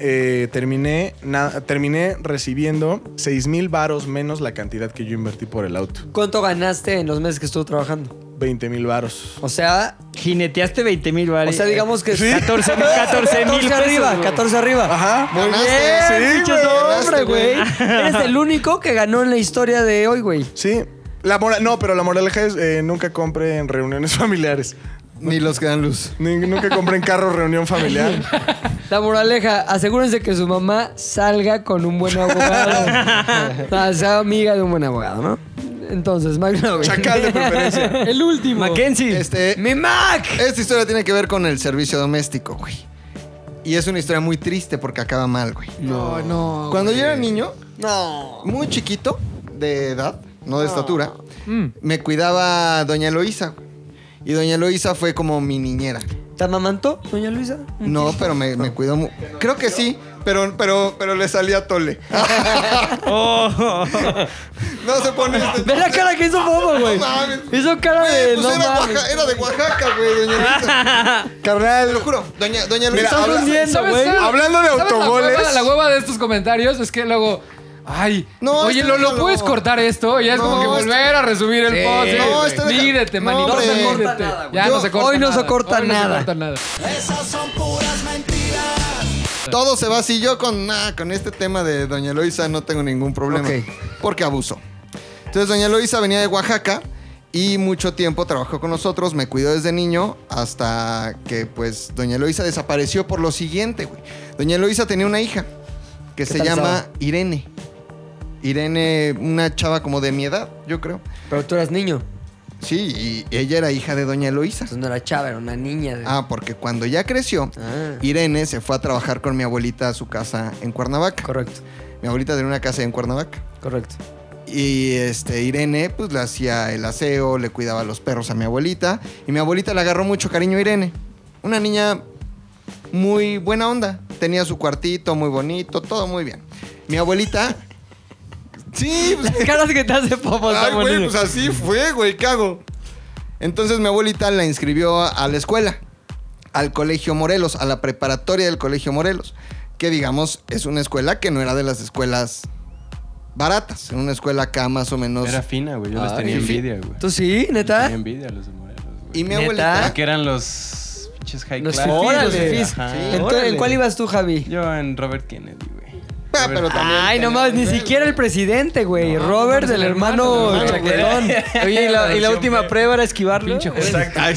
[SPEAKER 5] eh, terminé, na- terminé recibiendo 6 mil varos menos la cantidad que yo invertí por el auto.
[SPEAKER 2] ¿Cuánto ganaste en los meses que estuvo trabajando?
[SPEAKER 5] 20 mil varos.
[SPEAKER 2] O sea,
[SPEAKER 10] *laughs* Jineteaste 20 mil
[SPEAKER 2] o
[SPEAKER 10] bares.
[SPEAKER 4] Eh,
[SPEAKER 2] sea, digamos que *laughs*
[SPEAKER 10] 14 mil 14 mil pesos,
[SPEAKER 2] arriba,
[SPEAKER 10] güey.
[SPEAKER 2] 14 arriba.
[SPEAKER 5] Ajá.
[SPEAKER 2] Muy
[SPEAKER 4] Ganaste,
[SPEAKER 2] bien,
[SPEAKER 4] sí,
[SPEAKER 2] pinches
[SPEAKER 4] güey,
[SPEAKER 2] hombre,
[SPEAKER 4] ganaste,
[SPEAKER 2] güey. Eres el único que ganó en la historia de hoy, güey.
[SPEAKER 5] Sí. La mora- no, pero la moraleja es eh, nunca compre en reuniones *laughs* familiares.
[SPEAKER 4] Ni los que dan luz.
[SPEAKER 5] Ni- nunca compre en carro reunión familiar. *laughs*
[SPEAKER 2] La moraleja, asegúrense que su mamá salga con un
[SPEAKER 10] *laughs*
[SPEAKER 2] buen abogado. No, sea amiga de un buen abogado, ¿no? Entonces, McLovin.
[SPEAKER 5] Chacal de
[SPEAKER 2] *laughs*
[SPEAKER 5] preferencia.
[SPEAKER 16] El último.
[SPEAKER 10] Mackenzie.
[SPEAKER 4] Este,
[SPEAKER 2] ¡Mi Mac!
[SPEAKER 4] Esta historia tiene que ver con el servicio doméstico, güey. Y es una historia muy triste porque acaba mal, güey.
[SPEAKER 2] No, no.
[SPEAKER 4] Cuando yo era niño,
[SPEAKER 2] No.
[SPEAKER 4] muy chiquito de edad, no de estatura,
[SPEAKER 2] Mm.
[SPEAKER 4] me cuidaba doña Eloísa. güey. Y doña Eloísa fue como mi niñera.
[SPEAKER 2] ¿Te amamantó, doña Luisa?
[SPEAKER 4] No, pero me, me cuidó mu- Creo que sí, pero, pero, pero le salía tole. *laughs* no se pone este.
[SPEAKER 2] Oh. Ve la cara que hizo Bobo, güey.
[SPEAKER 4] mames.
[SPEAKER 2] Hizo cara de.
[SPEAKER 4] Güey, pues
[SPEAKER 2] no
[SPEAKER 4] era,
[SPEAKER 2] mames.
[SPEAKER 4] Oaxa- era de Oaxaca, güey, doña Luisa.
[SPEAKER 2] *laughs*
[SPEAKER 4] Carnal. Te lo juro. Doña, doña Luisa.
[SPEAKER 5] habla-
[SPEAKER 4] habla-
[SPEAKER 16] ¿Sabes
[SPEAKER 5] güey.
[SPEAKER 16] qué?
[SPEAKER 5] Hablando de
[SPEAKER 16] ¿Sabes la
[SPEAKER 5] autogoles?
[SPEAKER 16] hueva- La hueva de estos comentarios es que luego. Ay,
[SPEAKER 4] No,
[SPEAKER 16] oye,
[SPEAKER 4] este
[SPEAKER 16] lo, lo
[SPEAKER 4] déjalo.
[SPEAKER 16] puedes cortar esto. Ya es
[SPEAKER 4] No,
[SPEAKER 16] como que
[SPEAKER 4] este-
[SPEAKER 16] volver a resumir el post.
[SPEAKER 4] No, este deja-
[SPEAKER 16] Mídete,
[SPEAKER 4] no,
[SPEAKER 16] manito.
[SPEAKER 4] hombre.
[SPEAKER 16] mídete.
[SPEAKER 4] No se
[SPEAKER 2] corta nada, güey.
[SPEAKER 16] ya
[SPEAKER 4] Yo-
[SPEAKER 16] no se corta
[SPEAKER 2] hoy no se
[SPEAKER 16] nada.
[SPEAKER 2] corta
[SPEAKER 16] Hoy no se
[SPEAKER 2] nada.
[SPEAKER 16] corta nada.
[SPEAKER 4] Todo se va así. Yo con, nah, con este tema de Doña Eloisa no tengo ningún problema.
[SPEAKER 2] Ok.
[SPEAKER 4] Porque abusó. Entonces, Doña Eloisa venía de Oaxaca y mucho tiempo trabajó con nosotros, me cuidó desde niño hasta que, pues, Doña Eloisa desapareció por lo siguiente, güey. Doña Eloisa tenía una hija que se
[SPEAKER 2] tal
[SPEAKER 4] llama
[SPEAKER 2] estaba?
[SPEAKER 4] Irene. Irene, una chava como de mi edad, yo creo.
[SPEAKER 2] Pero tú eras niño.
[SPEAKER 4] Sí, y ella era hija de Doña Eloisa.
[SPEAKER 2] Entonces no era chava, era una niña. de-
[SPEAKER 4] Ah, porque cuando ya creció,
[SPEAKER 2] Ah,
[SPEAKER 4] Irene se fue a trabajar con mi abuelita a su casa en Cuernavaca.
[SPEAKER 2] correcto,
[SPEAKER 4] Mi abuelita tenía una casa en Cuernavaca.
[SPEAKER 2] correcto.
[SPEAKER 4] Y este, Irene, pues le hacía el aseo, le cuidaba los perros a mi abuelita. Y mi abuelita le agarró mucho cariño a Irene. Una niña muy buena onda. Tenía su cuartito muy bonito, todo muy bien. Mi abuelita Sí, pues.
[SPEAKER 2] Caras que te hace popo,
[SPEAKER 4] Ay,
[SPEAKER 2] Samuel
[SPEAKER 4] güey,
[SPEAKER 2] Niño.
[SPEAKER 4] pues así fue, güey, ¿qué hago? Entonces mi abuelita la inscribió a la escuela, al Colegio Morelos, a la preparatoria del Colegio Morelos, que digamos es una escuela que no era de las escuelas baratas, era una escuela acá más o menos.
[SPEAKER 15] Era fina, güey. Yo les
[SPEAKER 4] Ay,
[SPEAKER 15] tenía
[SPEAKER 4] fi-
[SPEAKER 15] envidia, güey.
[SPEAKER 2] ¿Tú sí, neta?
[SPEAKER 15] Tenía envidia a los de Morelos, güey.
[SPEAKER 4] Y mi abuelita-
[SPEAKER 15] Porque eran los pinches high
[SPEAKER 2] Los
[SPEAKER 15] class.
[SPEAKER 2] fifís,
[SPEAKER 15] Ajá.
[SPEAKER 2] los fifís.
[SPEAKER 15] Ajá.
[SPEAKER 2] ¿En, tu- en cuál ibas tú, Javi?
[SPEAKER 15] Yo en Robert Kennedy, güey.
[SPEAKER 4] Ah, pero
[SPEAKER 2] Ay, no mames, ni siquiera el presidente, güey. Robert, el hermano, chaquetón. *laughs*
[SPEAKER 16] Oye, y la, y la última prueba era esquivarlo.
[SPEAKER 4] Exacto.
[SPEAKER 15] Ah,
[SPEAKER 4] Ay,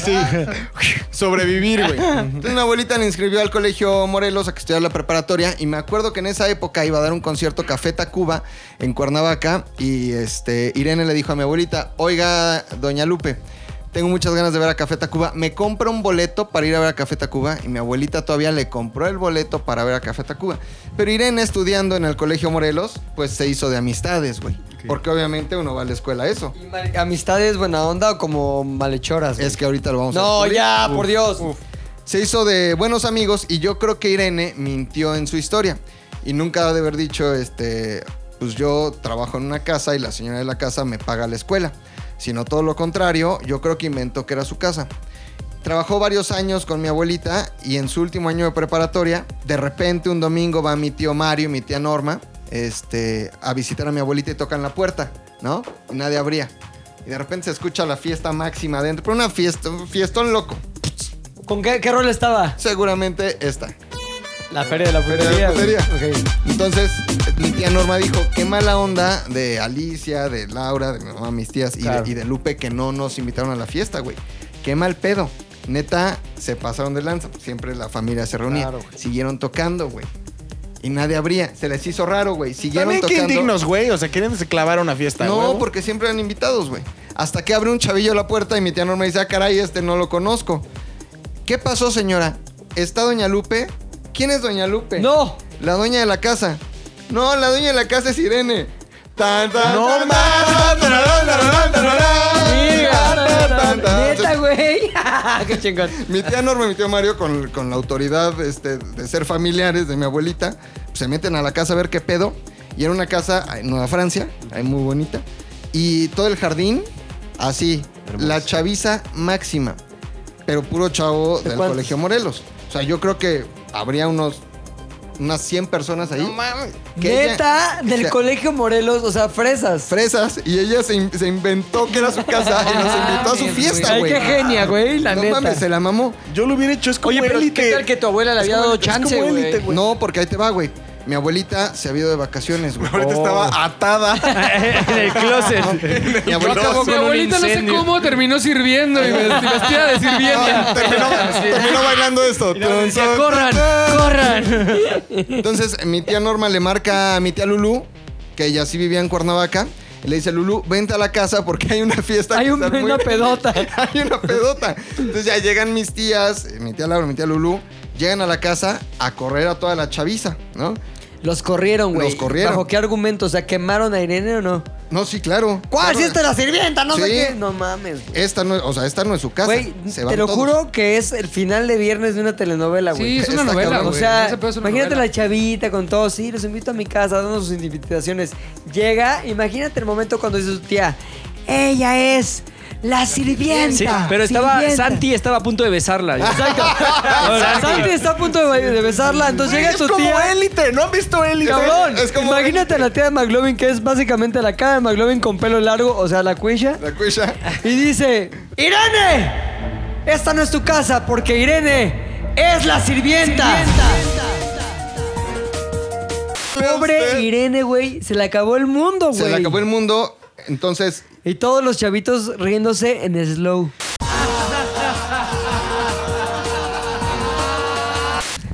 [SPEAKER 4] sí. Sobrevivir, güey. Entonces mi abuelita me inscribió al colegio Morelos a que estudiara la preparatoria y me acuerdo que en esa época iba a dar un concierto Café Tacuba en Cuernavaca y este Irene le dijo a mi abuelita, "Oiga, doña Lupe, tengo muchas ganas de ver a Café Tacuba. Me compra un boleto para ir a ver a Café Tacuba. Y mi abuelita todavía le compró el boleto para ver a Café Tacuba. Pero Irene, estudiando en el Colegio Morelos, pues se hizo de amistades, güey. Porque obviamente uno va a la escuela a eso.
[SPEAKER 2] ¿Amistades buena onda o como malhechoras?
[SPEAKER 4] Es que ahorita lo vamos a
[SPEAKER 2] No,
[SPEAKER 4] descubrir.
[SPEAKER 2] ya,
[SPEAKER 4] Uf,
[SPEAKER 2] por Dios.
[SPEAKER 4] uf. Se hizo de buenos amigos y yo creo que Irene mintió en su historia. Y nunca ha de haber dicho, este, pues yo trabajo en una casa y la señora de la casa me paga la escuela. Sino todo lo contrario, yo creo que inventó que era su casa. Trabajó varios años con mi abuelita y en su último año de preparatoria, de repente un domingo va mi tío Mario y mi tía Norma este, a visitar a mi abuelita y tocan la puerta, ¿no? Y nadie abría. Y de repente se escucha la fiesta máxima adentro, pero una fiesta, un fiestón loco.
[SPEAKER 2] ¿Con qué, qué rol estaba?
[SPEAKER 4] Seguramente esta.
[SPEAKER 2] La feria de la
[SPEAKER 4] Feria
[SPEAKER 2] putería.
[SPEAKER 4] de la
[SPEAKER 2] güey. Ok.
[SPEAKER 4] Entonces, mi tía Norma dijo, qué mala onda de Alicia, de Laura, de mi mamá, mis tías y,
[SPEAKER 2] Claro.
[SPEAKER 4] de, y de Lupe que no nos invitaron a la fiesta, güey. Qué mal pedo. Neta, se pasaron de lanza. Siempre la familia se reunía.
[SPEAKER 5] Claro,
[SPEAKER 4] Siguieron tocando, güey. Y nadie abría. Se les hizo raro, güey. Siguieron
[SPEAKER 5] También qué
[SPEAKER 4] tocando.
[SPEAKER 5] indignos, güey. O sea, quieren se clavar a una fiesta,
[SPEAKER 4] No,
[SPEAKER 5] huevo.
[SPEAKER 4] porque siempre eran invitados, güey. Hasta que abre un chavillo la puerta y mi tía Norma dice, ah, caray, este no lo conozco. ¿Qué pasó, señora? ¿Está Doña Lupe? ¿Quién es Doña Lupe? No. La dueña de la casa. No, la dueña de la casa es Irene. Tan, tan,
[SPEAKER 5] No
[SPEAKER 4] tan, tan, tararán, tararán, tararán. Tan, tan, tan.
[SPEAKER 2] Neta, güey.
[SPEAKER 10] Ah,
[SPEAKER 2] Qué chingón.
[SPEAKER 4] *laughs* Mi tía Norma y mi tío Mario, con, con la autoridad este, de ser familiares de mi abuelita, pues, se meten a la casa a ver qué pedo. Y era una casa en Nueva Francia, ahí muy bonita. Y todo el jardín, así, la chaviza máxima. Pero puro chavo del
[SPEAKER 2] cuántos?
[SPEAKER 4] Colegio Morelos. O sea, yo creo que habría unos, unas 100 personas ahí. Que ella-
[SPEAKER 2] Neta, del
[SPEAKER 4] o sea,
[SPEAKER 2] colegio Morelos, o sea, fresas.
[SPEAKER 4] Fresas, y ella se, in- se inventó que era su casa y nos invitó a su fiesta,
[SPEAKER 2] Ah, Ay,
[SPEAKER 4] güey.
[SPEAKER 2] qué genia, güey, la
[SPEAKER 4] no
[SPEAKER 2] neta.
[SPEAKER 4] mames, se la mamó.
[SPEAKER 5] Yo lo hubiera hecho, es como
[SPEAKER 2] Oye, pero
[SPEAKER 5] élite.
[SPEAKER 2] ¿qué tal que tu abuela le
[SPEAKER 5] Es
[SPEAKER 2] había
[SPEAKER 5] como
[SPEAKER 2] dado
[SPEAKER 5] élite, es como
[SPEAKER 2] chance, güey?
[SPEAKER 5] élite,
[SPEAKER 4] No, porque ahí te va, güey. Mi abuelita se había ido de vacaciones, güey. Oh.
[SPEAKER 5] Ahorita
[SPEAKER 2] *laughs*
[SPEAKER 5] estaba atada.
[SPEAKER 4] en el closet. Mi abuelita acabó
[SPEAKER 16] Mi
[SPEAKER 4] con un
[SPEAKER 16] abuelita no sé
[SPEAKER 4] incendio.
[SPEAKER 16] cómo terminó sirviendo y me vestida de sirvienta.
[SPEAKER 4] terminó, terminó bailando esto.
[SPEAKER 16] decía, "Corran,
[SPEAKER 4] *laughs*
[SPEAKER 16] corran".
[SPEAKER 4] Entonces, mi tía Norma le marca a mi tía Lulú, que ella sí vivía en Cuernavaca. y Le dice, Lulú, vente a la casa porque hay una fiesta. Hay
[SPEAKER 2] una pedota.
[SPEAKER 4] *laughs* hay una pedota. Entonces ya llegan mis tías, eh, mi tía Laura, mi tía Lulú, llegan a la casa a correr a toda la chaviza, ¿no?
[SPEAKER 2] Los corrieron, güey.
[SPEAKER 4] Los corrieron.
[SPEAKER 2] ¿Bajo qué argumento? O sea, ¿quemaron a Irene o no?
[SPEAKER 4] No, sí, claro.
[SPEAKER 2] ¿Cuál?
[SPEAKER 4] Claro.
[SPEAKER 2] Si esta es la sirvienta, no sé
[SPEAKER 4] Sí.
[SPEAKER 2] qué. No mames, güey.
[SPEAKER 4] Esta no, es- o sea, esta no es su casa.
[SPEAKER 2] Güey,
[SPEAKER 4] Se
[SPEAKER 2] te
[SPEAKER 4] van
[SPEAKER 2] lo
[SPEAKER 4] todos.
[SPEAKER 2] juro que es el final de viernes de una telenovela, güey.
[SPEAKER 4] Sí, es una Está novela, cabrón,
[SPEAKER 2] O
[SPEAKER 4] güey.
[SPEAKER 2] sea,
[SPEAKER 4] Ese pedo es una
[SPEAKER 2] imagínate
[SPEAKER 4] novela.
[SPEAKER 2] la chavita con todo, sí, los invito a mi casa, dando sus invitaciones. Llega, imagínate el momento cuando dice su tía, ella es la sirvienta.
[SPEAKER 10] Sí, pero estaba
[SPEAKER 2] sirvienta".
[SPEAKER 10] Santi estaba a punto de besarla.
[SPEAKER 2] Exacto.
[SPEAKER 10] *laughs*
[SPEAKER 2] O sea, *laughs* Santi está a punto de, de besarla, entonces llega tu tía.
[SPEAKER 5] élite, ¿no han visto élite?
[SPEAKER 2] Cabrón, imagínate a la tía de McLovin, que es básicamente la cara de McLovin con pelo largo, o sea, la cuella.
[SPEAKER 4] La cuella.
[SPEAKER 2] Y dice, Irene, esta no es tu casa porque Irene es la sirvienta. Pobre Irene, güey, se le acabó el mundo, güey.
[SPEAKER 4] Se le acabó el mundo, entonces...
[SPEAKER 2] Y todos los chavitos riéndose en slow.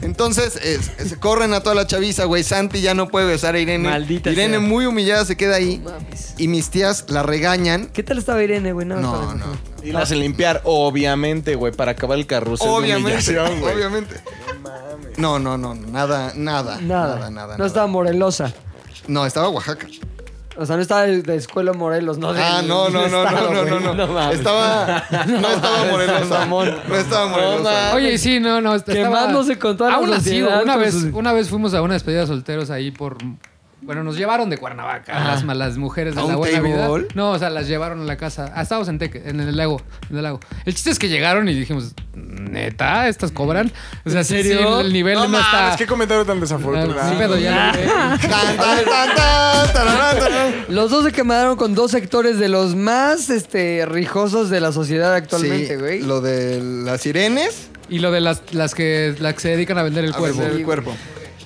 [SPEAKER 4] Entonces, es- es- corren a toda la chaviza, güey. Santi ya no puede besar a Irene.
[SPEAKER 2] Maldita
[SPEAKER 4] Irene
[SPEAKER 2] sea.
[SPEAKER 4] muy humillada se queda ahí. Y mis tías la regañan.
[SPEAKER 2] ¿Qué tal estaba Irene, güey? No,
[SPEAKER 4] No, no.
[SPEAKER 5] Y las hacen limpiar, obviamente, güey, para acabar el carrusel. de
[SPEAKER 4] Obviamente,
[SPEAKER 5] humillación,
[SPEAKER 4] *laughs*
[SPEAKER 5] güey.
[SPEAKER 4] obviamente. No, no, no, nada, nada,
[SPEAKER 2] Nada.
[SPEAKER 4] nada, nada.
[SPEAKER 2] no
[SPEAKER 4] nada.
[SPEAKER 2] estaba Morelosa.
[SPEAKER 4] No, estaba Oaxaca.
[SPEAKER 2] O sea, no estaba de de escuela Morelos, no de
[SPEAKER 4] Ah, no, no, no, no, no, no,
[SPEAKER 2] *laughs*
[SPEAKER 4] no. Estaba- no estaba Morelosa. No estaba Morelosa.
[SPEAKER 16] Oye, sí, no, no.
[SPEAKER 2] Que más no se contó a la
[SPEAKER 16] Aún así,
[SPEAKER 2] sociedad pues,
[SPEAKER 16] una
[SPEAKER 2] con
[SPEAKER 16] vez,
[SPEAKER 2] sus-
[SPEAKER 16] una vez fuimos a una despedida de solteros ahí por
[SPEAKER 17] Bueno, nos llevaron de Cuernavaca,
[SPEAKER 18] Ajá.
[SPEAKER 17] las, las mujeres de
[SPEAKER 18] ¿A
[SPEAKER 17] la
[SPEAKER 18] un
[SPEAKER 17] buena
[SPEAKER 18] table?
[SPEAKER 17] vida. No, o sea, las llevaron a la casa. Ah, estábamos en Teque, en el lago, en el lago. El chiste es que llegaron y dijimos, neta, estas cobran. O sea,
[SPEAKER 5] ¿En
[SPEAKER 17] sí, sí,
[SPEAKER 5] serio?
[SPEAKER 17] el nivel
[SPEAKER 5] No
[SPEAKER 17] no, está.
[SPEAKER 5] mames, qué comentario tan
[SPEAKER 17] Ah, sí, pero
[SPEAKER 5] desafortunado.
[SPEAKER 17] ya lo vi.
[SPEAKER 2] Los dos se quemaron con dos sectores de los más este, rijosos de la sociedad actualmente, güey.
[SPEAKER 4] lo de las sirenes.
[SPEAKER 17] Y lo de las, las, que, las que se dedican a vender el
[SPEAKER 4] A
[SPEAKER 17] cuerpo.
[SPEAKER 4] vender el cuerpo.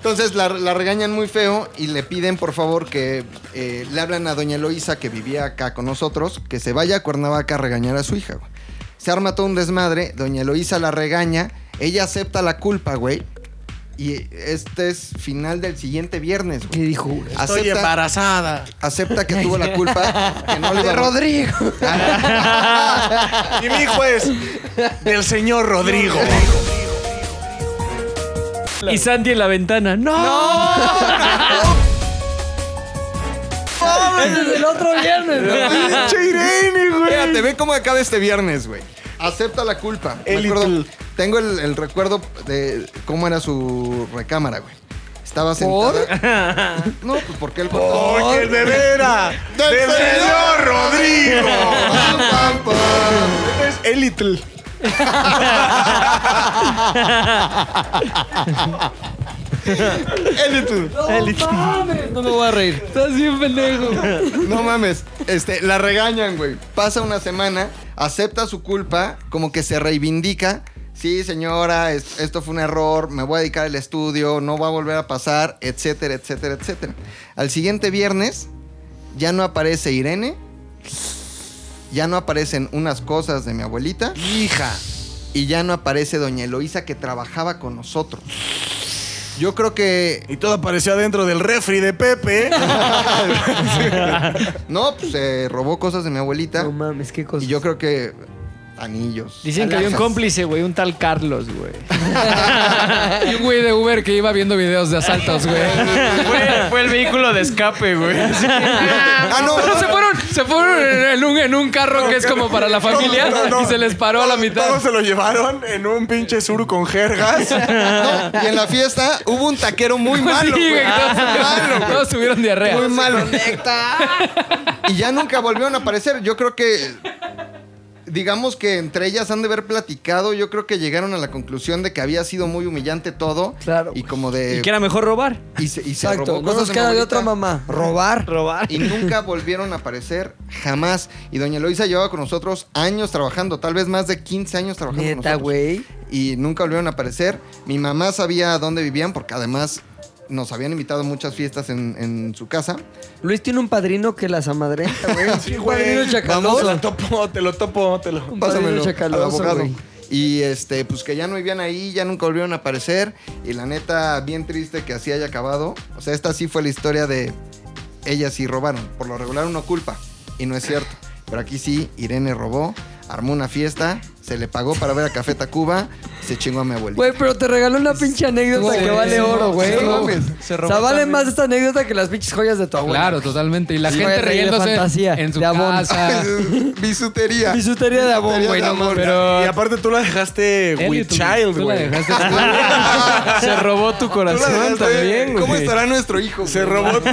[SPEAKER 4] Entonces la, la regañan muy feo y le piden por favor que eh, le hablan a doña Eloísa que vivía acá con nosotros que se vaya a Cuernavaca a regañar a su hija. güey. Se arma todo un desmadre, doña Eloísa la regaña, ella acepta la culpa, güey. Y este es final del siguiente viernes, güey.
[SPEAKER 2] ¿Qué dijo?
[SPEAKER 5] Estoy embarazada.
[SPEAKER 4] Acepta que tuvo la
[SPEAKER 5] *laughs*
[SPEAKER 4] culpa. Que no le
[SPEAKER 5] De
[SPEAKER 4] iba a-
[SPEAKER 5] Rodrigo. Y mi hijo es del señor Rodrigo.
[SPEAKER 10] Y Santi en la ventana. ¡No!
[SPEAKER 2] Ese es el otro viernes.
[SPEAKER 4] Pinche Irene, güey. Fíjate, ve cómo acaba este viernes, güey. Acepta la culpa. Me acuerdo- tengo el, el recuerdo de cómo era su recámara, güey. Estaba sentada. *laughs* No, pues porque el
[SPEAKER 5] Porque de vera del
[SPEAKER 4] *laughs*
[SPEAKER 5] señor Rodrigo. Es el little.
[SPEAKER 4] Elitud.
[SPEAKER 2] No mames, no me voy a reír. Estás bien pendejo.
[SPEAKER 4] No mames. Este, la regañan, güey. Pasa una semana, acepta su culpa, como que se reivindica. Sí, señora, es- esto fue un error, me voy a dedicar al estudio, no va a volver a pasar, etcétera, etcétera, etcétera. Al siguiente viernes ya no aparece Irene, ya no aparecen unas cosas de mi abuelita, hija, y ya no aparece doña Eloísa que trabajaba con nosotros. Yo creo que.
[SPEAKER 5] Y todo apareció adentro del refri
[SPEAKER 2] *laughs*
[SPEAKER 5] de Pepe.
[SPEAKER 4] no, pues se robó cosas de mi abuelita. No
[SPEAKER 2] mames, qué cosas.
[SPEAKER 4] Y yo creo que anillos.
[SPEAKER 10] Dicen que había un
[SPEAKER 4] Alhajas.
[SPEAKER 10] cómplice, güey, un tal Carlos, güey.
[SPEAKER 17] Y un güey de Uber que iba viendo videos de asaltos, güey.
[SPEAKER 16] Fue, fue el vehículo de escape, güey.
[SPEAKER 4] Ah, no,
[SPEAKER 17] Pero se fueron, se fueron en un, en un carro que es como para la familia
[SPEAKER 5] No, no, no.
[SPEAKER 17] y se les paró a la mitad.
[SPEAKER 5] Todos se lo llevaron en un pinche suru con jergas.
[SPEAKER 4] No, y en la fiesta hubo un taquero muy malo.
[SPEAKER 17] Sí,
[SPEAKER 4] güey.
[SPEAKER 17] güey,
[SPEAKER 2] Ah,
[SPEAKER 17] todos-
[SPEAKER 4] Malo, güey.
[SPEAKER 17] todos tuvieron diarrea.
[SPEAKER 4] Muy malo. Y ya nunca volvieron a aparecer. Yo creo que. Digamos que entre ellas han de haber platicado. Yo creo que llegaron a la conclusión de que había sido muy humillante todo. Claro. Y como de.
[SPEAKER 10] Y que era mejor robar.
[SPEAKER 4] Y se, y se
[SPEAKER 2] Exacto,
[SPEAKER 4] robó
[SPEAKER 2] no
[SPEAKER 4] cosas
[SPEAKER 2] nos
[SPEAKER 4] de mi
[SPEAKER 2] queda de
[SPEAKER 4] abuelita.
[SPEAKER 2] otra mamá. Robar.
[SPEAKER 10] Robar.
[SPEAKER 4] Y nunca volvieron a aparecer, jamás. Y doña Eloisa llevaba con nosotros años trabajando, tal vez más de 15 años trabajando con
[SPEAKER 2] Neta,
[SPEAKER 4] nosotros.
[SPEAKER 2] güey.
[SPEAKER 4] Y nunca volvieron a aparecer. Mi mamá sabía dónde vivían porque además nos habían invitado a muchas fiestas en, en su casa.
[SPEAKER 2] Luis tiene un padrino que las amadrenta,
[SPEAKER 4] *laughs*
[SPEAKER 2] güey.
[SPEAKER 5] Sí,
[SPEAKER 2] un
[SPEAKER 5] güey.
[SPEAKER 2] padrino
[SPEAKER 5] Vamos,
[SPEAKER 2] chacaloso.
[SPEAKER 5] la topo, te lo topo, te lo.
[SPEAKER 4] Pásamelo
[SPEAKER 2] padrino
[SPEAKER 4] al
[SPEAKER 2] chacaloso,
[SPEAKER 4] abogado.
[SPEAKER 2] güey.
[SPEAKER 4] Y este, pues que ya no vivían ahí, ya nunca volvieron a aparecer. Y la neta, bien triste que así haya acabado. O sea, esta sí fue la historia de ellas sí robaron. Por lo regular uno culpa. Y no es cierto. Pero aquí sí, Irene robó, armó una fiesta, se le pagó para ver a Café Tacuba, se chingó a mi abuelita.
[SPEAKER 2] Güey, pero te regaló una pinche anécdota
[SPEAKER 4] Sí,
[SPEAKER 2] que vale
[SPEAKER 4] sí,
[SPEAKER 2] oro, güey.
[SPEAKER 4] sí, no mames.
[SPEAKER 2] Se robó o sea, vale
[SPEAKER 4] también.
[SPEAKER 2] más esta anécdota que las pinches joyas de tu abuelo.
[SPEAKER 17] Claro, totalmente. Y la gente riéndose en su casa.
[SPEAKER 4] Bisutería.
[SPEAKER 2] Bisutería de abón, güey. No mames.
[SPEAKER 5] Y aparte tú la dejaste
[SPEAKER 2] Él y
[SPEAKER 5] with
[SPEAKER 2] tu-
[SPEAKER 5] child,
[SPEAKER 2] tú la
[SPEAKER 5] güey.
[SPEAKER 2] dejaste-
[SPEAKER 16] Se robó tu corazón también, güey.
[SPEAKER 4] ¿Cómo estará nuestro hijo?
[SPEAKER 5] Se robó tu,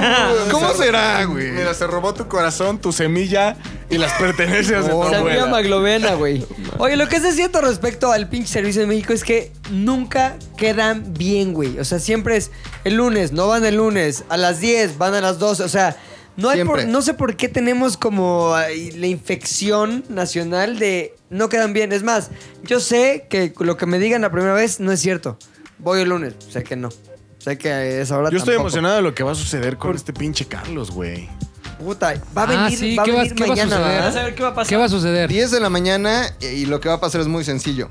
[SPEAKER 4] ¿Cómo
[SPEAKER 5] se ro-
[SPEAKER 4] será, güey?
[SPEAKER 5] Mira, se robó tu corazón, tu semilla y las pertenencias de tu
[SPEAKER 2] Sandía
[SPEAKER 5] abuela.
[SPEAKER 2] maglovena,
[SPEAKER 4] *laughs*
[SPEAKER 2] güey. Oye, lo que es cierto respecto al pinche servicio de México es que nunca quedan bien, güey. O sea, siempre es el lunes, no van el lunes, a las 10, van a las 12. O sea, no, hay por-
[SPEAKER 4] Siempre.
[SPEAKER 2] no sé por qué tenemos como ay, la infección nacional de no quedan bien. Es más, yo sé que lo que me digan la primera vez no es cierto. Voy el lunes, sé que no. Sé que a esa hora
[SPEAKER 5] Yo estoy
[SPEAKER 2] tampoco.
[SPEAKER 5] emocionado de lo que va a suceder con este pinche Carlos, güey.
[SPEAKER 2] Puta, va a venir,
[SPEAKER 17] Ah, sí,
[SPEAKER 2] va a
[SPEAKER 17] ¿qué va-
[SPEAKER 2] venir
[SPEAKER 17] qué va a
[SPEAKER 2] mañana.
[SPEAKER 17] suceder?
[SPEAKER 2] ¿verdad?
[SPEAKER 17] Vas a ver qué va a pasar. ¿Qué va a suceder?
[SPEAKER 4] 10 de la mañana eh, y lo que va a pasar es muy sencillo.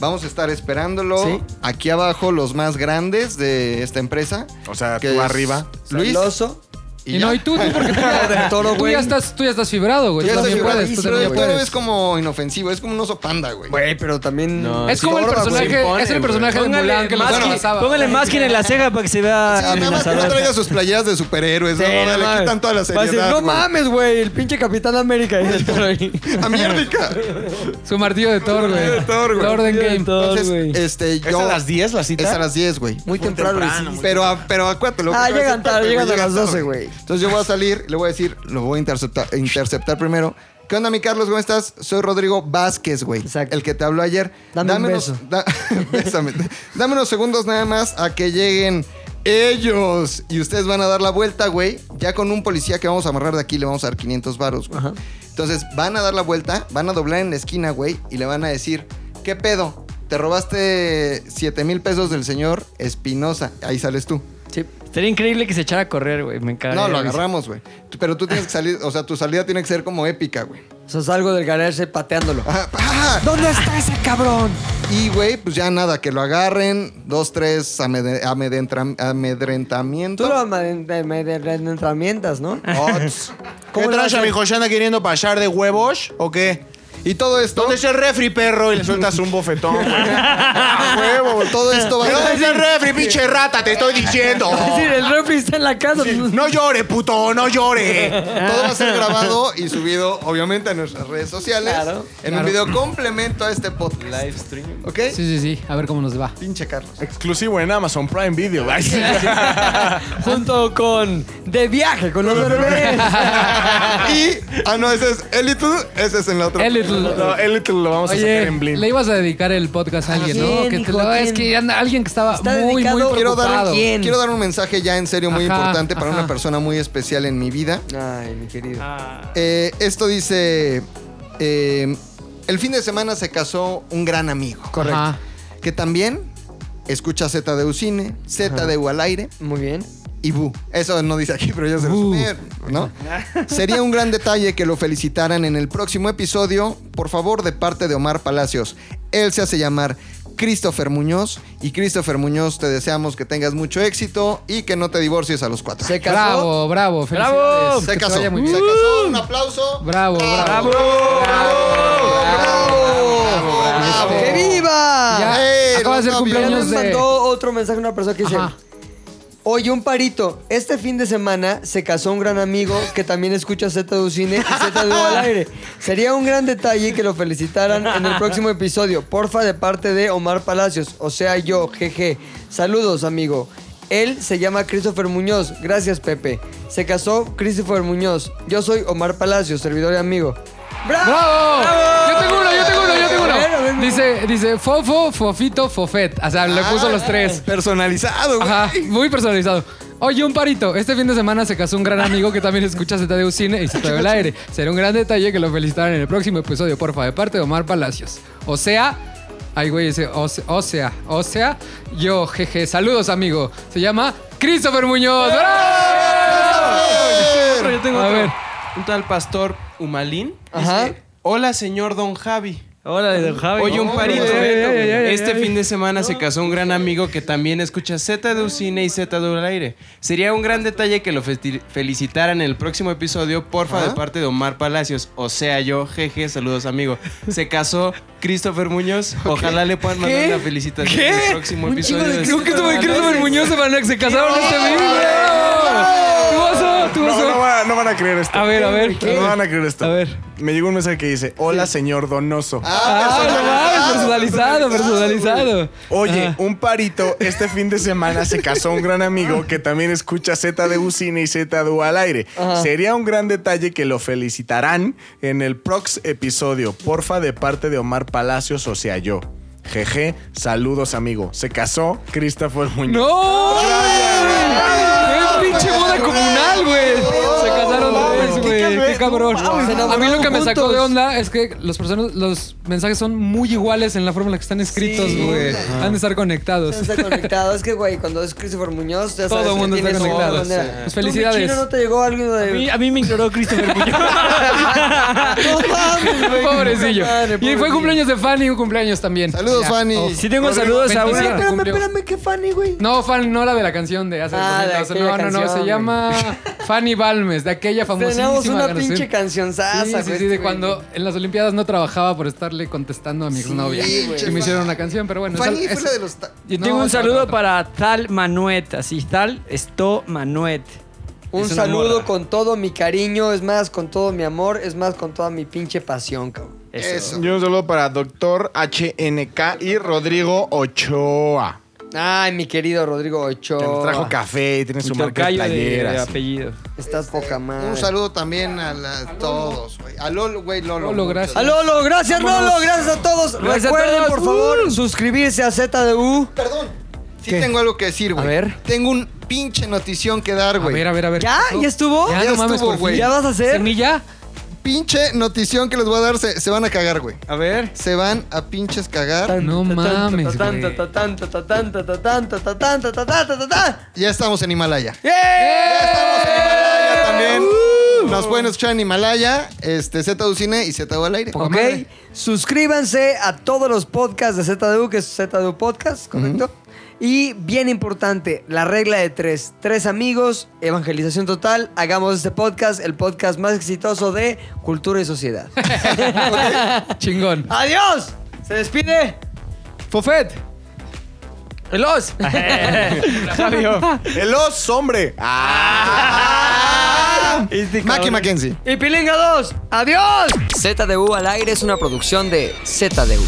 [SPEAKER 4] Vamos a estar esperándolo.
[SPEAKER 2] Sí.
[SPEAKER 4] Aquí abajo los más grandes de esta empresa.
[SPEAKER 5] O sea,
[SPEAKER 4] que
[SPEAKER 5] tú
[SPEAKER 4] es
[SPEAKER 5] arriba.
[SPEAKER 4] Luis,
[SPEAKER 2] Celoso.
[SPEAKER 3] Y, no, y tú,
[SPEAKER 4] Ah,
[SPEAKER 2] *laughs*
[SPEAKER 3] tú, porque tú, ya, tú ya estás, tú ya estás fibrado, güey.
[SPEAKER 4] Ya
[SPEAKER 3] Tú
[SPEAKER 4] estoy
[SPEAKER 3] también
[SPEAKER 4] fibrado,
[SPEAKER 3] puedes, tú
[SPEAKER 4] pero
[SPEAKER 3] también
[SPEAKER 4] el toro
[SPEAKER 3] puedes.
[SPEAKER 4] es como inofensivo, es como un oso panda, güey.
[SPEAKER 2] Güey, pero también.
[SPEAKER 3] Es como el personaje- es el personaje de
[SPEAKER 4] Mulan
[SPEAKER 3] Mulan que lo pasaba.
[SPEAKER 4] Póngale
[SPEAKER 3] máscara en la
[SPEAKER 4] ceja para que se vea sí, nada más que no
[SPEAKER 2] amenazador. *laughs*
[SPEAKER 4] traiga sus playeras de superhéroes.
[SPEAKER 2] Sí,
[SPEAKER 4] no,
[SPEAKER 2] no
[SPEAKER 4] le
[SPEAKER 2] mames.
[SPEAKER 4] quitan toda la
[SPEAKER 2] Va a
[SPEAKER 4] seriedad.
[SPEAKER 2] decir, no
[SPEAKER 4] güey.
[SPEAKER 2] mames, güey, el pinche Capitán América. *laughs*
[SPEAKER 4] ¡América!
[SPEAKER 3] Su martillo de Thor, güey.
[SPEAKER 4] De Thor, güey.
[SPEAKER 3] Thor de Endgame.
[SPEAKER 4] Entonces, este, yo...
[SPEAKER 3] a las
[SPEAKER 4] 10 la cita? Es a las 10, güey. Muy,
[SPEAKER 2] temprano,
[SPEAKER 4] güey. pero, a- pero acuérdate. lo que
[SPEAKER 2] Ah,
[SPEAKER 4] te voy
[SPEAKER 2] llegan
[SPEAKER 4] decir,
[SPEAKER 2] tarde,
[SPEAKER 4] güey,
[SPEAKER 2] llegan a las 12,
[SPEAKER 4] tarde.
[SPEAKER 2] güey.
[SPEAKER 4] Entonces yo voy a salir, le voy a decir, lo voy a interceptar, interceptar primero. ¿Qué onda, mi Carlos? ¿Cómo estás? Soy Rodrigo Vázquez, güey. El que te habló ayer.
[SPEAKER 2] Dame un
[SPEAKER 4] unos-
[SPEAKER 2] beso.
[SPEAKER 4] da- *laughs* bésame. Dame unos segundos nada más a que lleguen ellos. Y ustedes van a dar la vuelta, güey. Ya con un policía que vamos a amarrar de aquí le vamos a dar 500 varos, güey. Entonces van a dar la vuelta, van a doblar en la esquina, güey. Y le van a decir, ¿qué pedo? Te robaste 7 mil pesos del señor Espinosa. Ahí sales tú.
[SPEAKER 8] Sí. Sería increíble que se echara a correr, güey. Me encanta.
[SPEAKER 4] No, lo agarramos, güey. Tú- Pero tú tienes que salir, o sea, tu salida tiene que ser como épica, güey.
[SPEAKER 2] O sea, salgo del garaje pateándolo.
[SPEAKER 4] ¿Dónde está ese cabrón? Y, güey, pues ya nada, que lo agarren. Dos, tres amede- amedrentra- amedrentamientos.
[SPEAKER 2] Tú lo amen- de- me- de- de- de herramientas, *laughs* ¿no?
[SPEAKER 4] *laughs*
[SPEAKER 5] ¿Qué
[SPEAKER 2] le
[SPEAKER 5] traes a
[SPEAKER 2] haces?
[SPEAKER 5] mi Joshana queriendo pasar de huevos o qué?
[SPEAKER 4] Y todo esto.
[SPEAKER 5] ¿Dónde es el refri, perro? Y le sueltas un bofetón, *laughs* güey. A
[SPEAKER 4] huevo, todo esto va a
[SPEAKER 5] ¿Dónde es
[SPEAKER 4] ser-
[SPEAKER 5] el refri, pinche rata? Te estoy diciendo.
[SPEAKER 4] Es decir,
[SPEAKER 2] el refri está en la casa.
[SPEAKER 5] No llore, puto, no llore.
[SPEAKER 4] Todo va a ser grabado y subido, obviamente, a nuestras redes sociales.
[SPEAKER 5] Claro.
[SPEAKER 4] En
[SPEAKER 3] Claro.
[SPEAKER 4] un video complemento a este podcast. Live stream. ¿Ok?
[SPEAKER 3] Sí, sí, sí. A ver cómo nos va.
[SPEAKER 4] Pinche *laughs* Carlos.
[SPEAKER 5] Exclusivo en Amazon Prime Video. Ay, *laughs* sí.
[SPEAKER 2] *laughs* Junto con De viaje con los bebés.
[SPEAKER 4] y. Ah, no, ese es El y tú. Ese es en la otra.
[SPEAKER 3] El y tú.
[SPEAKER 5] No, el y tú lo vamos a sacar
[SPEAKER 3] Oye,
[SPEAKER 5] en Blim.
[SPEAKER 3] le ibas a dedicar el podcast a alguien,
[SPEAKER 4] ¿quién,
[SPEAKER 3] ¿no? Que te
[SPEAKER 4] hijo?
[SPEAKER 3] lo- es
[SPEAKER 4] Ah, ¿Quién?
[SPEAKER 3] que anda- alguien que estaba
[SPEAKER 4] Está
[SPEAKER 3] muy,
[SPEAKER 4] dedicado.
[SPEAKER 3] muy
[SPEAKER 4] quiero, dar
[SPEAKER 3] preocupado.
[SPEAKER 4] un, quiero dar un mensaje ya en serio muy
[SPEAKER 3] Ajá,
[SPEAKER 4] importante para
[SPEAKER 3] ajá.
[SPEAKER 4] una persona muy especial en mi vida.
[SPEAKER 2] Ay, mi querido.
[SPEAKER 4] Eh, esto dice: eh, El fin de semana se casó un gran amigo.
[SPEAKER 2] Correcto. Ajá.
[SPEAKER 4] Que también escucha Z de Ucine, Z de U al aire.
[SPEAKER 2] Muy bien.
[SPEAKER 4] Y Bu. Eso no dice aquí, pero yo se lo suponía,
[SPEAKER 3] *laughs*
[SPEAKER 4] ¿no? Sería un gran detalle que lo felicitaran en el próximo episodio, por favor, de parte de Omar Palacios. Él se hace llamar Christopher Muñoz. Y Christopher Muñoz, te deseamos que tengas mucho éxito y que no te divorcies a los cuatro. Se
[SPEAKER 3] Bravo, bravo. felicidades. Que
[SPEAKER 4] Se
[SPEAKER 3] te
[SPEAKER 4] casó.
[SPEAKER 3] vaya muy bien.
[SPEAKER 4] Se casó. Un aplauso.
[SPEAKER 3] Bravo, bravo.
[SPEAKER 2] ¡Que viva!
[SPEAKER 3] Ya,
[SPEAKER 2] Eh,
[SPEAKER 3] acaba de
[SPEAKER 2] los
[SPEAKER 3] ser cumpleaños
[SPEAKER 2] novios.
[SPEAKER 3] de-
[SPEAKER 2] Me mandó otro mensaje una persona que dice... Oye, un parito. Este fin de semana se casó un gran amigo que también escucha Z de Cine y Z de al aire. Sería un gran detalle que lo felicitaran en el próximo episodio. Porfa, de parte de Omar Palacios, o sea yo, jeje. Saludos, amigo. Él se llama Christopher Muñoz. Gracias, Pepe. Se casó Christopher Muñoz. Yo soy Omar Palacios, servidor y amigo. ¡Bravo!
[SPEAKER 3] Yo tengo uno, yo tengo uno, yo tengo
[SPEAKER 2] A ver, a ver,
[SPEAKER 3] uno. Dice, dice Fofo, Fofito, Fofet. O sea,
[SPEAKER 4] Ah,
[SPEAKER 3] le puso los tres.
[SPEAKER 4] Personalizado,
[SPEAKER 3] güey. Ajá, muy personalizado. Oye, un parito. Este fin de semana se casó un gran amigo que también escucha ZDU Cine y se trae el aire. Será un gran detalle que lo felicitaran en el próximo episodio, porfa, de parte de Omar Palacios. O sea, ay, güey, dice, o se- o sea, o sea, yo, jeje, saludos, amigo. Se llama Christopher Muñoz.
[SPEAKER 15] Otro, yo tengo
[SPEAKER 3] A
[SPEAKER 15] otro.
[SPEAKER 3] ver.
[SPEAKER 15] Un tal pastor Humalín.
[SPEAKER 2] Ajá.
[SPEAKER 15] Dice, Hola, señor Don Javi.
[SPEAKER 19] Hola, don Javi.
[SPEAKER 15] Oye, un
[SPEAKER 19] No,
[SPEAKER 15] parito.
[SPEAKER 19] no, no, no, no, no.
[SPEAKER 15] Este fin de semana se casó un gran amigo que también escucha Z de Ucine y Z de al aire. Sería un gran detalle que lo festi- felicitaran en el próximo episodio, porfa, de parte de Omar Palacios. O sea, yo, jeje, saludos, amigo. Se casó Christopher Muñoz. Ojalá le puedan mandar
[SPEAKER 3] ¿Qué?
[SPEAKER 15] una felicitación
[SPEAKER 3] ¿Qué?
[SPEAKER 15] en el próximo
[SPEAKER 3] Un
[SPEAKER 15] episodio.
[SPEAKER 3] chingo de
[SPEAKER 15] de
[SPEAKER 3] Creo que tuvo- Christopher Muñoz se van a- se casaron este
[SPEAKER 15] ¡Bravo!
[SPEAKER 3] mismo. ¡Bravo! Tú oso, tú
[SPEAKER 5] No,
[SPEAKER 3] oso.
[SPEAKER 5] no van, a- no van a creer esto.
[SPEAKER 3] A ver, a ver, ¿qué?
[SPEAKER 5] No van a creer esto. A ver. Me llegó un mensaje que dice: Hola, señor Donoso.
[SPEAKER 3] Ah, no mames, personalizado, personalizado.
[SPEAKER 5] Oye, un parito, este fin de semana se casó un gran amigo que también escucha Z de Ucine y Z de U al aire.
[SPEAKER 2] Ajá.
[SPEAKER 5] Sería un gran detalle que lo felicitarán en el prox episodio. Porfa, de parte de Omar Palacios, o sea yo. Jeje, saludos amigo. Se casó Christopher Muñoz.
[SPEAKER 3] ¡No!
[SPEAKER 5] ¡Qué
[SPEAKER 3] pinche boda comunal, güey! Se casaron tres, güey. Qué cabrón. A mí lo que me sacó de onda es que los, personas, los mensajes son muy iguales en la forma en la que están escritos,
[SPEAKER 2] Sí.
[SPEAKER 3] güey.
[SPEAKER 2] Ajá.
[SPEAKER 3] Han de estar conectados.
[SPEAKER 2] Está conectado. Es que, güey, cuando es Christopher Muñoz, ya
[SPEAKER 3] Todo
[SPEAKER 2] sabes
[SPEAKER 3] el mundo
[SPEAKER 2] que
[SPEAKER 3] está
[SPEAKER 2] tienes una
[SPEAKER 3] conectado.
[SPEAKER 2] bandera.
[SPEAKER 3] Sí. Pues
[SPEAKER 2] Tú, mi
[SPEAKER 3] felicidades.
[SPEAKER 2] chino, no te llegó algo de...
[SPEAKER 19] A mí, a mí me ignoró Christopher Muñoz.
[SPEAKER 8] *laughs*
[SPEAKER 2] No mames, güey.
[SPEAKER 3] Pobrecillo.
[SPEAKER 2] Madre,
[SPEAKER 3] Y fue
[SPEAKER 2] pobrecillo.
[SPEAKER 3] cumpleaños de Fanny, un cumpleaños también.
[SPEAKER 4] Saludos, Fanny.
[SPEAKER 3] Si
[SPEAKER 4] Sí tengo saludos a una-
[SPEAKER 2] Espérame, espérame, ¿qué Fanny, güey?
[SPEAKER 3] No, Fanny, no la de la canción de hace
[SPEAKER 2] Ah, de
[SPEAKER 3] 2012. No,
[SPEAKER 2] aquella
[SPEAKER 3] no, no,
[SPEAKER 2] canción,
[SPEAKER 3] se
[SPEAKER 2] güey.
[SPEAKER 3] llama Fanny Balmes, de aquella famosísima
[SPEAKER 2] Tenemos una pinche
[SPEAKER 3] cancionzaza, sí, sí,
[SPEAKER 2] güey,
[SPEAKER 3] sí, de
[SPEAKER 2] este
[SPEAKER 3] cuando en las Olimpiadas no trabajaba por estarle contestando a mi novia.
[SPEAKER 2] güey.
[SPEAKER 3] Que me hicieron una canción, pero bueno.
[SPEAKER 4] Fanny
[SPEAKER 3] esa-
[SPEAKER 4] fue la de los... ta-
[SPEAKER 8] Yo
[SPEAKER 3] No,
[SPEAKER 8] tengo un
[SPEAKER 3] otra,
[SPEAKER 8] saludo
[SPEAKER 3] otra.
[SPEAKER 8] para Tal Manuet, así Tal Esto Manuet.
[SPEAKER 2] Un
[SPEAKER 8] Es una
[SPEAKER 2] saludo
[SPEAKER 8] morra.
[SPEAKER 2] con todo mi cariño, es más, con todo mi amor, es más, con toda mi pinche pasión, cabrón.
[SPEAKER 5] Y un saludo para Doctor HNK y Rodrigo Ochoa.
[SPEAKER 2] Ay, mi querido Rodrigo Ochoa.
[SPEAKER 5] Que nos trajo café y tiene su marca de playeras.
[SPEAKER 8] apellido.
[SPEAKER 2] Estás poca madre.
[SPEAKER 4] Un saludo también a, la- todos, güey. A Lolo, güey, Lolo.
[SPEAKER 2] Lolo,
[SPEAKER 4] muchas
[SPEAKER 2] gracias. A Lolo, gracias,
[SPEAKER 4] Vámonos.
[SPEAKER 2] Lolo, gracias a todos.
[SPEAKER 4] Gracias a
[SPEAKER 2] Recuerden,
[SPEAKER 4] todos.
[SPEAKER 2] por favor, suscribirse a ZDU.
[SPEAKER 4] Sí tengo algo que decir, güey. A ver. Tengo un pinche notición que dar, güey.
[SPEAKER 3] ver, ah, a ver, a ver.
[SPEAKER 2] ¿Ya? ¿Ya estuvo?
[SPEAKER 4] Ya,
[SPEAKER 2] no mames,
[SPEAKER 4] estuvo,
[SPEAKER 2] por fin.
[SPEAKER 4] güey.
[SPEAKER 2] ¿Ya vas a hacer?
[SPEAKER 3] ¿Semilla?
[SPEAKER 4] Pinche notición que les voy a dar. Se, se van a cagar, güey. A ver. Se van a pinches cagar.
[SPEAKER 3] No mames,
[SPEAKER 2] Tan,
[SPEAKER 4] güey.
[SPEAKER 2] ta, tan, ta, ta, tan, ta, ta, tan, ta, ta, tan, ta, ta, ta, ta, ta, ta.
[SPEAKER 4] Ya estamos en Himalaya.
[SPEAKER 2] ¡Eh!
[SPEAKER 4] También nos pueden escuchar en Himalaya, este, ZDU Cine y ZDU al aire.
[SPEAKER 2] Ok, suscríbanse a todos los podcasts de ZDU, que es ZDU Podcast, ¿correcto? Y bien importante, la regla de tres. Tres amigos, evangelización total, hagamos este podcast, el podcast más exitoso de cultura y sociedad.
[SPEAKER 3] *laughs* Chingón.
[SPEAKER 2] ¡Adiós! ¡Se despide!
[SPEAKER 3] ¡Fofet!
[SPEAKER 8] ¡El os!
[SPEAKER 5] El os, hombre.
[SPEAKER 4] Maki Mackenzie.
[SPEAKER 2] Y Pilinga 2, ¡adiós! ZDU al aire es una producción de ZDU.